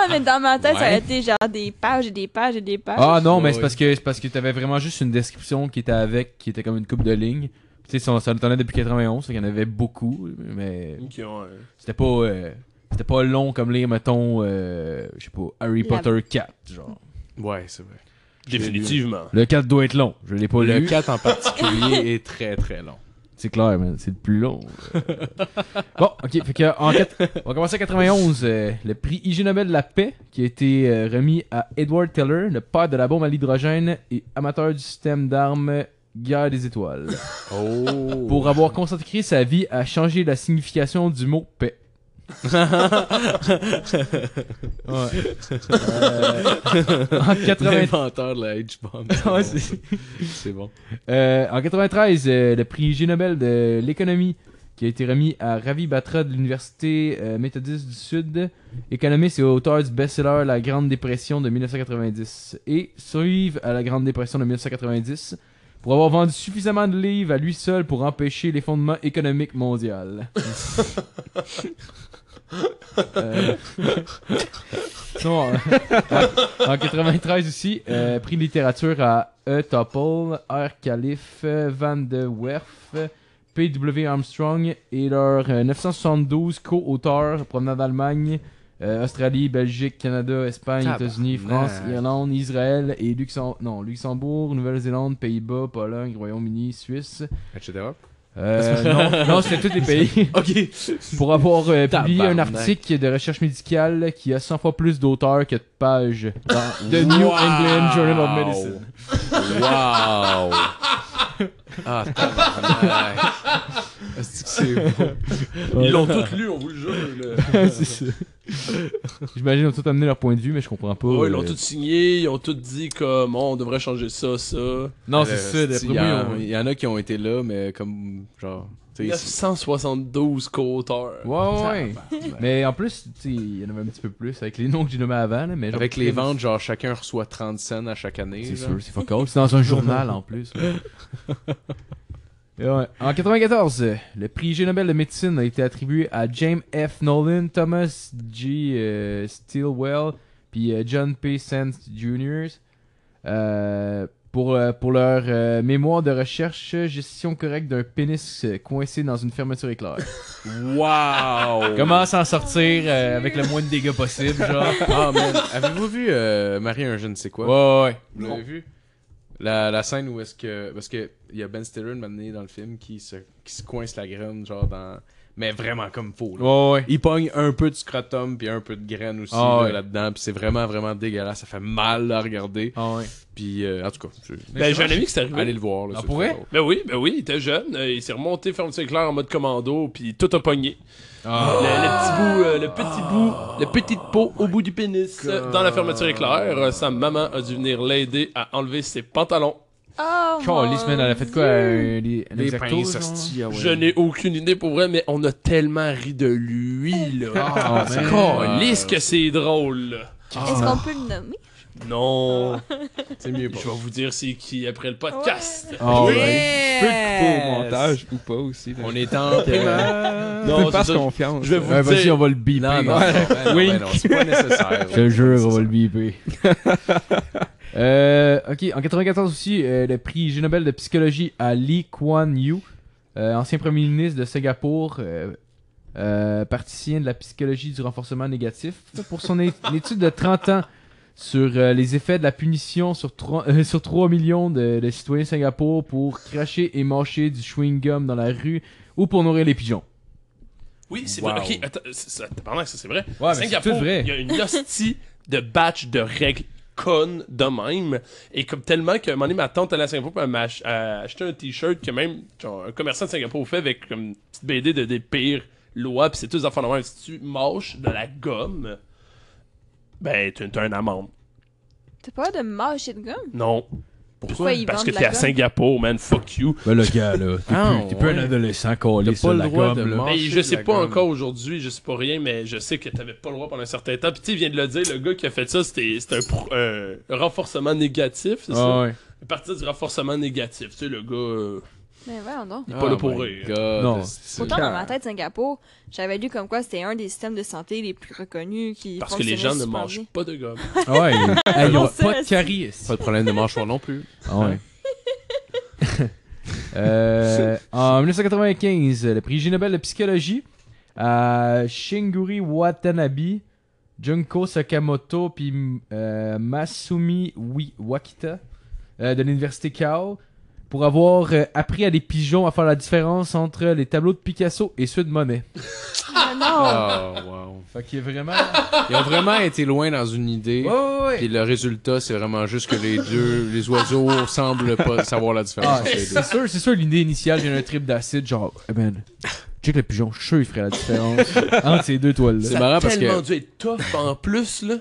S4: mais dans ma tête, ça a
S5: Ouais.
S4: été genre des pages et des pages et des pages.
S3: Ah non, mais
S5: Ouais,
S3: c'est
S5: ouais.
S3: parce que c'est parce que t'avais vraiment juste une description qui était avec, qui était comme une coupe de lignes. Tu sais, ça, ça nous tenait depuis 91, fait qu'il y en avait beaucoup. Mais
S6: Ok, ouais.
S3: c'était pas. euh, c'était pas long comme lire, mettons, euh, je sais pas, Harry
S4: La-
S3: Potter 4, genre.
S5: Ouais, c'est vrai.
S6: Définitivement.
S3: Le 4 doit être long, je l'ai pas
S5: Le
S3: lu.
S5: 4 en particulier est très très long.
S3: C'est clair, man. C'est le plus long. Euh, bon, ok. Fait que, en quat- on va commencer à 91. euh, le prix IG Nobel de la paix qui a été euh, remis à Edward Teller, le père de la bombe à l'hydrogène et amateur du système d'armes Guerre des étoiles,
S5: Oh!
S3: pour avoir consacré sa vie à changer la signification du mot paix. ouais. Euh, en 93.
S5: L'inventeur de la H-bomb.
S3: Ouais,
S5: c'est
S3: c'est-
S5: bon, ça. C'est bon.
S3: Euh, en 93, euh, le prix G Nobel de l'économie qui a été remis à Ravi Batra de l'Université euh, méthodiste du Sud, économiste et auteur du best-seller La Grande Dépression de 1990, et survivre à la Grande Dépression de 1990 pour avoir vendu suffisamment de livres à lui seul pour empêcher l'effondrement économique mondial. Euh, non, euh, en 93 aussi, euh, prix de littérature à E. Topple, R. Calif, euh, Van de Werf, P.W. Armstrong et leurs euh, 972 co-auteurs provenant d'Allemagne, euh, Australie, Belgique, Canada, Espagne,
S5: Tabarnak.
S3: États-Unis, France, Irlande, Israël et Luxem- non, Luxembourg, Nouvelle-Zélande, Pays-Bas, Pologne, Royaume-Uni, Suisse.
S5: Etc.
S3: Euh, non, non c'était tous les pays.
S5: Ok.
S3: Pour avoir euh, publié un
S5: Tabarnak.
S3: article de recherche médicale qui a 100 fois plus d'auteurs que de pages dans The New
S5: Wow.
S3: England Journal of Medicine.
S5: Wow! Ah, tabarnak. Est-ce que c'est bon?
S6: Ils l'ont tous lu, on vous le jure. là.
S3: J'imagine qu'ils ont tout amené leur point de vue, mais je comprends pas.
S6: Ouais, ils
S3: euh,
S6: l'ont tous signé, ils ont tous dit comme Oh, on devrait changer ça, ça.
S3: Non,
S5: Euh,
S3: c'est ça.
S5: c'est-
S3: D'après
S5: Il y,
S3: moi,
S5: en-
S3: ils
S5: il y en a qui ont été là, mais comme, genre, tu sais,
S6: 972 co-auteurs.
S3: ont- Ouais, ouais. Mais en plus, tu sais, il y en avait un petit peu plus avec les noms que j'ai nommés avant. là, mais genre-
S5: avec les ventes, genre, chacun reçoit 30 cents à chaque année.
S3: C'est
S5: genre.
S3: sûr, c'est fuck all. C'est dans un journal en plus. Et ouais. En 94, euh, le prix G Nobel de médecine a été attribué à James F. Nolan, Thomas G. euh, Stilwell, puis euh, John P. Sands Jr. euh, pour, euh, pour leur euh, mémoire de recherche euh, gestion correcte d'un pénis euh, coincé dans une fermeture éclair.
S5: Wow!
S3: Comment s'en sortir euh, avec le moins de dégâts possible, genre.
S5: Ah, man. Avez-vous vu euh, Marie un je ne sais quoi?
S3: Ouais,
S5: Vous l'avez vu? La, la scène où est-ce que. Parce que il y a Ben Stiller, un moment donné, dans le film, qui se, qui se coince la graine, genre, dans, mais vraiment comme faux. là.
S3: Ouais, ouais.
S5: Il pogne un peu de scrotum puis un peu de graines aussi
S3: Ah,
S5: là,
S3: ouais.
S5: là-dedans, puis c'est vraiment vraiment dégueulasse, ça fait mal à regarder.
S3: Ah, ouais.
S5: Puis euh, en tout cas, c'est-
S6: Ben, j'ai un ami qui s'est arrivé.
S5: allez le voir là.
S3: Ah,
S5: c'est
S3: pour
S5: très
S3: vrai?
S5: drôle.
S6: Ben oui, ben oui, il était jeune, euh, il s'est remonté ferme ses clair en mode commando, puis tout a pogné.
S3: Ah.
S6: Le, le petit bout, euh, le petit bout, le petite peau au bout du pénis euh, dans la fermeture éclair. Euh, sa maman a dû venir l'aider à enlever ses pantalons.
S4: Oh,
S3: Calisse,
S4: mon
S3: man, elle a fait quoi euh, les, les
S5: Les
S3: exactos,
S5: pinces,
S3: genre?
S5: hostie, ah ouais.
S6: Je n'ai aucune idée pour vrai, mais on a tellement ri de lui là.
S3: Ah, man.
S6: Calisse que c'est drôle. là.
S4: Est-ce
S3: Ah.
S4: qu'on peut le nommer?
S6: Non,
S5: C'est mieux pas.
S6: je vais vous dire c'est qui après le podcast.
S3: Ah, ouais.
S7: Tu peux le couper au montage ou pas aussi. là.
S5: On est en
S7: Tu peux
S6: Non,
S7: faire
S6: c'est ça.
S7: confiance.
S6: Je vais vous
S3: Ouais, Vas-y,
S6: dire.
S3: on va le biper.
S5: Non, non, non,
S7: Wink.
S5: ben non, c'est pas nécessaire.
S3: Je te jure, on va le biper. euh, ok, en 94 aussi, euh, le prix Ig Nobel de psychologie à Lee Kuan Yew, euh, ancien premier ministre de Singapour, euh, euh, praticien de la psychologie du renforcement négatif, pour son é- étude de 30 ans sur euh, les effets de la punition sur 3, sur 3 millions de, de citoyens de Singapour pour cracher et mâcher du chewing-gum dans la rue ou pour nourrir les pigeons.
S6: Oui, c'est
S5: Wow.
S6: vrai. Ok, attends, c'est- c'est- tabarnak, ça c'est vrai.
S3: Ouais, mais c'est
S6: Singapour,
S3: tout vrai.
S6: il y a une hostie de batch de règles connes de même. Et comme tellement que, à un moment donné, ma tante allait à Singapour pour m'acheter un t-shirt que même genre, un commerçant de Singapour fait avec comme une petite BD de des pires lois, pis c'est tous des enfants de même. Si tu mâches de la gomme, ben, t'as t'as une amende.
S4: T'as pas de mâcher de gomme?
S6: Non.
S4: Pourquoi ils
S6: Parce
S4: vendent
S6: que
S4: de la
S6: t'es à
S4: gomme?
S6: Singapour, man, fuck you.
S3: Ben le gars, là, t'es
S5: Ah,
S3: plus, t'es plus
S5: ouais.
S3: un adolescent
S5: T'as
S3: collé
S5: pas
S3: sur
S5: le
S3: la
S5: droit
S3: gomme,
S5: de
S3: là.
S5: mâcher.
S6: Mais
S5: de
S6: je
S5: la
S6: sais pas
S5: gomme.
S6: encore aujourd'hui, je sais pas rien, mais je sais que t'avais pas le droit pendant un certain temps. Puis tu sais, il vient de le dire, le gars qui a fait ça, c'était c'était un, pro- un renforcement négatif, c'est
S3: Ah,
S6: ça?
S3: ouais.
S6: À partir du renforcement négatif, tu sais, le gars, euh,
S4: Mais Ben, voyons donc.
S6: il
S5: Ah
S6: est pas
S5: Oh
S6: là pour rire.
S3: Non.
S5: Non.
S4: Pourtant, dans ma tête, Singapour, j'avais lu comme quoi c'était un des systèmes de santé les plus reconnus qui
S6: Parce que les gens ne
S4: fonctionnait super
S6: mangent
S4: bien.
S6: pas de gomme.
S3: Ah ouais, hey, ils ont pas de
S4: sait.
S3: caries.
S5: Pas de problème de mâchoire non plus.
S3: Ah ouais. Euh, en 1995, le prix Ig Nobel de psychologie à Shinguri Watanabe, Junko Sakamoto puis euh, Masumi Wi- Wakita euh, de l'université Kao pour avoir euh, appris à des pigeons à faire la différence entre les tableaux de Picasso et ceux de Monet.
S4: Mais non!
S3: Ah.
S5: Oh, wow.
S3: Fait qu'il est vraiment
S5: Ils ont vraiment été loin dans une idée.
S3: Ouais, ouais, ouais.
S5: Puis le résultat, c'est vraiment juste que les deux, les oiseaux semblent pas savoir la différence
S3: Ah,
S5: entre les deux.
S3: c'est sûr, c'est sûr, l'idée initiale, j'ai un trip d'acide, genre, eh ben, check le pigeon, je suis sûr, il ferait la différence entre ces deux
S5: C'est
S3: toiles-là.
S5: marrant Ah, parce
S6: tellement
S5: que.
S6: dû être tough en plus, là.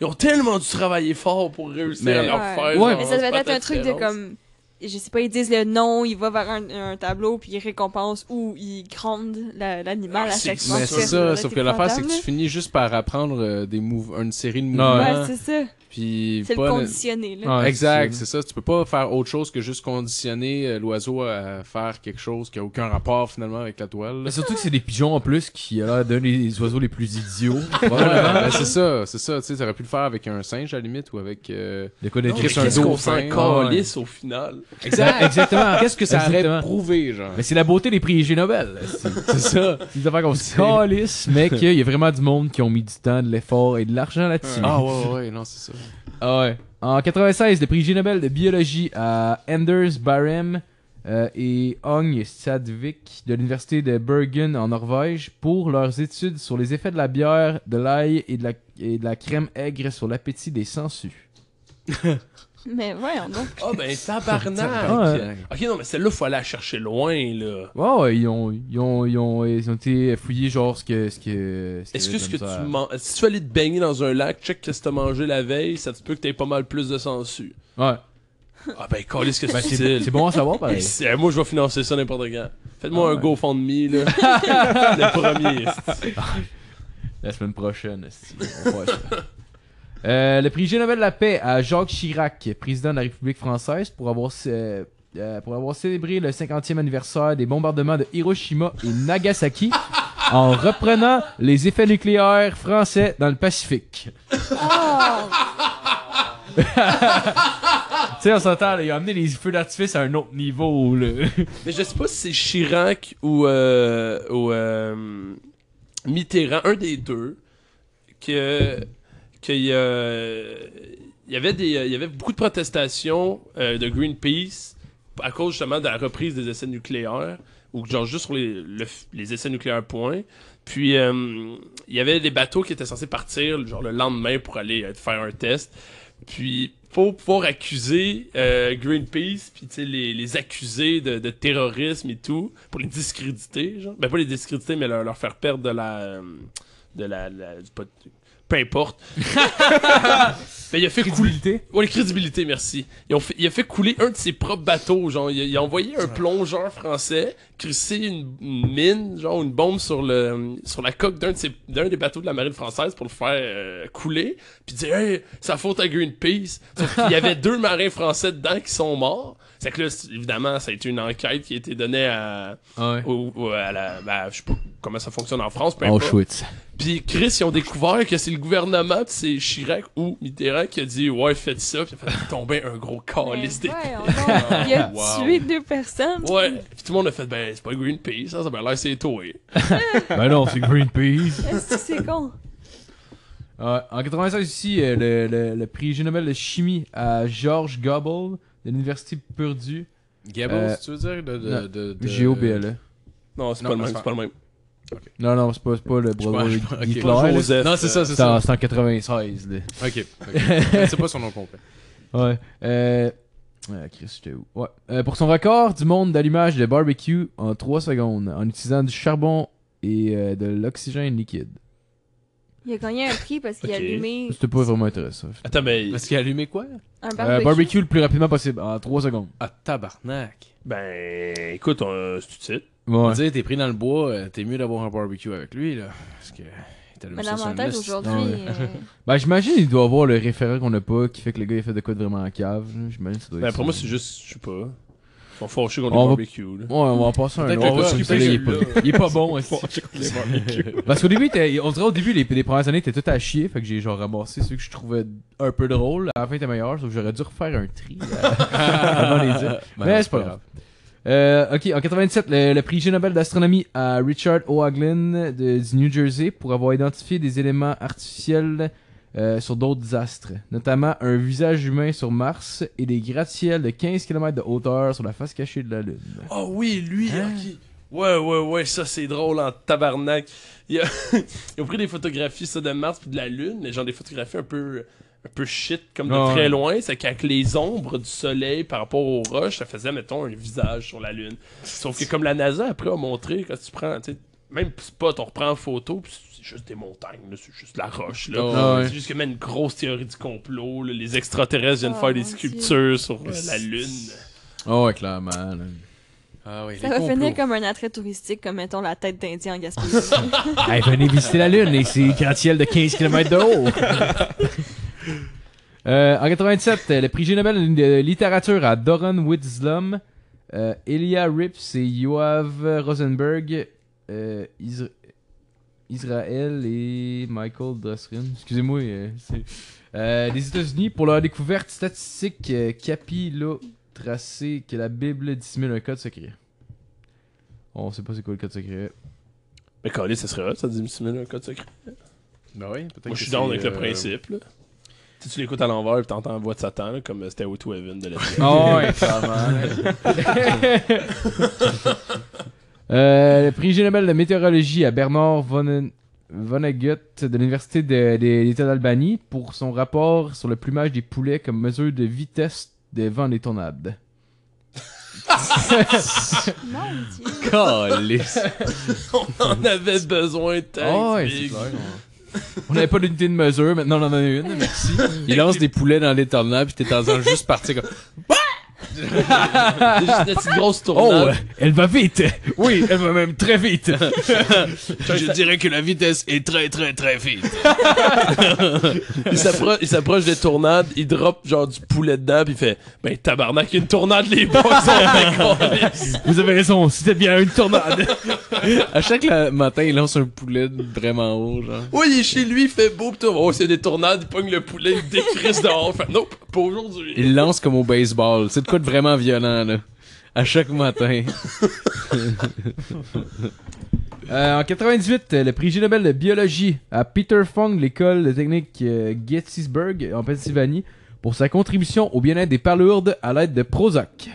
S6: Ils ont tellement dû travailler fort pour réussir
S5: Mais-
S6: à leur
S4: Ouais.
S6: faire.
S3: Ouais.
S6: genre,
S4: Mais ça devait
S6: pas
S4: être un truc de
S6: référence.
S4: comme. Je sais pas, ils disent le nom, ils vont vers un, un tableau, puis ils récompensent ou ils grondent la- l'animal
S6: Ah,
S4: à
S6: c'est-
S4: chaque fois.
S5: Mais
S6: Parce que
S5: c'est ça, sauf que l'affaire, c'est que tu finis juste par apprendre euh, des move- une série de mouvements.
S4: Ouais, c'est ça.
S5: Puis
S4: C'est le
S5: hein. pas Ah. ne-
S4: conditionné, là.
S3: Ouais,
S5: exact, c'est ça. Tu peux pas faire autre chose que juste conditionner euh, l'oiseau à faire quelque chose qui a aucun rapport finalement avec la toile.
S3: Mais
S5: là.
S3: surtout que c'est des pigeons en plus qui a l'air d'un des oiseaux les plus idiots.
S5: Ouais, ben, c'est ça, c'est ça. Tu sais, t'aurais pu le faire avec un singe à la limite ou avec. euh,
S3: De quoi
S6: Non, mais
S3: d'écrire
S5: Chris,
S3: sur un
S6: Qu'est-ce
S3: dos.
S6: qu'on
S5: dauphin,
S6: s'en calisse au final?
S3: Exact, exactement.
S5: Qu'est-ce que ça
S3: Exactement.
S5: aurait prouvé, genre?
S3: Mais c'est la beauté des prix IG Nobel.
S5: C'est ça.
S3: Des affaires qu'on se calisse, mais qu'il y a vraiment du monde qui ont mis du temps, de l'effort et de l'argent là-dessus.
S5: Ah ouais, ouais, ouais, non, c'est ça.
S3: Ah ouais. En 96, le prix Ig Nobel de biologie à Anders Barem euh, et Ong Sadvik de l'université de Bergen en Norvège pour leurs études sur les effets de la bière, de l'ail et de la, et de la crème aigre sur l'appétit des sangsues.
S4: Mais voyons donc.
S6: Ah, ben, tabarnak!
S3: Ah, ouais.
S6: Ok, non, mais celle-là, faut aller la chercher loin, là.
S3: Ouais, ouais, ils ont, ils ont, ils ont, ils ont été fouillés genre ce que, ce que, ce qu'il y
S6: Est-ce
S3: avait
S6: que, ce que
S3: comme ça.
S6: tu man- si tu allais te baigner dans un lac, check qu'est-ce que t'as mangé la veille, ça te peut que t'aies pas mal plus de sangsues.
S3: Ouais.
S6: Ah ben, calé ce que
S3: Ben,
S6: tu
S3: c'est,
S6: dis.
S3: c'est bon à savoir, pareil.
S6: C'est- Moi, je vais financer ça n'importe quand. Faites-moi
S3: Ah
S6: un
S3: ouais.
S6: GoFundMe, là. le premier. c'est-
S3: La semaine prochaine, esti, on va faire ça. Euh, le prix Ig Nobel de la paix à Jacques Chirac, président de la République française, pour avoir, euh, euh, pour avoir célébré le 50e anniversaire des bombardements de Hiroshima et Nagasaki en reprenant les effets nucléaires français dans le Pacifique.
S4: Ah!
S3: Tu sais, on s'entend, là, il a amené les feux d'artifice à un autre niveau. Là.
S6: Mais je sais pas si c'est Chirac ou, euh, ou, euh, Mitterrand, un des deux, que qu'il y a- il y avait des euh, il y avait beaucoup de protestations euh, de Greenpeace à cause justement de la reprise des essais nucléaires ou genre juste sur les, le f- les essais nucléaires point. Puis euh, il y avait des bateaux qui étaient censés partir genre le lendemain pour aller euh, faire un test. Puis pour pouvoir accuser euh, Greenpeace, puis tu sais, les, les accuser de, de terrorisme et tout, pour les discréditer, genre. Ben pas les discréditer, mais leur, leur faire perdre de la... euh, de la... la- du pot- peu importe. ben, il a fait couler...
S3: Crédibilité.
S6: Ouais, crédibilité, merci. Ils ont fait- il a fait couler un de ses propres bateaux, genre. Il a, il a envoyé un plongeur français crisser une, une mine, genre une bombe sur le sur la coque d'un de ses- d'un des bateaux de la marine française pour le faire euh, couler, puis dire hey, ça faute à Greenpeace. Sauf qu'il y avait deux marins français dedans qui sont morts. C'est que là, c'est- évidemment, ça a été une enquête qui a été donnée à,
S3: Ouais.
S6: au- au- à la, ben, je sais pas comment ça fonctionne en France, peu
S3: Oh,
S6: importe.
S3: chouette.
S6: Puis Chris, ils ont découvert que c'est le gouvernement, pis c'est Chirac ou Mitterrand qui a dit ouais faites ça, puis ça fait tomber un gros
S4: Mais
S6: calice des. Ah,
S4: voyons donc, Il a
S3: Wow.
S4: tué deux personnes.
S6: Ouais, pis tout le monde a fait ben c'est pas Greenpeace, ça, ça m'a l'air c'est toi.
S3: ben non, c'est Greenpeace.
S4: Est-ce que c'est con?
S3: Ouais, en 96 aussi, euh, le, le- le prix Ig Nobel de chimie à George Gobble de l'université Purdue.
S5: Gable,
S3: Euh,
S5: tu veux dire de,
S3: non.
S5: de, de, de-
S3: GOBLE.
S6: Non, c'est
S5: Non,
S6: pas
S5: c'est
S6: le même, c'est
S5: pas-
S6: pas le même.
S3: Non, non, c'est pas, c'est pas le
S5: je
S3: Broadway
S5: pense- ok.
S3: Hitler.
S5: Pas
S3: là.
S6: Joseph.
S5: Non, c'est ça, c'est
S3: C'est en
S5: ça.
S3: c'est en 96. Là.
S5: Ok. ok. c'est pas son nom complet.
S3: Ouais. Euh... ouais, Chris, j'étais où? Ouais. Euh, pour son record du monde d'allumage de barbecue en 3 secondes, en utilisant du charbon et euh, de l'oxygène liquide.
S4: Il a gagné un prix parce qu'il a
S6: Ok.
S4: allumé
S3: C'était pas vraiment intéressant.
S6: Attends mais
S5: Parce qu'il a allumé quoi
S4: un
S3: Euh,
S4: barbecue.
S3: barbecue le plus rapidement possible, en 3 secondes.
S5: Ah, tabarnak.
S6: ben écoute, on- c'est tout de suite.
S5: On
S3: Ouais.
S5: dirait, t'es pris dans le bois, euh, t'es mieux d'avoir un barbecue avec lui, là. Parce que. t'allumes
S4: Mais
S5: ça sur le
S4: l'avantage
S5: nest.
S4: aujourd'hui. euh,
S3: Ben, j'imagine il doit avoir le référent qu'on a pas qui fait que le gars il fait de quoi de vraiment en cave. J'imagine que ça doit
S6: Ben
S3: être
S6: pour
S3: ça.
S6: moi c'est juste, je sais pas. Ils sont fâchés contre
S3: On
S6: le
S3: va-
S6: barbecue là.
S3: Ouais, on va en passer à un
S5: Peut-être
S3: autre.
S5: qu'on va
S3: Ouais,
S5: skipper
S3: celui-là, il est pas-
S5: celui-là.
S3: Il est pas bon, aussi.
S7: barbecue.
S3: Parce qu'au début, t'es- on dirait au début, les, les premières années, t'es tout à chier. Fait que j'ai genre ramassé ceux que je trouvais un peu drôles. À la fin, t'es meilleur. Sauf que j'aurais dû refaire un tri euh, avant les dire.
S5: Ben,
S3: Mais c'est pas grave. Euh, ok, en 87, le, le prix Ig Nobel d'astronomie à Richard O'Haglin de- du New Jersey pour avoir identifié des éléments artificiels euh, sur d'autres astres, notamment un visage humain sur Mars et des gratte-ciels de 15 km de hauteur sur la face cachée de la Lune.
S6: Ah oui, lui,
S3: Hein?
S6: ok. Ouais, ouais, ouais, ça c'est drôle en tabarnak. Il a- Ils ont pris des photographies ça, de Mars puis de la Lune, mais genre des photographies un peu, un peu shit, comme de
S3: Ah ouais.
S6: très loin. C'est qu'avec les ombres du soleil par rapport aux roches, ça faisait, mettons, un visage sur la Lune. Sauf que comme la NASA après a montré, quand tu prends, tu sais, même spot, on reprend en photo, puis c'est juste des montagnes, là, c'est juste la roche. là.
S3: Ah ouais.
S6: C'est juste que même une grosse théorie du complot, là, les extraterrestres viennent
S4: Oh,
S6: faire des
S4: mon Dieu.
S6: sculptures sur euh, la Lune.
S3: Oh, ouais, clairement. là.
S5: Ah oui,
S4: Ça
S5: les
S4: va finir
S5: complots.
S4: comme un attrait touristique, comme mettons la tête d'Indien en Gaspésie.
S3: Hey, venez visiter la Lune et ses gratte-ciels de 15 km de haut. Euh, en 87, euh, le prix Ig Nobel de littérature à Doran Whitslum, euh, Elia Rips et Yoav Rosenberg, euh, Isra- Israël et Michael Dosrin. Excusez-moi, euh, c'est- euh, des États-Unis pour leur découverte statistique euh, capillo tracé que la Bible dissimule un code secret. On sait pas c'est quoi le code secret.
S6: Mais Colin, ça serait hot, ça dissimule un code secret.
S5: Ben oui, peut-être
S6: Moi, je
S5: que
S6: suis down
S5: c'est,
S6: avec
S5: euh,
S6: le principe. Là. Tu sais, tu l'écoutes à l'envers et t'entends la voix de Satan, là, comme euh, c'était O2 Heaven de l'époque.
S3: Ah ouais, clairement. Euh, le prix Ig Nobel de météorologie à Bernard Von Vonnegut de l'Université de, de- d'État d'Albanie pour son rapport sur le plumage des poulets comme mesure de vitesse des vents des tornades.
S4: Mon Dieu.
S5: Calisse.
S6: on en avait besoin, thanks,
S3: Ah ouais, c'est
S6: big.
S3: clair. On n'avait pas d'unité de mesure, maintenant on en a une, merci.
S5: Il lance des poulets dans les tornades, puis t'es dans un juste parti comme.
S6: C'est juste une petite grosse tournade.
S3: elle va vite! Oui, elle va même très vite!
S5: Je dirais que la vitesse est très, très, très vite.
S6: Il s'appro- Il s'approche des tournades, il drop genre du poulet dedans, puis il fait Ben tabarnak, il y a une tournade, les boys, on fait Colin.
S3: Vous avez raison, c'était bien une tornade!
S5: À chaque la- matin, il lance un poulet vraiment haut, genre.
S6: Oui, il est chez lui, il fait beau, pis tout. Oh, c'est des tournades, il pogne le poulet, il décrisse dehors. Fait Nope, pas aujourd'hui.
S5: Il lance comme au baseball. C'est de quoi de vraiment violent, là. À chaque matin.
S3: Euh, en 98, euh, le prix Ig Nobel de biologie à Peter Fong, l'école de technique euh, Gettysburg en Pennsylvanie, pour sa contribution au bien-être des palourdes à l'aide de Prozac.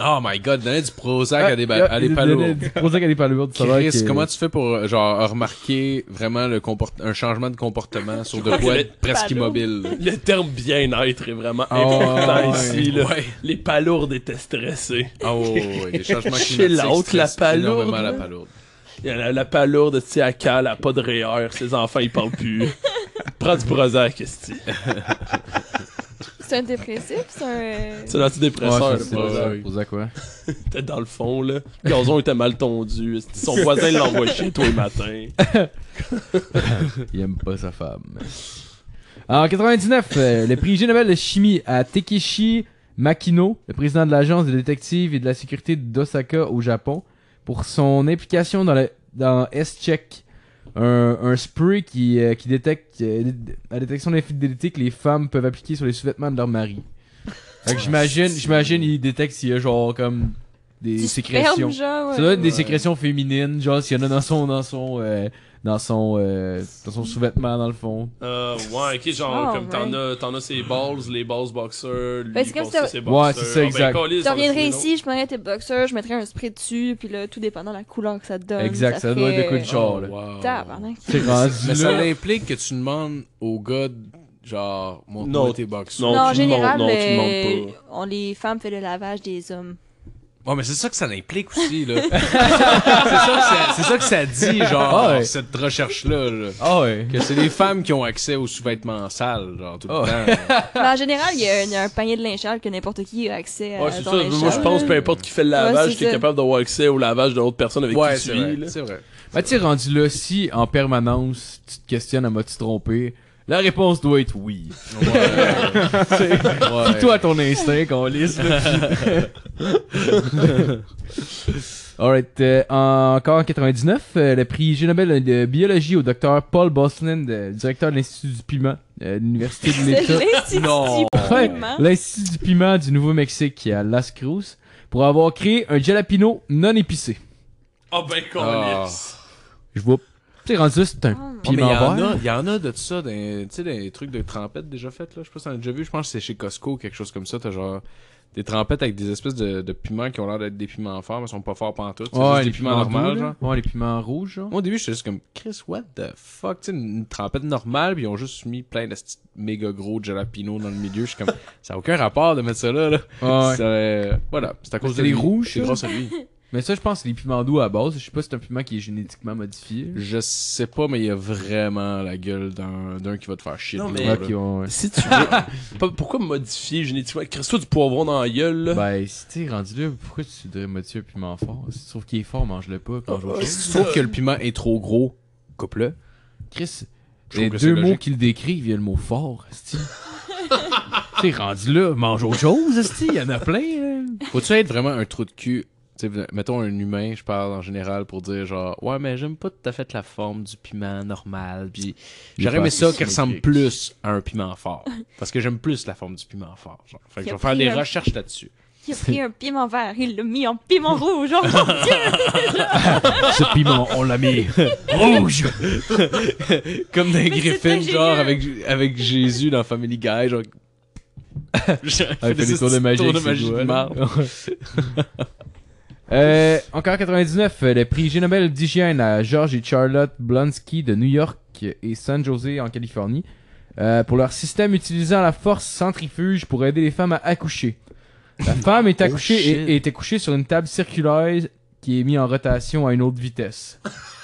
S5: Oh my god, donner du Prozac à des, ba-
S3: Ah,
S5: à des
S3: il
S5: palourdes.
S3: donnait du Prozac à des palourdes, ça va.
S5: Chris,
S3: que-
S5: comment tu fais pour euh, genre remarquer vraiment le comport- un changement de comportement sur de
S6: crois
S5: quoi
S6: que
S5: être presque
S4: palourdes.
S5: immobile?
S6: Le terme bien-être est vraiment
S5: Ah
S6: important
S5: ouais.
S6: ici. là.
S5: Ouais.
S6: Les palourdes étaient stressées.
S5: Ah ouais, ouais, ouais, les changements
S6: Chez
S5: climatiques
S6: l'autre,
S5: stressent
S6: la palourde,
S5: énormément la
S6: là.
S5: palourde.
S6: Il y a la, la palourde, tu sais, à cale, à pas de REER, ses enfants, ils parlent plus. Prends du Prozac, esti.
S4: C'est un dépressif, c'est un.
S6: C'est
S5: Ouais,
S6: l'antidépresseur, le
S5: c'est
S6: Prozac.
S5: Prozac.
S3: Prozac, ouais.
S6: T'es dans le fond, là. Le gazon était mal tondu. esti. Son voisin l'envoie chez toi le matin.
S3: Il aime pas sa femme. En 99, euh, le prix Ig Nobel de chimie à Takeshi Makino, le président de l'agence de détective et de la sécurité d'Osaka au Japon, pour son implication dans, le, dans S-Check, un, un spray qui, euh, qui détecte euh, la détection d'infidélité que les femmes peuvent appliquer sur les sous-vêtements de leur mari. Fait que j'imagine, j'imagine, il détecte s'il y a genre comme des
S4: du
S3: sécrétions.
S4: sperme, genre, ouais.
S3: Ça doit être des sécrétions féminines, genre s'il y en a dans son dans son euh, dans son euh, dans son sous-vêtement dans le fond.
S6: Euh, ouais, ok, genre,
S4: Oh,
S6: comme t'en as, t'en as ses balls, les balls boxers, lui,
S4: Ben, c'est comme
S6: pense que
S4: ça-
S6: ses Ah, ben,
S3: Ouais,
S6: boxers.
S3: c'est ça, exact.
S6: calisse,
S4: Tu
S6: on a trouvé
S4: reviendrais
S6: l'autre.
S4: ici, je prendrais tes boxeurs, je mettrais un spray dessus, puis là, tout dépendant de la couleur que ça te donne.
S3: exact, ça, doit être de quoi de
S4: fait-
S3: genre là.
S6: Wow.
S4: Tabarnak.
S3: C'est
S5: Oh, Mais
S3: rendu
S5: ça
S3: là.
S5: implique que tu demandes au gars, de- genre,
S6: Non,
S5: montre-moi tes box.
S6: non.
S4: Non, en
S6: tu le
S4: général,
S6: montres, non, tu le
S4: euh,
S6: montres
S4: on, les femmes font le lavage des hommes.
S5: Ouais, mais c'est ça que ça implique aussi, là. c'est, ça que ça, c'est ça que ça dit, genre,
S3: Ah ouais.
S5: cette recherche-là, là.
S3: Ah ouais.
S5: Que c'est les femmes qui ont accès aux sous-vêtements sales, genre, tout le
S3: Oh.
S5: temps.
S4: Mais en général, il y, a- il y a un panier de linge sale que n'importe qui a accès à.
S6: Ouais, c'est
S4: ton
S6: ça.
S4: linge
S6: Moi, je
S4: sale,
S6: pense,
S4: là.
S6: peu importe qui fait le
S4: Ouais,
S6: lavage,
S4: c'est
S6: t'es
S4: ça.
S6: capable d'avoir accès au lavage de l'autre personne avec
S5: ouais,
S6: qui
S5: c'est
S6: tu vis.
S5: vrai,
S6: là.
S5: c'est vrai.
S3: Mais tu sais, Ben, rendu là si en permanence tu te questionnes à m'as-tu trompé La réponse doit être oui.
S5: Ouais. ouais.
S3: Toi ton instinct qu'on lise là. Alright, euh, encore en 99, euh, le prix Ig Nobel de biologie au docteur Paul Boslin, de- directeur de l'Institut du piment euh, de l'Université de
S4: C'est
S3: l'État.
S4: l'institut
S5: Non.
S3: Ouais,
S4: piment.
S3: L'Institut du piment du Nouveau-Mexique qui est à Las Cruz pour avoir créé un jalapino non épicé.
S6: Ah, ben, calisse.
S3: Je vois. Tu sais, rendu là, c'est un
S4: Oh.
S5: Oh, mais il y,
S3: piment
S5: en
S3: vert.
S5: a- il y en a de ça, des, tu sais, des trucs de trempettes déjà faites, là. Je sais pas si t'en as déjà vu. Je pense que c'est chez Costco, quelque chose comme ça. T'as genre des trempettes avec des espèces de, de piments qui ont l'air d'être des piments forts, mais sont pas forts pantoute. C'est
S3: Ouais,
S5: juste des piments normaux,
S3: doux,
S5: genre.
S3: là. Ouais, les piments rouges, genre.
S5: Moi, au début, j'étais juste comme Chris, what the fuck? Tu sais, une, une trempette normale, puis ils ont juste mis plein de petits méga gros jalapino dans le milieu. Je suis comme, ça n'a aucun rapport de mettre ça là. là.
S3: Ouais.
S5: Ça, euh, voilà, c'est à cause
S3: C'était
S5: de
S3: les
S5: lui.
S3: rouges,
S5: C'est
S3: ça?
S5: grâce à lui.
S3: Mais ça, je pense, c'est les piments doux à la base. Je sais pas si c'est un piment qui est génétiquement modifié.
S5: Je sais pas, mais il y a vraiment la gueule d'un d'un qui va te faire chier.
S6: Non,
S5: de
S6: mais-
S5: l'autre,
S3: Ok,
S5: là.
S3: ouais, ouais.
S6: Si tu veux. Pas- Pourquoi modifier génétiquement? Crisse-toi du poivron dans la gueule, là.
S3: Ben, si t'es rendu là, pourquoi tu devrais modifier un piment fort Si tu trouves qu'il est fort, mange-le pas. puis mange autre chose.
S5: Si tu trouves que le piment est trop gros, coupe-le.
S3: Chris,
S5: Je
S3: les
S5: trouve que c'est
S3: deux mots
S5: logique.
S3: qui le décrivent, il y a le mot fort, Esti. T'es rendu là, mange autre chose, Esti. Il y en a plein, là.
S5: Faut-tu être vraiment un trou de cul? Tu sais, mettons un humain, je parle en général pour dire genre ouais mais j'aime pas tout à fait la forme du piment normal puis
S3: Il
S5: j'aurais
S3: est pas
S5: aimé ça
S3: assez
S5: qui ressemble
S3: symétrique.
S5: plus à un piment fort parce que j'aime plus la forme du piment fort genre. Fait que
S4: Il
S5: je
S4: a
S5: vais faire
S4: pris
S5: des
S4: un-
S5: recherches là-dessus.
S4: Il a pris un piment vert, il l'a mis en piment rouge. Oh mon dieu!
S3: Ce piment, on l'a mis rouge.
S5: Comme dans
S4: c'est
S5: Griffin
S4: pas
S5: genre
S4: génial.
S5: avec avec Jésus dans Family Guy genre Ah,
S3: fait des tours de magie
S5: tours de
S3: avec ses
S5: magie de
S3: doigts, là.
S5: marde.
S3: Euh, encore en 99, euh, le prix Ig Nobel d'hygiène à George et Charlotte Blonsky de New York et San Jose en Californie euh, pour leur système utilisant la force centrifuge pour aider les femmes à accoucher. La femme est accouchée
S5: Oh, shit.
S3: et est accouchée sur une table circulaire qui est mise en rotation à une autre vitesse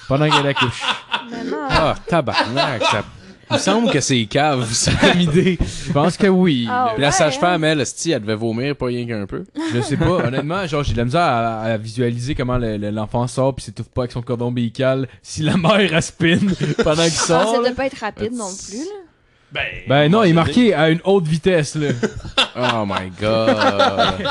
S3: pendant qu'elle accouche.
S4: Mais non.
S5: Ah tabarnak ça il me semble que c'est cave ça comme idée.
S3: Je pense que oui.
S4: Ah
S5: Puis la
S4: ouais,
S5: sage-femme, elle, esti, elle devait vomir pas rien qu'un peu.
S3: Je sais pas, honnêtement, genre j'ai de la misère à, à visualiser comment le- le- l'enfant sort puis s'étouffe pas avec son cordon ombilical si la mère aspine pendant qu'il
S4: hein. Ah,
S3: sort.
S4: ça
S3: là.
S4: doit pas être rapide non plus, là.
S6: Ben,
S3: Ben non, il est marqué à une haute vitesse là.
S5: Oh my god.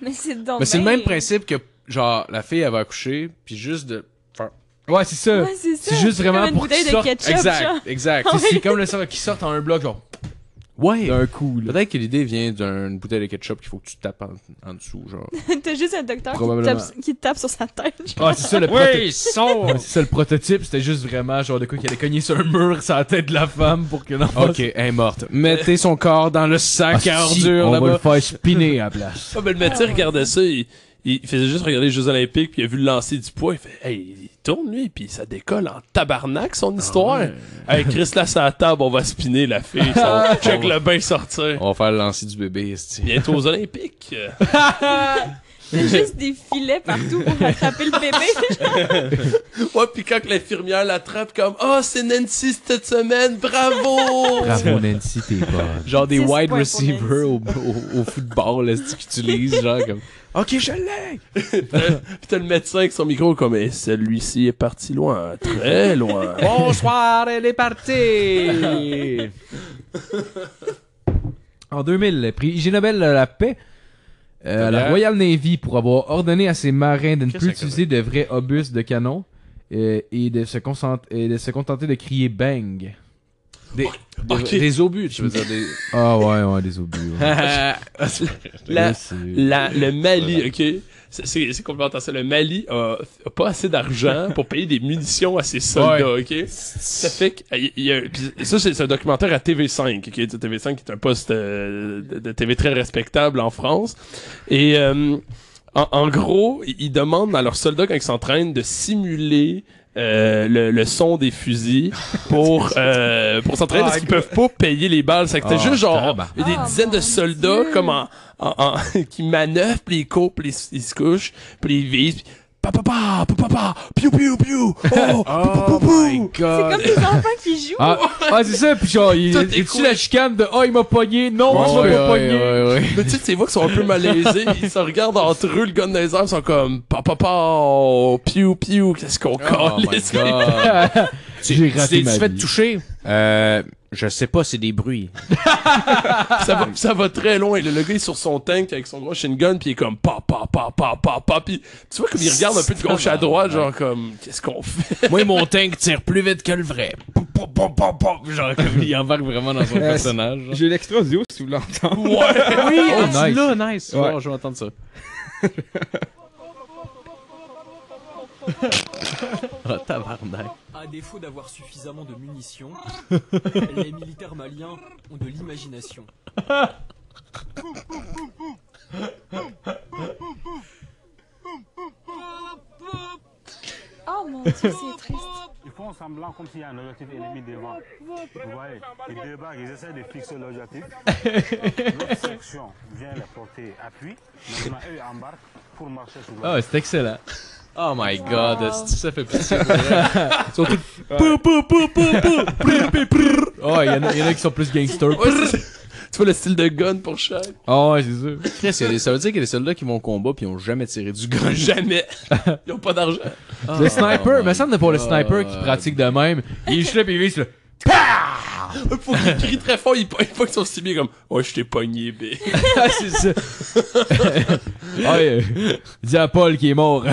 S4: Mais c'est donc.
S5: Mais c'est le
S4: bien-
S5: même principe que, genre, la fille, elle va accoucher, puis juste de. faire-
S3: Ouais, c'est ça.
S4: Ouais, c'est ça.
S3: C'est juste
S4: Comme
S3: vraiment
S4: une
S3: pour
S4: bouteille
S3: qu'il
S4: de
S3: sorte-
S4: ketchup, genre.
S5: Exact, exact.
S3: C'est- C'est comme le sort qui sort en un bloc genre.
S5: Ouais.
S3: D'un coup, là.
S5: Peut-être que l'idée vient d'une bouteille de ketchup qu'il faut que tu tapes en, en dessous, genre.
S4: T'as juste un docteur qui te
S3: Probablement.
S4: tape, qui te tape sur sa tête.
S3: Ah, c'est ça le prototype. C'est ça le prototype, c'était juste vraiment genre de quoi qu'il allait cogner sur un mur sur la tête de la femme pour que non.
S5: Ok, elle est morte. Mettez son corps dans le
S3: Ah,
S5: sac
S3: si,
S5: à ordures
S3: on va le
S5: là-bas.
S3: faire spinner à la place.
S6: Ah, ben, le métier regardait ça, il, il faisait juste regarder les Jeux Olympiques, puis il a vu le lancer du poids, il fait Hey, il tourne lui, puis ça décolle en tabarnak son histoire. Hey, Chris, là, c'est à la table, on va spinner la fille, on check le bain sortir.
S5: On va faire le lancer du bébé, esti.
S6: Bientôt aux Olympiques. Euh,
S4: T'as juste des filets partout pour attraper le bébé.
S6: Ouais, puis quand que l'infirmière l'attrape, comme Ah, c'est Nancy cette semaine, bravo!
S3: Bravo Ah, Nancy, t'es bonne.
S5: Genre des
S4: 10
S5: wide
S4: points pour
S5: receivers au, au, au football, esti, qu'ils utilisent, genre comme. Ok, je l'ai!
S6: Puis t'as le médecin avec son micro, comme Eh, celui-ci est parti loin, très loin.
S5: Bonsoir, elle est partie!
S3: En 2000, le prix IG Nobel de la paix euh, à la Royal Navy pour avoir ordonné à ses marins de ne plus utiliser de vrais obus de canon euh, et, de se concent- et de se contenter de crier bang.
S5: Des,
S6: Ok.
S5: des obus, tu veux dire des.
S3: Ah ouais, ouais, des obus. ouais.
S6: La-
S3: Là, c'est-
S6: La- le Mali, ok? C'est- C'est c'est complètement ça. Le Mali a, a pas assez d'argent pour payer des munitions à ses soldats, ok? Ça fait que. euh, il y a- puis ça, c'est c'est un documentaire à TV5, ok? Tu sais, TV5 qui est un poste euh, de, de TV très respectable en France. Et euh, en, en gros, ils- ils demandent à leurs soldats, quand ils s'entraînent, de simuler. euh, le, le son des fusils pour euh, pour s'entraîner parce qu'ils peuvent pas payer les balles c'est que c'était
S3: Ah,
S6: juste genre
S3: tabarnak.
S6: il y a des
S4: Ah,
S6: dizaines de
S4: mon
S6: soldats
S4: Dieu.
S6: comme en, en- en- qui manœuvrent, puis ils courent, puis ils, ils se couchent, puis ils visent, puis pa pa pa pa pa pa, piou piou piou. Oh,
S5: Oh my
S4: C'est
S5: god!
S4: comme des enfants qui jouent.
S3: Ah, ah, c'est ça, puis genre, il
S6: Tout est
S3: est-tu
S6: cool.
S3: la chicane de « Ah, il m'a pogné! Non,
S5: Ouais,
S3: tu m'as pas
S5: ouais,
S3: pogné!
S5: ouais, ouais.
S6: mais tu sais, tu vois qu'ils sont un peu malaisés, ils se regardent entre eux, le gars de Nazer, ils sont comme pa pa pa, piou piou, qu'est-ce qu'on
S5: Oh my
S6: calisse?
S5: god!
S3: J'ai raté
S5: tu
S3: ma
S5: t'es fait
S3: vie.
S5: toucher? Euh, je sais pas, c'est des bruits.
S6: ça va, ça va très loin. Le, le gars il est sur son tank avec son gros gun puis il est comme pa pa pa pa pa pa. Puis tu vois comme il regarde un peu de gauche à droite, genre comme qu'est-ce qu'on fait?
S5: Moi, mon tank tire plus vite que le vrai. Pop, pop, pop, pop, pop. Genre, comme il embarque vraiment dans son personnage. genre.
S7: J'ai l'extra audio si vous voulez l'entendre.
S6: Ouais.
S5: Oui,
S3: Oh,
S5: ah,
S3: nice.
S5: là, nice.
S7: Ouais.
S5: Oh, je vais entendre ça. oh, tabarnak.
S8: À défaut d'avoir suffisamment de munitions, les militaires maliens ont de l'imagination.
S4: Oh mon dieu, c'est triste.
S9: Ils font semblant comme s'il y a un objectif ennemi devant. Vous voyez, ils débarquent, ils essaient de fixer l'objectif. L'autre section vient les porter appui. Maintenant, eux embarquent pour marcher sur
S3: Ah,
S9: l'objectif.
S3: ouais, c'est excellent.
S5: Oh my god,
S4: Wow.
S5: esti, ça fait pitié. pour vrai.
S3: Surtout... pou, pou, pou, pou, pou, prrr, prrr, prrr. Oh, il y, en a- il y en a qui sont plus gangsters.
S6: Ouais, c'est- tu vois le style de gun pour chaque?
S3: Ah ouais, c'est sûr.
S5: Chris, il y a des- ça veut dire qu'il y a des soldats qui vont au combat puis ils ont jamais tiré du gun.
S6: Jamais. Ils ont pas d'argent.
S5: Ah.
S3: Le sniper,
S5: my
S3: me semble pour le
S5: God.
S3: sniper qui pratique de même. Il est juste là, puis il vise là.
S6: Faut qu'ils crient très fort, ils, po- ils pognent son cibier comme « Ouais, je t'ai pogné, B.
S3: Ah, c'est ça. Ah, ouais. Dis à Paul qui est mort.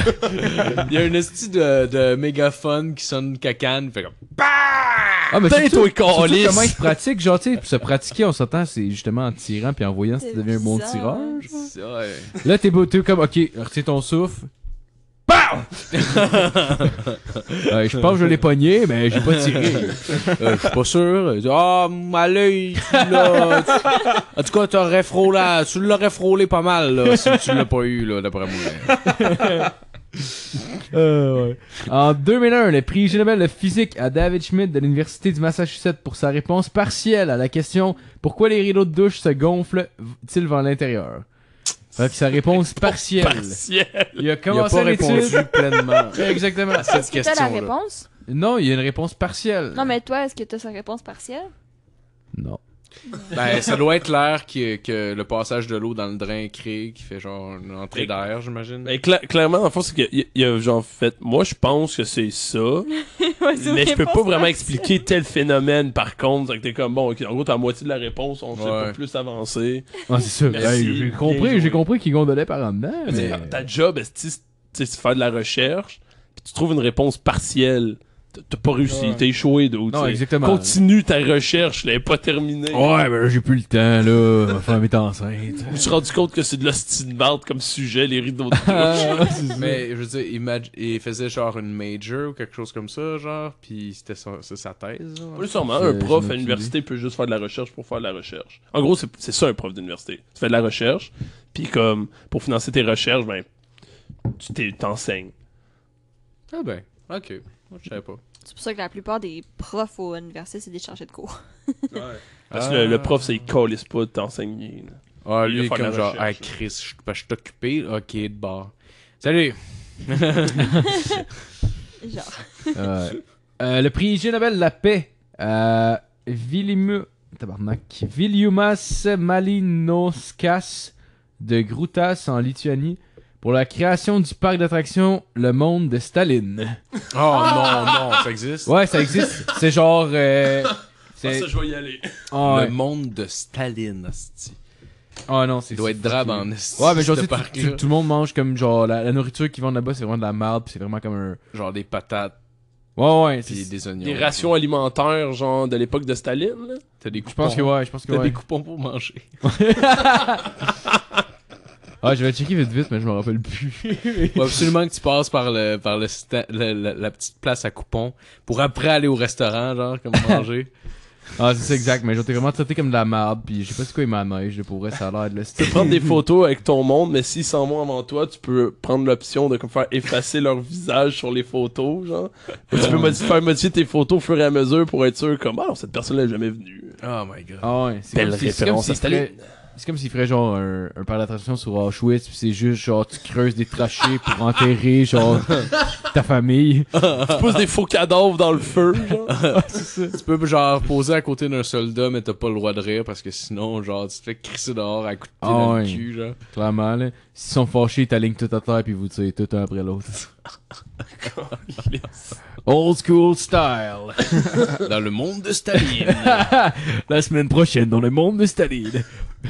S5: Il y a une esti de, de mégaphone qui sonne cacane, fait comme.
S3: Ah, mais
S6: Putain,
S3: surtout-
S6: toi, câlisse.
S3: surtout comment il se pratique, genre, tu sais, pour se pratiquer, on s'entend, c'est justement en tirant puis en voyant si
S4: C'est
S3: tu deviens un bon
S4: bizarre.
S3: tireur.
S5: Ouais.
S3: Là, t'es beau- t'es comme, ok, retiens ton souffle. BAM! Euh, je pense que je l'ai pogné, mais j'ai pas tiré.
S5: Euh, je suis pas sûr. Il dit, Ah, à l'œil, tu l'as. tu- En tout cas, t'aurais frôlé, à- tu l'aurais frôlé pas mal, là, si tu l'as pas eu, là, d'après moi.
S3: Euh, ouais. En 2001, le prix Ig Nobel de physique à David Schmidt de l'Université du Massachusetts pour sa réponse partielle à la question Pourquoi les rideaux de douche se gonflent-ils vers l'intérieur Fait que sa réponse partielle.
S6: Partiel.
S3: Il a
S5: Il a
S3: commencé
S5: pas
S3: l'étude.
S5: répondu pleinement
S3: Exactement.
S5: à cette
S4: Est-ce que t'as Ah, la
S5: question-là.
S4: réponse?
S3: Non, il y a une réponse partielle.
S4: Non, mais toi, est-ce que t'as sa réponse partielle?
S3: Non.
S5: Ben, ça doit être l'air qui- que le passage de l'eau dans le drain crée, qui fait genre une entrée d'air, j'imagine.
S6: Mais cla- clairement, en fait, c'est qu'il y a genre fait « Moi, je pense que c'est ça,
S4: Ouais, c'est une
S6: mais je peux
S4: réponse
S6: pas vraiment
S4: partielle.
S6: expliquer tel phénomène, par contre. » C'est que t'es comme « Bon, ok, en gros, t'as la moitié de la réponse, on sait
S5: Ouais.
S6: pas plus avancer.
S3: Ah, c'est sûr.
S6: Merci.
S3: Hey, j'ai
S6: Bien joué.
S3: compris, j'ai compris qu'il gondolait par en dedans. mais-
S6: euh, Ta job, est-ce que tu sais, c'est de faire de la recherche, puis tu trouves une réponse partielle. t- t'as pas réussi,
S7: Ouais.
S6: t'as échoué, dude.
S3: Non,
S6: t'sais.
S3: exactement.
S6: Continue ta recherche, elle est pas terminée.
S3: Ouais, ben j'ai plus le temps, là. Ma femme est enceinte.
S6: Je me suis rendu compte que c'est de l'hostie de marde comme sujet, les rideaux de douche.
S5: Ah, Mais je veux dire, imag- il faisait genre une major ou quelque chose comme ça, genre, puis c'était son- c'est sa thèse. genre.
S6: Oui, sûrement.
S3: Je-
S6: Un prof
S3: je
S6: à
S3: m'en
S6: l'université peut juste faire de la recherche pour faire de la recherche. En gros, c'est c'est ça un prof d'université. Tu fais de la recherche, puis comme pour financer tes recherches, ben tu t'es- t'enseignes.
S5: Ah ben, ok. Moi, je savais pas.
S4: C'est pour ça que la plupart des profs au université, c'est des chargés de cours.
S6: Parce
S5: Ah.
S6: que le, le prof, c'est il calisse pas de t'enseigner. là.
S5: Ah,
S6: Il
S5: lui,
S6: va faire de
S5: comme
S6: la
S5: genre, ah,
S6: recherche.
S5: Chris, je ben, je suis occupé. Ok, de bord. Salut!
S4: Genre.
S3: Ouais. Euh, le prix Ig Nobel La Paix. Euh, Vilimu... Tabarnak. Viliumas Malinauskas de Grutas en Lituanie pour la création du parc d'attractions Le Monde de Staline.
S5: Oh non, non, ça existe?
S3: Ouais, ça existe. C'est genre... euh, c'est...
S6: Ah, ça, je vais y aller.
S3: Ah, ouais.
S5: Le monde de Staline, asti.
S3: Ah, non, c'est...
S5: Il doit
S3: c'est
S5: être drabe
S3: fucké.
S5: en asti.
S3: Ouais, mais genre,
S5: ce
S3: tu sais, tu-
S5: parc-là.
S3: tu- tout le monde mange comme genre la, la nourriture qu'ils vendent là-bas, c'est vraiment de la merde, puis c'est vraiment comme un.
S5: Genre des patates
S3: Ouais, ouais.
S5: puis
S3: c'est-
S5: des oignons.
S6: Des rations alimentaires, genre de l'époque de Staline. là.
S5: T'as des
S3: Je
S5: coupons.
S3: pense que ouais, je pense que
S5: T'as
S3: ouais.
S5: des coupons pour manger.
S3: Ah, je vais checker vite vite, mais je me rappelle plus.
S5: Faut absolument que tu passes par le par le, sta- le- la, la petite place à coupons pour après aller au restaurant genre comme manger.
S3: Ah, c'est ça exact, mais genre t'es vraiment traité comme de la merde, puis je sais pas c'est quoi il m'a neige, là, pour vrai, ça a l'air de le
S6: Tu peux prendre des photos avec ton monde, mais s'ils s'en vont avant toi, tu peux prendre l'option de comme faire effacer leur visage sur les photos, genre. Ou tu peux modifier, faire modifier tes photos au fur et à mesure pour être sûr comme ah non, cette personne là est jamais venue.
S5: Oh my god.
S3: Ah ouais, c'est comme si- c'est comme s'il ferait- C'est comme s'il ferait genre un, un parc d'attraction sur Auschwitz, puis c'est juste genre tu creuses des trachées pour enterrer genre ta famille.
S6: Tu pousses des faux cadavres dans le feu, genre.
S5: Tu peux genre poser à côté d'un soldat mais t'as pas le droit de rire parce que sinon genre tu te fais crisser dehors à coups de pied
S3: Ah
S5: dans le
S3: ouais.
S5: cul genre.
S3: Clairement, là. S'ils sont fâchés, ils t'alignent tout à terre, puis vous tirez tout un après l'autre. Old school style.
S5: Dans le monde de Staline.
S3: La semaine prochaine dans le monde de Staline.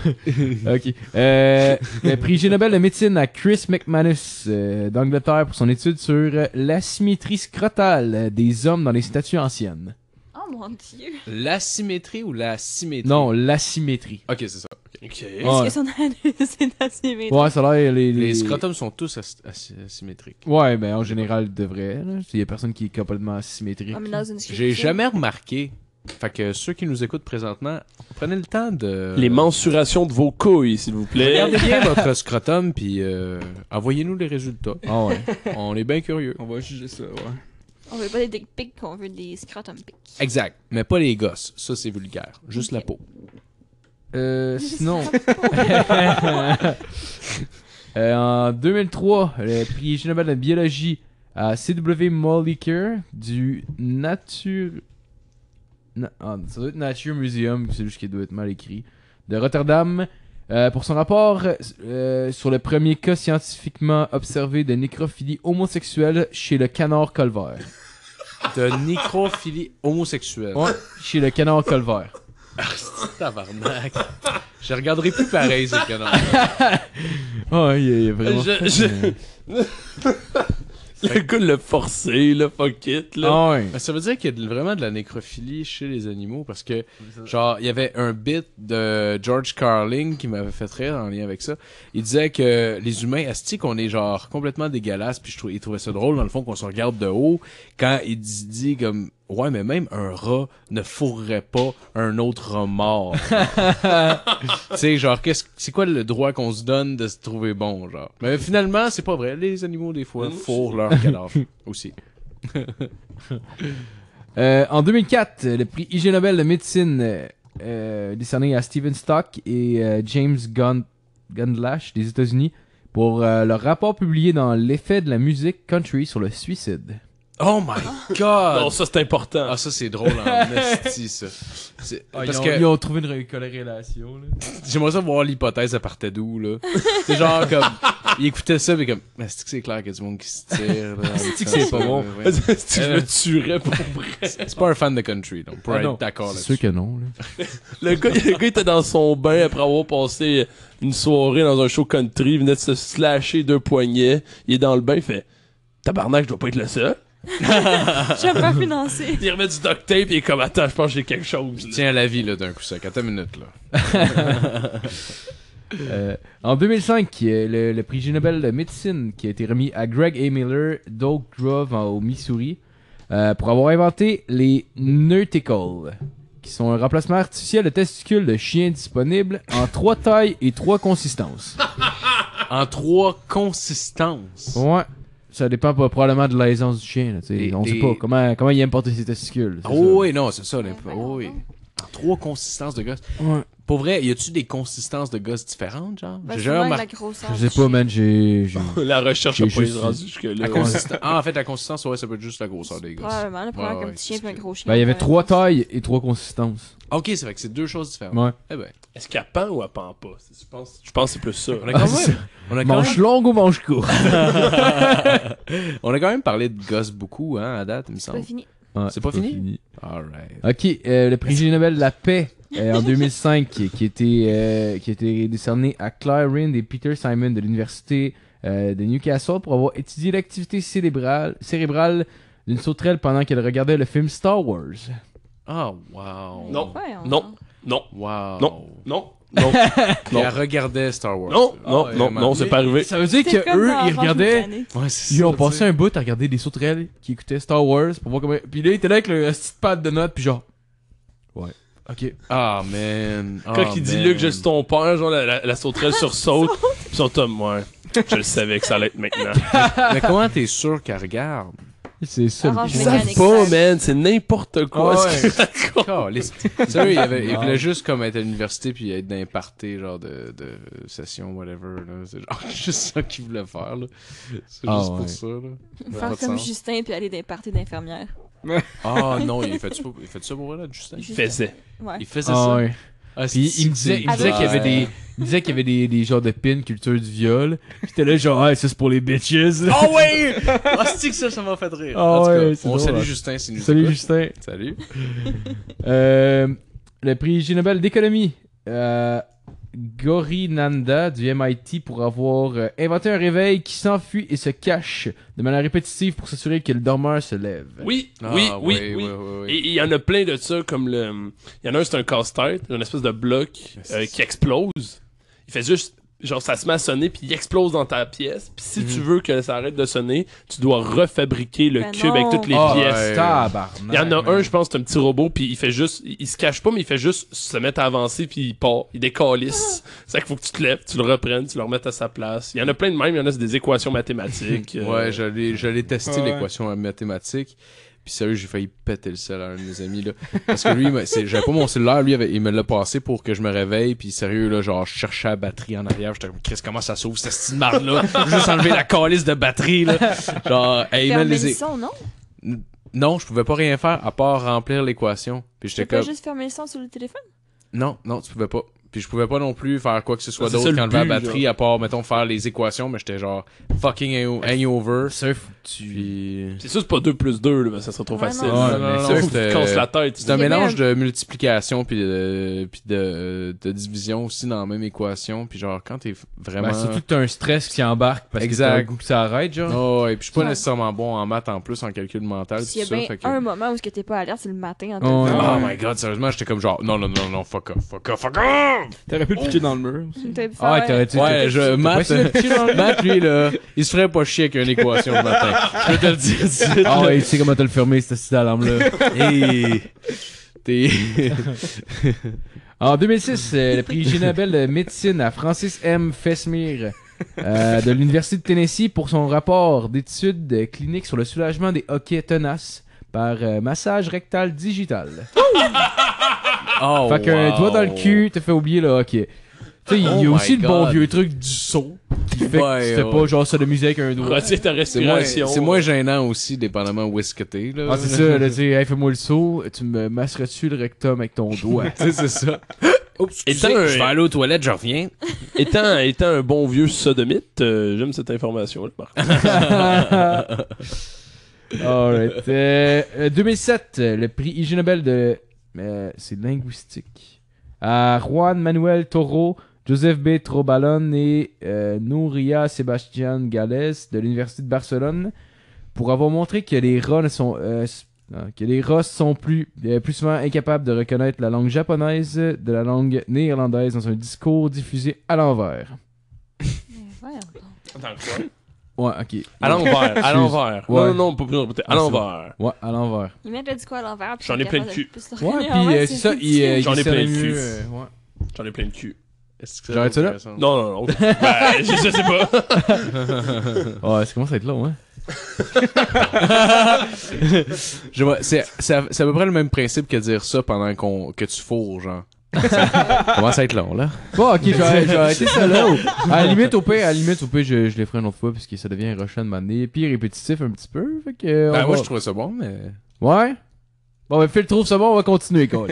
S3: ok. Euh, le prix Ig Nobel de médecine à Chris McManus euh, d'Angleterre pour son étude sur euh, l'asymétrie scrotale des hommes dans les statues anciennes.
S4: Oh mon dieu.
S5: L'asymétrie ou la symétrie
S3: Non, l'asymétrie.
S5: OK, c'est ça.
S6: Ok.
S4: Est-ce
S3: Ouais.
S4: que son anus est asymétrique?
S3: Ouais, ça a l'air les, les-
S5: Les scrotums sont tous as- as- asymétriques.
S3: Ouais, ben en général de vrai. là. Il y a personne qui est complètement asymétrique.
S4: Ah, mais dans une
S5: J'ai
S4: sculpture.
S5: jamais remarqué. Fait que ceux qui nous écoutent présentement, prenez le temps de
S6: Les mensurations de vos couilles, s'il vous plaît.
S5: Regardez bien votre scrotum, puis euh, envoyez-nous les résultats.
S3: Ah ouais.
S5: On est bien curieux.
S7: On va juger ça, ouais.
S4: On veut pas des dick pics, on veut des scrotum pics.
S5: Exact. Mais pas les gosses. Ça, c'est vulgaire. Juste la peau.
S3: Euh, sinon. Euh, en 2003, le prix Ig Nobel de biologie à C.W. Molliker du Nature. Na- ah, ça doit être Nature Museum, c'est juste qui doit être mal écrit. De Rotterdam. euh, pour son rapport euh, sur le premier cas scientifiquement observé de nécrophilie homosexuelle chez le canard colvert.
S5: De nécrophilie homosexuelle.
S3: Ouais, chez le canard colvert.
S5: Tabarnak. Je regarderai plus pareil, ces canards.
S3: Oh, il est- il est vraiment.
S6: Je- je- le gars l'a forcé, là, fuck it, là.
S3: Ah ouais.
S5: Mais ça veut dire qu'il y a de- vraiment de la nécrophilie chez les animaux parce que, genre, il y avait un bit de George Carling qui m'avait fait rire en lien avec ça. Il disait que les humains astiques, on est genre complètement dégueulasses, puis je trou- il trouvait ça drôle dans le fond qu'on se regarde de haut quand il dit, dit comme, ouais, mais même un rat ne fourrerait pas un autre rat mort. tu sais, genre, qu'est-ce, c'est quoi le droit qu'on se donne de se trouver bon, genre? Mais finalement, c'est pas vrai. Les animaux, des fois, fourrent leur cadavre aussi.
S3: Euh, en 2004, euh, le prix IG Nobel de médecine euh, euh, décerné à Steven Stock et euh, James Gun- Gundlach des États-Unis pour euh, leur rapport publié dans l'effet de la musique country sur le suicide.
S5: Oh my god!
S6: Non, ça, c'est important.
S5: Ah, ça, c'est drôle en esti, ça. C'est- parce que
S3: Ah, ont trouvé une corrélation.
S5: j'aimerais ça voir l'hypothèse à partait d'où, là. c'est genre comme. Il écoutait ça, mais comme. Mais c'est que c'est clair qu'il y a du monde qui se tire, là.
S3: que c'est pas bon.
S5: Ouais.
S6: C'est que je le tuerais pour vrai.
S5: C'est pas un fan de country, donc. Pour
S3: Ah, non.
S5: être d'accord
S3: C'est sûr
S5: là-dessus.
S3: que non. là.
S6: Le gars, le gars était dans son bain après avoir passé une soirée dans un show country, il venait de se slasher deux poignets, il est dans le bain, il fait Tabarnak, je dois pas être le seul.
S4: Je vais pas financer.
S6: Il remet du duct tape et il est comme attends, je pense que j'ai quelque chose.
S5: Je
S6: là.
S5: tiens à la vie, là, d'un coup sec. Attends une minute, là.
S3: Euh, en 2005, euh, le, le prix Ig Nobel de médecine qui a été remis à Greg A. Miller d'Oak Grove en- au Missouri euh, pour avoir inventé les Nerticles, qui sont un remplacement artificiel de testicules de chiens disponibles en trois tailles et trois consistances.
S5: En trois consistances.
S3: Ouais. Ça dépend pas, probablement de l'aisance du chien. Là, t'sais.
S5: Des-
S3: On sait
S5: des-
S3: pas comment, comment il aime porter ses testicules. c'est
S5: Oh
S3: ça.
S5: oui, non, c'est ça. l'imp- oh oui. En trois consistances de gosses.
S3: Ouais.
S5: Pour vrai, y a-tu des consistances de gosses différentes, genre?
S4: Bah,
S5: J'ai
S4: souvent,
S5: jamais
S4: avec la
S5: remarqué.
S4: grosseur.
S3: Je sais pas, man. J'ai. j'ai-
S6: La recherche a
S3: J'ai
S6: pas été
S3: juste-
S6: rendue jusque-là.
S5: La consistance. Ah, en fait, la consistance, ouais, ça peut être juste la grosseur des gosses.
S4: Probablement, le problème
S5: Ouais,
S4: comme
S5: ouais,
S4: petit chien
S5: c'est
S4: puis un
S5: sûr.
S4: gros chien. euh,
S3: Ben, il y avait
S4: probablement.
S3: trois tailles et trois consistances.
S5: Ok, c'est vrai que c'est deux choses différentes.
S3: Ouais.
S5: Eh ben,
S6: Est-ce qu'elle pend ou elle pend pas? C'est- Je pense, je pense que c'est plus ça.
S5: on a quand même, on a quand
S3: Manche longue ou manche courte
S5: même, on a quand même parlé de gosses beaucoup, hein, à date, il me
S4: C'est pas
S5: semble.
S4: fini.
S3: Ouais,
S5: C'est pas fini? Alright.
S3: Ok, euh, le prix Ig Nobel de la paix euh, en 2005 qui, qui était, euh, qui a été décerné à Claire Rind et Peter Simon de l'université euh, de Newcastle pour avoir étudié l'activité cérébrale, cérébrale d'une sauterelle pendant qu'elle regardait le film Star Wars.
S5: Ah, wow.
S6: Non.
S4: Voyons
S6: Non,
S4: donc.
S6: non,
S5: Wow.
S6: Non. non, non,
S5: Puis elle regardait Star Wars.
S6: non,
S5: Ah,
S6: non,
S5: ouais,
S6: non,
S5: vraiment.
S6: non, c'est pas arrivé.
S3: Euh, Ça veut dire
S4: C'est comme dans Orange Mécanique.
S5: Ouais, c'est
S3: Ils
S5: ça,
S3: ont
S5: tu
S3: passé
S5: sais.
S3: un bout à regarder des sauterelles qui écoutaient Star Wars pour voir comment. Puis là, il était là avec le euh, petit pad de notes, puis genre. Ouais. Ok.
S5: Ah, man.
S6: Quand il dit Luc, je suis ton père, genre la, la, la sauterelle sursaute, pis son tome, ouais. Je le savais que ça allait être maintenant.
S5: Mais comment t'es sûr qu'elle regarde?
S3: C'est ça.
S4: Orange
S3: le-
S4: Mécanique. Mécanique.
S6: man, c'est n'importe
S5: Ah
S6: ce qu'il raconte.
S5: Caliste. Sérieux, il, avait, il voulait juste comme être à l'université puis être dans un party, genre de, de session, whatever. là. C'est genre juste ça qu'il voulait faire. là. C'est
S3: Ah,
S5: juste
S3: ouais.
S5: pour ça. Là. Ça a pas
S4: Faire
S5: de
S4: comme
S5: sens.
S4: Justin puis aller dans les parties d'infirmières.
S5: Ah non, il fait, il fait ça pour elle, Justin?
S6: Il faisait.
S4: Ouais.
S5: Il faisait
S3: Ah
S5: ça.
S3: ouais.
S5: Ah,
S3: Puis il me disait, il me disait qu'il y avait
S5: euh.
S3: des, il me disait qu'il y avait des, des genres de pins culture du viol. Puis t'es là genre, ah, ça c'est pour les bitches.
S5: Oh ouais! Ah, c'est que ça, ça m'a fait rire.
S3: Ah
S5: en tout cas,
S3: ouais, c'est
S5: on
S3: drôle,
S5: salue
S3: hein.
S5: Justin, c'est nous.
S3: Salut
S5: écoute.
S3: Justin.
S5: Salut.
S3: Euh, le prix Ig Nobel d'économie. Euh, Gori Nanda du MIT pour avoir euh, inventé un réveil qui s'enfuit et se cache de manière répétitive pour s'assurer que le dormeur se lève.
S6: Oui,
S5: Ah,
S6: oui, oui,
S5: ouais,
S6: oui.
S5: ouais, ouais, ouais.
S6: Et il y en a plein de ça, comme le. Il y en a un, c'est un casse-tête, une espèce de bloc euh, qui explose. Il fait juste. Genre, ça se met à sonner, puis il explose dans ta pièce. Puis si tu veux que ça arrête de sonner, tu dois refabriquer le
S4: Ben
S6: cube
S4: non.
S6: avec toutes les
S3: Ah,
S6: pièces.
S5: ouais.
S3: tabarnak,
S6: Il y en a
S3: man.
S6: un, je pense, c'est un petit robot, puis il fait juste. Il, il se cache pas, mais il fait juste se mettre à avancer, puis il part. Il
S4: Ah.
S6: décalisse. C'est qu'il faut que tu te lèves, tu le reprennes, tu le remettes à sa place. Il y en a plein de même, il y en a, c'est des équations mathématiques. euh,
S5: Ouais, j'allais, j'allais tester
S7: Ouais.
S5: l'équation mathématique. Puis sérieux, j'ai failli péter le sel à un de mes amis, là. Parce que lui, il m'a- c'est- j'avais pas mon cellulaire, lui, il avait- il me l'a passé pour que je me réveille. Puis sérieux, là, genre, je cherchais la batterie en arrière. J'étais comme, Chris, comment ça s'ouvre cette petite marde-là? Juste enlever la calice de batterie, là. Genre, hey, man,
S4: Fermer
S5: les...
S4: le son, non?
S5: Non, je pouvais pas rien faire à part remplir l'équation. Puis
S4: Tu
S5: j'étais
S4: peux
S5: comme,
S4: juste fermer le son sur le téléphone?
S5: non, non, tu pouvais pas. Puis je pouvais pas non plus faire quoi que ce soit
S6: C'est ça,
S5: d'autre
S6: le
S5: qu'enlever la
S6: but,
S5: batterie, à part, mettons, faire les équations. Mais j'étais genre, fucking hang- hangover.
S3: Ça, faut que tu.
S5: Puis...
S6: C'est sûr, c'est pas 2 plus 2, là, mais ça serait trop
S4: Ouais,
S6: facile.
S4: non,
S6: Ça,
S3: non, non,
S6: faut
S5: non,
S6: que tu te
S5: c'était-
S6: casses la tête.
S5: C'est un
S4: Il y avait
S5: mélange
S4: un-
S5: de multiplication puis de, puis de, de division aussi dans la même équation. Puis genre, quand t'es vraiment...
S3: Ben, surtout que t'as un stress qui embarque parce que
S5: Exact.
S3: t'as le goût que ça arrête, genre.
S5: Oh, et puis je suis pas
S4: Ouais.
S5: nécessairement bon en maths en plus, en calcul mental,
S4: S'il y
S5: tout
S4: a
S5: Ah, ça.
S4: bien
S5: Fait que...
S4: un moment où ce que t'es pas alerte, c'est le matin en
S3: Ouais.
S4: téléphone.
S5: Oh my god, sérieusement, j'étais comme genre, non, non, non, non, fuck off, fuck off, fuck off!
S7: T'aurais pu le piquer dans le mur aussi.
S4: T'as pu
S3: Ah,
S4: faire-
S3: t'aurais dû.
S5: Ouais, je, Matt, Matt, lui, là, il se ferait pas chier avec une équation le matin. Je peux te le dire. tout de suite,
S3: Ah,
S5: là.
S3: ouais, tu sais comment t'as le fermé, cette petite alarme-là.
S5: Et... T'es...
S3: En 2006, euh, le prix Ig Nobel de médecine à Francis M. Fesmire euh, de l'Université de Tennessee pour son rapport d'études euh, cliniques sur le soulagement des hoquets tenaces par euh, massage rectal digital.
S5: Oh,
S3: fait qu'un
S5: wow.
S3: doigt dans le cul, t'as fait oublier le hockey. Tu sais, il y a
S5: Oh
S3: aussi
S5: my
S3: le bon
S5: God.
S3: vieux truc du saut qui fait que
S5: Ouais,
S3: tu fais
S5: ouais.
S3: pas genre ça de musique avec un doigt.
S6: Retiens ta
S5: C'est moins,
S6: respiration.
S5: c'est moins gênant aussi, dépendamment où est-ce que t'es, là.
S3: Ah, c'est ça, là, tu sais, hey, fais-moi le saut, tu me masserais-tu le rectum avec ton doigt?
S5: Tu sais, c'est ça. Oups,
S6: Étant un-
S5: je vais aller aux toilettes, je reviens.
S6: étant, étant un bon vieux sodomite, euh, j'aime cette information-là, par contre.
S3: Alright. Euh, euh, 2007, euh, le prix Ig Nobel de. euh, c'est linguistique. À Juan Manuel Toro, Joseph B. Trobalon et euh, Nouria Sebastián Gales de l'Université de Barcelone pour avoir montré que les rats ne sont euh, s- non, que les rats sont plus euh, plus souvent incapables de reconnaître la langue japonaise de la langue néerlandaise dans un discours diffusé à l'envers. Ouais, ok.
S6: À l'envers, à l'envers.
S3: Ouais.
S6: Non, non, non, pas plus répéter. À
S3: Ouais, c'est
S6: l'envers.
S3: Ouais, à l'envers.
S4: Ils mettent le discours à l'envers. puis
S6: J'en
S4: ils
S6: ai
S4: sont
S6: plein le
S4: capables
S6: cul.
S4: de plus se
S3: Ouais,
S4: reconnaître.
S3: puis
S4: ouais,
S3: euh, c'est ça, il, euh, il
S6: J'en ai plein
S3: serait
S6: le cul.
S3: mieux, euh, ouais.
S6: J'en ai plein le cul.
S5: Est-ce que
S3: J'arrête ça là?
S5: intéressant?
S6: Non, non, non. ben, je, je sais pas.
S3: Ouais, ça commence à être long, hein.
S5: Je vois- c'est, c'est à, c'est à peu près le même principe que dire ça pendant qu'on, que tu fourres, genre. Ça commence à être long, là.
S3: Bon, ok, je vais je vais arrêter ça là. À la limite, au pire, à la limite, au pire, je, je les ferai une autre fois parce que ça devient rushant de m'amener. Puis répétitif un petit peu. Fait que. euh, on
S5: Ben, moi,
S3: va-
S5: je trouvais ça bon, mais.
S3: Ouais. Bon, ben, Phil trouve ça bon, on va continuer, quoi.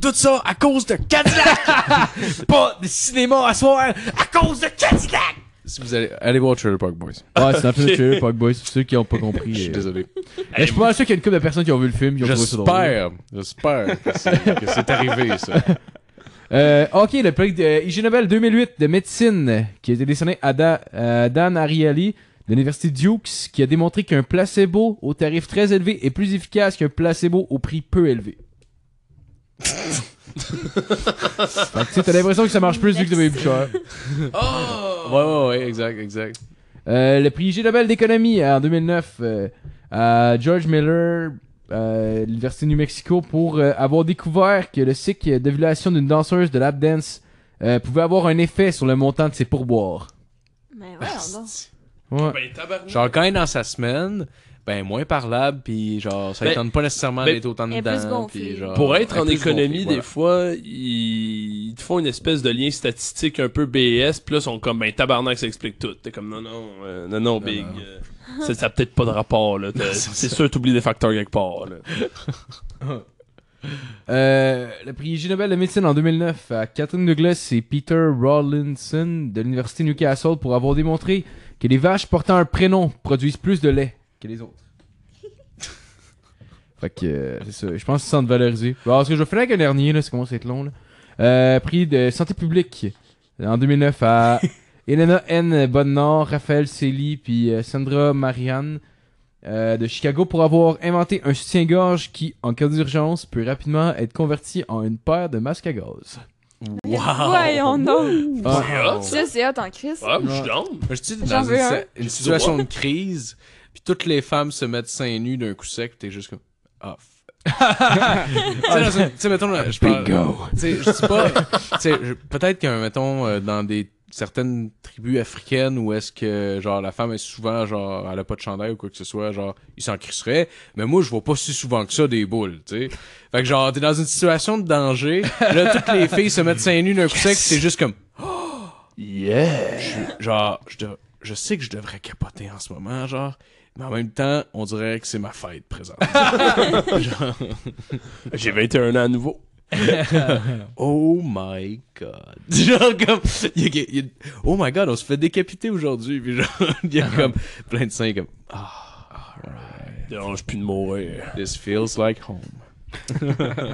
S5: Tout ça à cause de Cadillac! Pas de cinéma à soir à cause de Cadillac! Si vous allez, allez voir Trailer Park Boys.
S3: Ouais, c'est un film de Trailer Park Boys, pour ceux qui n'ont pas compris.
S5: Je suis
S3: euh.
S5: désolé.
S3: Mais je suis pas sûr qu'il y a une couple de personnes qui ont vu le film, qui ont trouvé ça drôle.
S5: J'espère, j'espère que c'est, que c'est arrivé, ça.
S3: Euh, ok, le prix de euh, IG Nobel 2008 de médecine, qui a été décerné à, Da- à Dan Ariely de l'université Dukes, qui a démontré qu'un placebo au tarif très élevé est plus efficace qu'un placebo au prix peu élevé. Fait que, tu sais, t'as l'impression que ça marche plus vu que t'avais plus cher.
S5: Ouais, ouais, ouais, exact, exact.
S3: Euh, le prix Ig Nobel d'économie en 2009 euh, à George Miller, euh, l'Université du Mexico, pour euh, avoir découvert que le cycle d'ovulation d'une danseuse de lap dance euh, pouvait avoir un effet sur le montant de ses pourboires.
S4: Mais ouais, non.
S3: Ouais.
S6: Ben, tabarnak.
S5: Genre, quand il est dans sa semaine, ben, moins parlable, puis genre, ça
S6: Ben,
S5: ne tente pas nécessairement
S6: ben,
S5: d'être autant
S4: elle est plus
S5: dedans.
S4: gonflée.
S5: puis genre,
S6: Pour être
S5: elle est
S6: en
S5: plus gonflée,
S6: économie,
S5: voilà.
S6: des fois, ils... ils te font une espèce de lien statistique un peu BS, puis là, ils sont comme, ben, tabarnak, ça explique tout. T'es comme, non, non, euh, non, non, big. euh, ça, ça a peut-être pas de rapport, là. T'as- C'est sûr, t'oublies des facteurs quelque part, là.
S3: Euh, le prix Ig Nobel de médecine en 2009 à Catherine Douglas et Peter Rawlinson de l'Université Newcastle pour avoir démontré que les vaches portant un prénom produisent plus de lait que les autres. fait que, euh, c'est ça. Je pense qu'ils se sentent valorisés. Bon, ce que je vais faire avec un dernier, là, ça commence à être long. Là. Euh, prix de santé publique en 2009 à Elena N. Bonnard, Raphaël Célie puis euh, Sandra Marianne euh, de Chicago pour avoir inventé un soutien-gorge qui, en cas d'urgence, peut rapidement être converti en une paire de masques à gaz.
S4: Voyons donc.
S3: Ah,
S6: hot,
S4: Ça, c'est hot en crise.
S6: Ah, je suis down.
S5: Je suis
S4: J'en
S5: dans une,
S4: veux un.
S5: sa- une situation de crise, puis toutes les femmes se mettent seins nus d'un coup sec, pis t'es juste comme ah. f- tu sais, dans une- tu sais, mettons, là, je parle- Tu sais, je dis pas. tu sais, je- Peut-être que, mettons, euh, dans des certaines tribus africaines où est-ce que, genre, la femme est souvent, genre, elle a pas de chandail ou quoi que ce soit, genre, ils s'en crisseraient. Mais moi, je vois pas si souvent que ça des boules, tu sais. Fait que, genre, t'es dans une situation de danger, là, toutes les filles se mettent seins nus d'un coup sec, pis t'es juste comme. genre, je, dev- je sais que je devrais capoter en ce moment, genre, mais en même temps, on dirait que c'est ma fête présente.
S6: J'ai 21 ans à nouveau.
S5: oh my god. Genre, comme, il y a- il y a- oh my god, on se fait décapiter aujourd'hui, puis genre, il y
S3: Ah.
S5: a comme plein de seins comme,
S6: Non, je plus de mourir.
S5: this feels like home.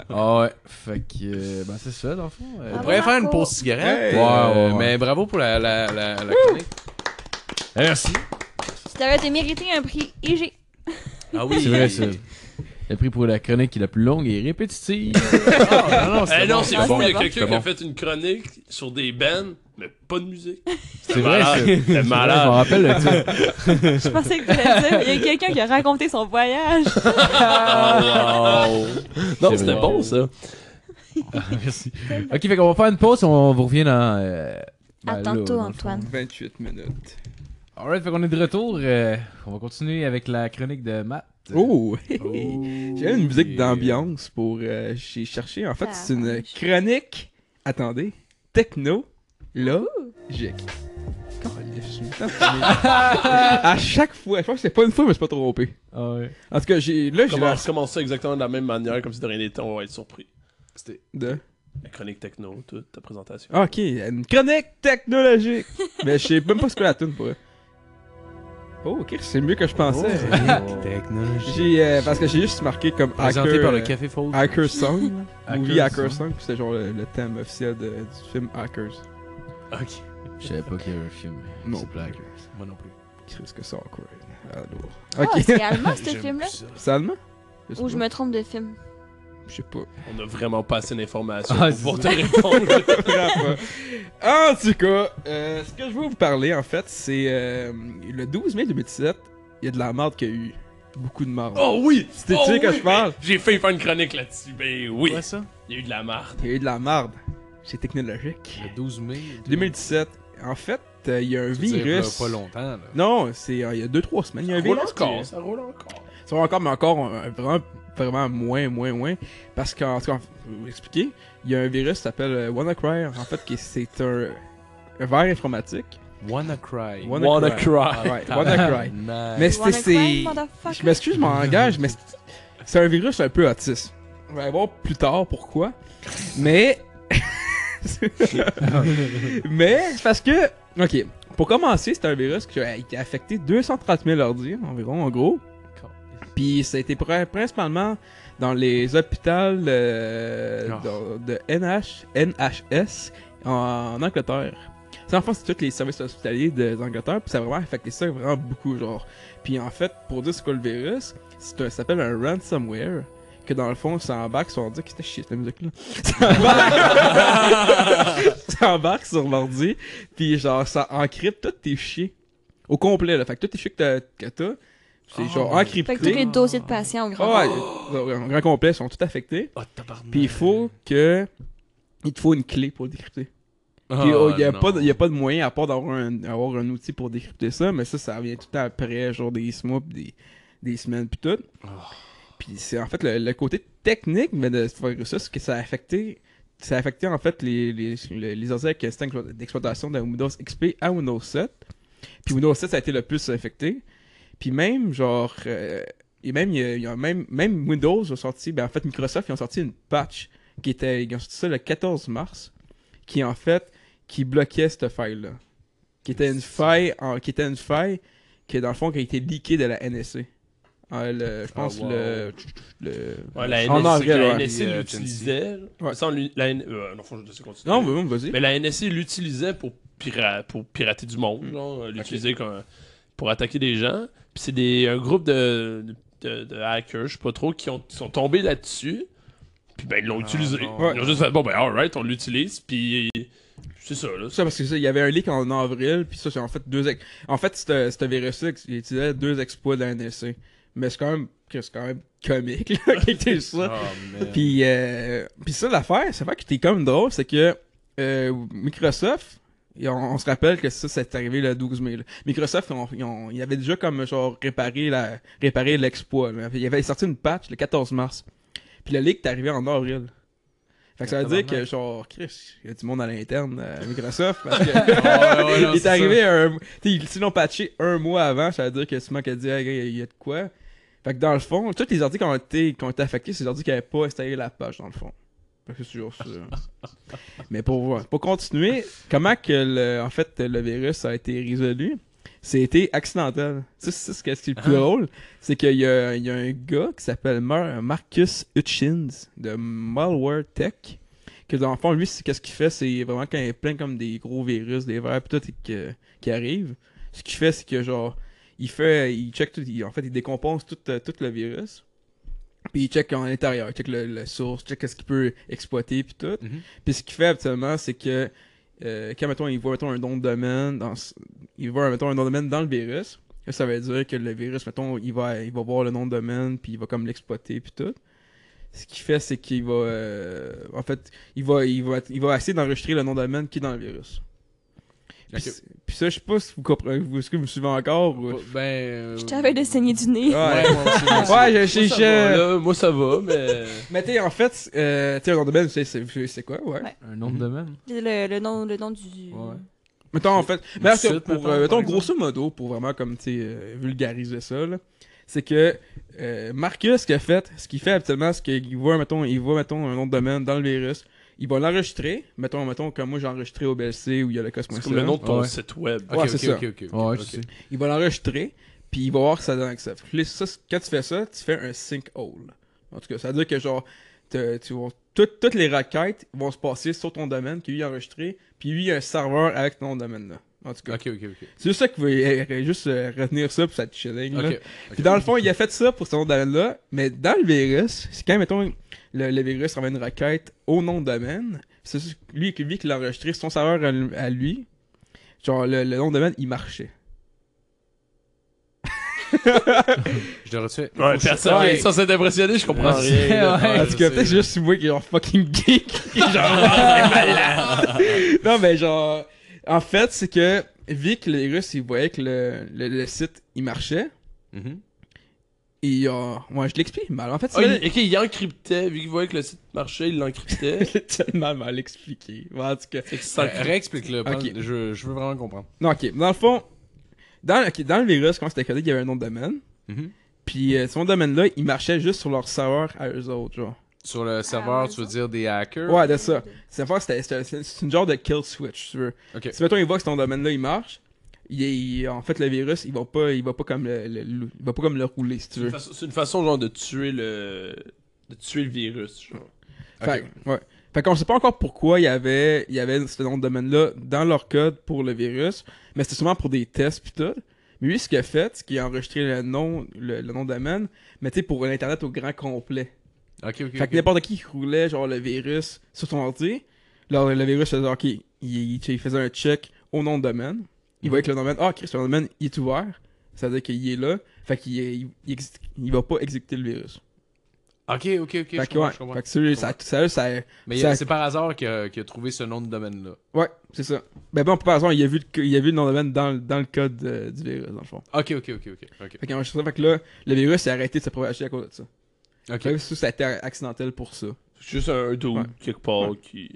S3: Ah ouais, fait que, euh, ben, c'est ça, dans le fond. euh.
S5: On
S4: Ah,
S5: pourrait
S4: bravo.
S5: faire une pause cigarette, euh,
S7: Hey.
S3: Ouais, ouais, ouais.
S5: mais bravo pour la, la, la, la chronique.
S3: Merci.
S4: Tu avais été mérité un prix IG.
S5: Ah oui,
S3: C'est vrai, ça. Le prix pour la chronique qui est la plus longue et répétitive.
S5: non, non,
S6: Eh
S5: c'est
S6: non, c'est
S4: Ah,
S6: fou,
S4: c'était
S6: il y a
S4: bon.
S6: quelqu'un
S5: C'était
S6: qui a
S5: bon.
S6: fait une chronique sur des bands, mais pas de musique.
S3: C'est vrai, ça.
S6: Malade. C'était
S3: Je me
S6: malade.
S3: rappelle le titre.
S4: Je pensais que tu l'as dit. mais Il y a quelqu'un qui a raconté son voyage.
S6: Non,
S3: C'est
S6: c'était
S3: vrai.
S6: bon, ça.
S3: Merci. Ok, fait qu'on va faire une pause, on vous revient dans. euh, ben,
S4: À
S3: là,
S4: tantôt,
S3: dans le
S4: Antoine.
S7: 28 minutes.
S3: fond. Alright, fait qu'on est de retour. euh, on va continuer avec la chronique de Matt.
S7: Oh! J'ai une musique d'ambiance pour. euh, J'ai cherché. En fait,
S4: Ah,
S7: c'est une
S4: vache.
S7: chronique. Attendez. Techno. Logique. Calisse, je me tape. à chaque fois, je pense que c'est pas une fois, mais je me suis pas trompé.
S3: Ah ouais.
S7: En tout cas, j'ai là j'ai
S6: Comment-
S7: la...
S6: On commence ça exactement de la même manière, comme si de rien n'était, on va être surpris.
S7: de-
S6: La chronique techno, toute ta présentation.
S7: Ah, Ok, une chronique technologique. mais je sais même pas ce que la tune pour. eux. Oh, ok, c'est mieux que je pensais.
S5: Technologie.
S7: J'ai euh, parce que j'ai juste marqué comme
S5: Présenté
S7: hacker,
S5: par le
S7: euh,
S5: Café Fold.
S7: Hacker Song. Oui, Hacker
S3: Hackers.
S7: Song, puis c'était genre le, le thème officiel de- du film Hackers.
S3: Je savais pas qu'il y avait un film.
S7: Non.
S3: C'est Blackers.
S5: Moi non plus.
S7: Christ, que c'est awkward. Alors.
S4: Ah,
S7: Ok.
S4: c'est allemand, ce film-là?
S7: c'est allemand? sais
S4: Ou je
S7: pas.
S4: me trompe de film?
S7: Je sais pas.
S6: On a vraiment pas assez d'informations
S3: Ah,
S6: pour pouvoir te répondre.
S7: Bravo. en tout cas, euh, ce que je veux vous parler, en fait, c'est euh, le 12 mai 2017, il y a de la merde qu'il y a eu. Beaucoup de merde.
S6: oh oui!
S7: C'était
S6: oh
S7: tu sais que
S6: oui,
S7: je parle.
S6: J'ai failli faire une chronique là-dessus. Ben oui!
S5: Quoi ça?
S6: Il y a eu de la marde.
S7: Il y a eu de la merde. C'est technologique.
S5: Le 12 mai.
S7: 2017, en fait, euh, il y a un
S5: Je veux dire, là,
S7: virus.
S5: pas longtemps, là.
S7: Non, c'est euh, il y a 2-3 semaines, il y a un virus. qui-
S6: ça roule encore.
S7: Ça va encore, mais encore euh, vraiment, vraiment moins, moins, moins. Parce qu'en tout cas, je vais vous expliquer, il y a un virus qui s'appelle euh, WannaCry, en fait, qui c'est un, un verre informatique.
S5: WannaCry.
S7: Wanna-
S6: WannaCry.
S7: Ouais, WannaCry. Mais c'est-
S4: Wanna cry,
S7: c'est.
S4: motherfucker?
S7: Je m'excuse, je m'engage, mais c'est- c'est un virus un peu autiste. On va voir plus tard pourquoi. Mais. mais, c'est parce que. Ok, pour commencer, c'est un virus qui a qui a affecté 230 000 ordi, environ, en gros. Puis ça a été pri- principalement dans les hôpitaux euh, dans- de NH, NHS en, en Angleterre. Ça, en fait, c'est tous les services hospitaliers de- d'Angleterre, puis ça a vraiment affecté ça vraiment beaucoup, genre. Puis en fait, pour dire c'est quoi le virus, c'est un- ça s'appelle un ransomware, que dans le fond, ça embarque sur ordi, que c'était chier cette musique-là. Ça embarque, ça embarque sur l'ordi, puis genre, ça encrypte tous tes fichiers. Au complet, là. Fait que tous tes fichiers que t'as- que t'as, c'est genre encrypté.
S4: Fait que tous les dossiers de patients au grand
S7: Ah ouais, en grand complet, ils sont tous affectés.
S6: Oh, tabarnak.
S7: Puis il faut que. Il te faut une clé pour le décrypter.
S6: Ah,
S7: Puis oh, il n'y a, pas de- il y a pas de moyen à part d'avoir un, avoir un outil pour décrypter ça, mais ça, ça revient tout le temps après, genre des mois, puis des, des semaines, puis tout.
S6: Ah.
S7: Puis c'est en fait le, le côté technique mais de ce virus-là, c'est que ça a affecté. Ça a affecté en fait les, les, les, les ordi avec le système d'exploitation de Windows XP à Windows 7. Puis Windows 7, ça a été le plus affecté. Puis même, genre, euh, et même, il y a- il y a même, même Windows a sorti, ben en fait, Microsoft, ils ont sorti une patch qui était, ils ont sorti ça le 14 mars, qui en fait, qui bloquait cette faille-là. Qui était une faille, en- qui était une faille que dans le fond, qui a été leakée de la NSC. Euh, le- je pense
S6: wow.
S7: le, le-
S6: Ouais, la
S7: En
S6: NSC,
S7: anglais,
S6: la
S7: ouais.
S6: NSC
S5: Puis, euh,
S6: l'utilisait.
S7: Ouais.
S6: Ça, on l'u- la N- euh, non, faut que je te continue.
S7: Non, mais bon, vas-y.
S6: Mais la NSC l'utilisait pour, pira- pour pirater du monde, genre, euh, l'utiliser comme- pour attaquer des gens. Puis c'est des, un groupe de, de, de hackers, je sais pas trop, qui ont, qui sont tombés là-dessus. Puis ben, ils l'ont utilisé.
S7: Ouais.
S6: Ils ont juste fait, bon, ben, alright, on l'utilise. Puis c'est ça, là.
S7: Ça, parce que ça, il y avait un leak en avril, puis ça, c'est en fait deux. ex- En fait, ce ce virus-là, il utilisait deux exploits de la NSC. Mais c'est quand même, c'est quand même comique, là, qu'il était ça. Puis, euh, puis ça, l'affaire, ça fait que t'es comme drôle, c'est que euh, Microsoft, ils ont- on, se rappelle que ça, c'est arrivé le 12 mai. là. Microsoft, ils, ont- ils, ont- ils avaient déjà comme genre réparé la réparé l'exploit. là. Ils avaient sorti une patch le 14 mars. Puis le leak est arrivé en avril. Fait que ça veut dire que genre, Chris, il y a du monde à l'interne à Microsoft parce que il est arrivé un. T'sais, ils- s'ils l'ont patché un mois avant, ça veut dire que ce manque a dit, Hey, gars, il y a de quoi. Fait que dans le fond, tous les ordi qui ont été, qui ont été affectés, c'est les ordi qui n'avaient pas installé la page, dans le fond. Fait que c'est toujours ça. hein. Mais pour, pour continuer, comment que le, en fait, le virus a été résolu C'était accidentel. Tu sais, c'est ce que- ce qui est le plus drôle C'est qu'il y a, il y a un gars qui s'appelle Mar- Marcus Hutchins de Malware Tech que dans le fond, lui, c'est- qu'est-ce qu'il fait, c'est vraiment quand il est plein comme des gros virus, des vers, pis tout, et que- qui arrivent, ce qu'il fait, c'est que genre, il fait, il check tout, il- en fait, il décompose tout, euh, tout le virus, puis il check en intérieur, il check le, le source, check qu'est-ce qu'il peut exploiter, puis tout.
S5: Mhm.
S7: Puis ce qu'il fait habituellement, c'est que euh, quand, mettons, il voit, mettons, un don de domaine, dans, ce- il voit, mettons, un nom de domaine dans le virus, ça, ça veut dire que le virus, mettons, il va, il va voir le nom de domaine, puis il va comme l'exploiter, puis tout. Ce qu'il fait, c'est qu'il va, euh, en fait, il va, il va, il va essayer d'enregistrer le nom de domaine qui est dans le virus. Puis, c'est- puis ça, je sais pas si vous comprenez, vous- est-ce que vous me suivez encore ou...
S3: Ben. euh,
S4: Je t'avais de saigner du nez.
S7: Ouais,
S3: ouais, moi aussi, moi aussi.
S7: ouais, je
S6: Moi,
S7: sais,
S6: ça
S7: je-
S6: va, là. Moi, ça va, mais.
S7: Mais t'sais, en fait, euh, t'sais, un nom de domaine, c'est, c'est, c'est quoi, ouais.
S4: Ouais.
S3: Un nombre de même.
S4: Le, le nom, le nom du.
S3: Ouais.
S7: Mettons, en fait, mais
S3: site, mettons,
S7: pour, euh,
S3: par
S7: mettons,
S3: exemple.
S7: grosso modo, pour vraiment, comme, t'sais, euh, vulgariser ça, là, c'est que euh, Marcus, ce qu'il a fait, ce qu'il fait habituellement, c'est qu'il voit, mettons, il voit, mettons, un nom de domaine dans le virus, il va l'enregistrer, mettons, mettons, comme moi, j'ai enregistré au BLC où il y a le Cosmos.
S6: C'est comme le nom de ton
S3: Ouais.
S6: site web.
S7: Ouais, c'est ça.
S3: Ouais, je sais.
S7: Il va l'enregistrer, puis il va voir que ça donne avec ça. Puis là, ça, c'est- quand tu fais ça, tu fais un sinkhole. En tout cas, ça veut dire que genre, te- tu vas- toutes- toutes les requêtes vont se passer sur ton domaine que lui a enregistré, puis lui, il y a un serveur avec ton domaine là. En tout cas.
S5: Ok, ok, ok.
S7: C'est juste ça qu'il veut euh, juste euh, retenir ça pour sa chilling. là.
S5: Ok.
S7: Puis dans le fond, il a fait ça pour ce nom domaine-là, mais dans le virus, c'est quand, mettons, le, le virus envoie une requête au nom de domaine, c'est juste lui, lui qui l'a enregistré, son serveur à, lui- à lui, genre le, le nom de domaine, il marchait.
S5: Je l'aurais fait.
S6: Ouais, personne
S3: Ouais.
S6: est censé être impressionné, je comprends
S3: Ouais,
S6: rien.
S3: ouais.
S7: en tout cas, peut-être juste moi qui est genre fucking geek, qui est genre vraiment malade. Non, mais genre, en fait, c'est que vu que le virus, il voyait que le, le- le site, il marchait,
S5: Mhm.
S7: et euh, ouais, je l'explique mal. En fait,
S6: Ah,
S7: c'est
S6: il- ok, il encryptait, vu qu'il voyait que le site marchait, il l'encryptait.
S7: Je l'ai tellement mal expliqué. Ouais, en tout cas.
S6: Fait que ça
S5: Euh,
S6: encryptait.
S5: Réexplique-le. prends-
S7: Ok.
S5: Je, je veux vraiment comprendre.
S7: Non, ok. Dans le fond, dans, ok, dans le virus, quand c'était codé, il y avait un nom de domaine.
S5: Mhm.
S7: Puis euh, son domaine-là, il marchait juste sur leur serveur à eux autres, genre.
S5: Sur le serveur, tu veux dire des hackers
S7: Ouais, de ça. C'est fois, c'était- c'était- c'est c'est une genre de kill switch, si tu veux.
S5: Ok.
S7: Si mettons, il voit que ton domaine-là, il marche, il, il- en fait, le virus, il va pas, il va pas comme le, le- le- il va pas comme le rouler, si tu
S6: C'est une
S7: veux.
S6: façon- C'est une façon, genre, de tuer le... de tuer le virus, genre.
S7: Fait, ouais. Fait qu'on sait pas encore pourquoi il y avait, il y avait ce nom de domaine-là dans leur code pour le virus, mais c'était sûrement pour des tests pis tout. Mais lui, ce qu'il a fait, c'est qu'il a enregistré le nom, le, le nom de domaine, mais tu sais, pour l'Internet au grand complet.
S5: Ok, ok.
S7: Fait que n'importe qui qui roulait, genre, le virus sur son ordi, là, le virus faisait, ok, il, il- il faisait un check au nom de domaine. Il
S5: Mhm.
S7: voyait que le domaine, ah, Chris, le nom de domaine, il est ouvert. C'est-à-dire qu'il est là. Fait qu'il est- il, il exé- il va pas exécuter le virus.
S5: Ok, ok, ok.
S7: fait
S5: je
S7: que,
S5: comprends,
S7: ouais.
S5: je comprends.
S7: Fait que ça, ça, ça, ça,
S5: Mais
S7: ça-
S5: euh, c'est par hasard qu'il a, qu'il a trouvé ce nom de domaine-là.
S7: Ouais, c'est ça. Ben bon, par exemple, il a vu le, co- il a vu le nom de domaine dans, le- dans le code euh, du virus, dans le fond.
S5: Ok, ok, ok, ok. ok.
S7: Fait qu'il a enregistré ça, fait que là, le virus s'est arrêté de se propager à cause de ça.
S5: Ok.
S7: Fait que ça, ça a été accidentel pour ça.
S6: C'est juste un dude,
S7: Ouais.
S6: quelque part, qui...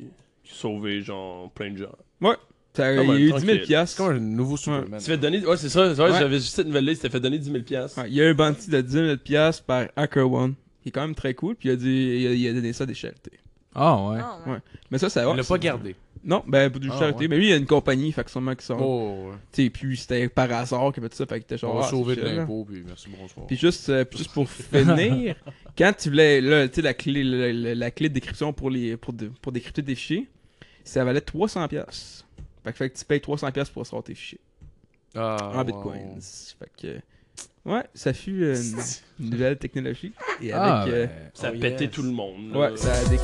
S6: qui sauvait, genre, plein de gens.
S7: Ça,
S6: Ah
S7: il
S5: ben,
S6: ouais,
S7: a eu 10
S6: tranquille.
S7: 000 piastres.
S5: C'est comme un nouveau Superman.
S6: Tu fait donner... Ouais, c'est ça, c'est vrai,
S7: Ouais.
S6: j'avais juste cette nouvelle-là, il s'était fait donner 10 000 piastres.
S7: Ouais, il y a eu un bounty de 10 000 piastres par HackerOne, qui est quand même très cool, puis il a, dit, il a, il a donné ça à des charités.
S3: Ah ouais.
S4: Ah, ouais.
S7: Ouais. Mais ça, ça
S5: Il
S7: va.
S5: l'a pas gardé.
S7: Non, ben, pour des
S5: Ah,
S7: charités.
S5: ouais.
S7: Mais lui, il a une compagnie, fait que sûrement qu'ils sont.
S5: Oh, ouais.
S7: Tu sais, puis c'était par hasard qu'il a fait ça, fait qu'il était genre.
S5: on va
S7: ah,
S5: sauver
S7: c'est
S5: de
S7: chill, hein.
S5: l'impôt, puis merci, bonsoir.
S7: Puis juste, euh, puis juste pour finir, quand tu voulais là, tu sais, la, clé, la, la- la clé de décryption pour, les, pour, de- pour décrypter des fichiers, ça valait 300$. piastres. Fait que, fait que tu payes 300$ piastres pour sortir tes fichiers
S5: Ah,
S7: en
S5: wow.
S7: bitcoins. Fait que, euh, ouais, ça fut euh, une, une nouvelle technologie. Et avec.
S3: Ah,
S7: euh,
S3: ben,
S6: Ça a
S5: Oh,
S6: pété
S5: yes.
S6: tout le monde. là.
S7: Ouais, ça a déc-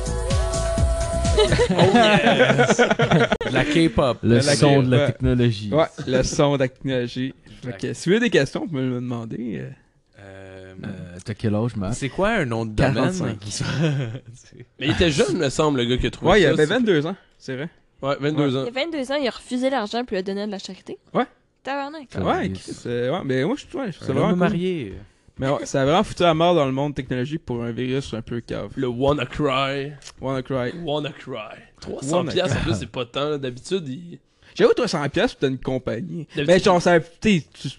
S5: De La K-pop.
S3: le
S7: la-
S3: son de la
S7: ouais.
S3: technologie.
S7: Ouais, le son de la technologie. Fait que, si vous avez des questions, vous pouvez me le demander. euh.
S5: Euh,
S3: Euh, T'as quel âge, Matt?
S5: C'est quoi un nom de domaine
S7: 45.
S5: qui se-
S6: Mais il était jeune, me semble, le gars qui a trouvé
S7: Ouais, il
S6: ça.
S7: avait
S6: c'est-
S7: 22 ans, c'est vrai.
S6: Ouais, 22
S4: Il y
S6: ans.
S4: a 22 ans, il a refusé l'argent puis il a donné de la charité.
S7: Ouais.
S4: Tabarnak.
S3: Ah,
S7: Ouais,
S3: yes.
S7: Chris, euh, ouais, mais moi, je ouais, je trouve ça
S5: Un
S7: vraiment.
S5: homme
S7: cool.
S5: marié.
S7: Mais ouais, ça a vraiment foutu à mort dans le monde technologique pour un virus un peu cave.
S6: Le Wanna Cry.
S7: Wanna cry.
S6: Wanna Cry. 300
S7: Wanna
S6: piastres, en plus, c'est pas tant. là. D'habitude, il...
S7: J'avoue, toi, 100 pièces, t'as une compagnie.
S6: D'habitude-
S7: Mais genre, ça, t'sais, tu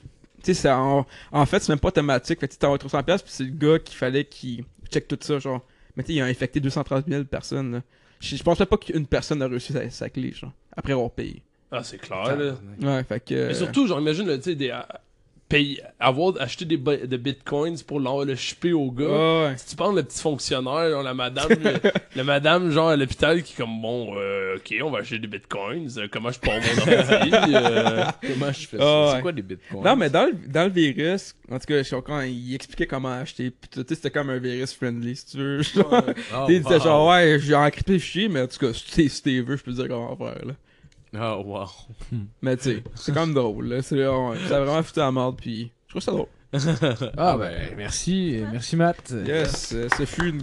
S7: sais, ça, en, en fait, c'est même pas thématique. Fait que t'as 300 pièces, puis c'est le gars qu'il fallait qu'il check tout ça, genre. Mais tu il a infecté 230 000 personnes, là. Je je pense même pas qu'une personne a reçu sa, sa clé, genre, après avoir payé.
S6: Ah, c'est clair, là.
S7: Ouais, fait que...
S6: Mais surtout, genre, imagine, là, tu sais, des... euh, payer- avoir acheté des, bi- des bitcoins pour l'en- le shipper au gars.
S7: Ouais, ouais.
S6: Si tu parles le petit fonctionnaire, genre, la madame, le, la madame, genre, à l'hôpital, qui est comme, bon, euh, ok, on va acheter des bitcoins, euh, comment je pars mon ordi, euh,
S5: Comment je fais
S7: Ah,
S5: ça?
S7: ouais.
S5: C'est quoi des bitcoins?
S7: Non, mais dans le, dans le virus, en tout cas, je- quand il expliquait comment acheter, pis tout, t'sais, c'était comme un virus friendly, si tu veux. genre.
S5: Oh,
S7: T'sais, il disait
S5: wow.
S7: genre, ouais, j'ai encrypté le fichier, mais en tout cas, si t'es- si t'es veux, je peux te dire comment faire, là.
S5: Oh, wow.
S7: Mais tu sais, c'est quand même drôle, là. C'est on- ça a vraiment foutu à la merde, puis je trouve ça drôle.
S3: Ah ben, merci, euh, merci Matt.
S7: Yes, euh, ce fut une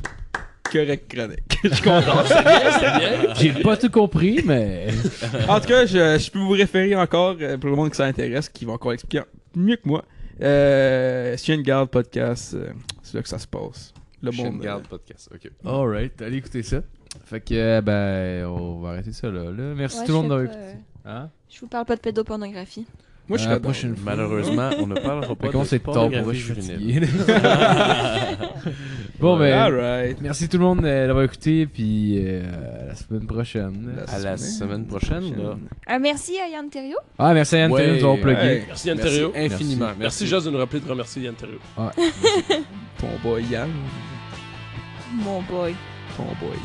S7: correcte chronique.
S3: J'ai pas tout compris, mais
S7: en tout cas, je, je peux vous référer encore, euh, pour le monde qui s'intéresse, qui va encore expliquer mieux que moi. Euh, Chien de garde podcast, euh, c'est là que ça se passe. Le
S5: Chien
S7: monde.
S5: de garde podcast. Ok.
S3: alright, allez écouter ça. Fait que euh, ben, on va arrêter ça là. là. Merci
S4: Ouais,
S3: tout le monde
S4: je sais
S3: d'avoir
S4: pas,
S3: écouté. Hein?
S4: euh, Je vous parle pas de pédopornographie.
S7: euh, moi, je suis
S3: À la
S7: là-dedans.
S3: prochaine fois.
S5: Malheureusement, on ne parlera
S3: Fait
S5: pas
S3: qu'on
S5: de
S3: c'est tard pour moi,
S5: pornographie
S3: je suis
S5: juvénile.
S3: fatigué. bon ben,
S7: Alright.
S3: merci tout le monde euh, d'avoir écouté, puis euh, à la semaine prochaine.
S7: La-
S5: À la semaine prochaine, là.
S4: Ah, merci à Yann Thériault.
S3: Ah merci à Yann
S5: Ouais.
S3: Taylor de t'avoir plugué.
S7: Hey,
S6: Merci, Yann
S5: Merci
S6: Terrio.
S5: infiniment.
S3: Merci.
S6: Merci, Jazz, de nous rappeler de remercier Yann Terrio.
S7: ton boy Yann,
S4: Mon boy.
S7: ton boy.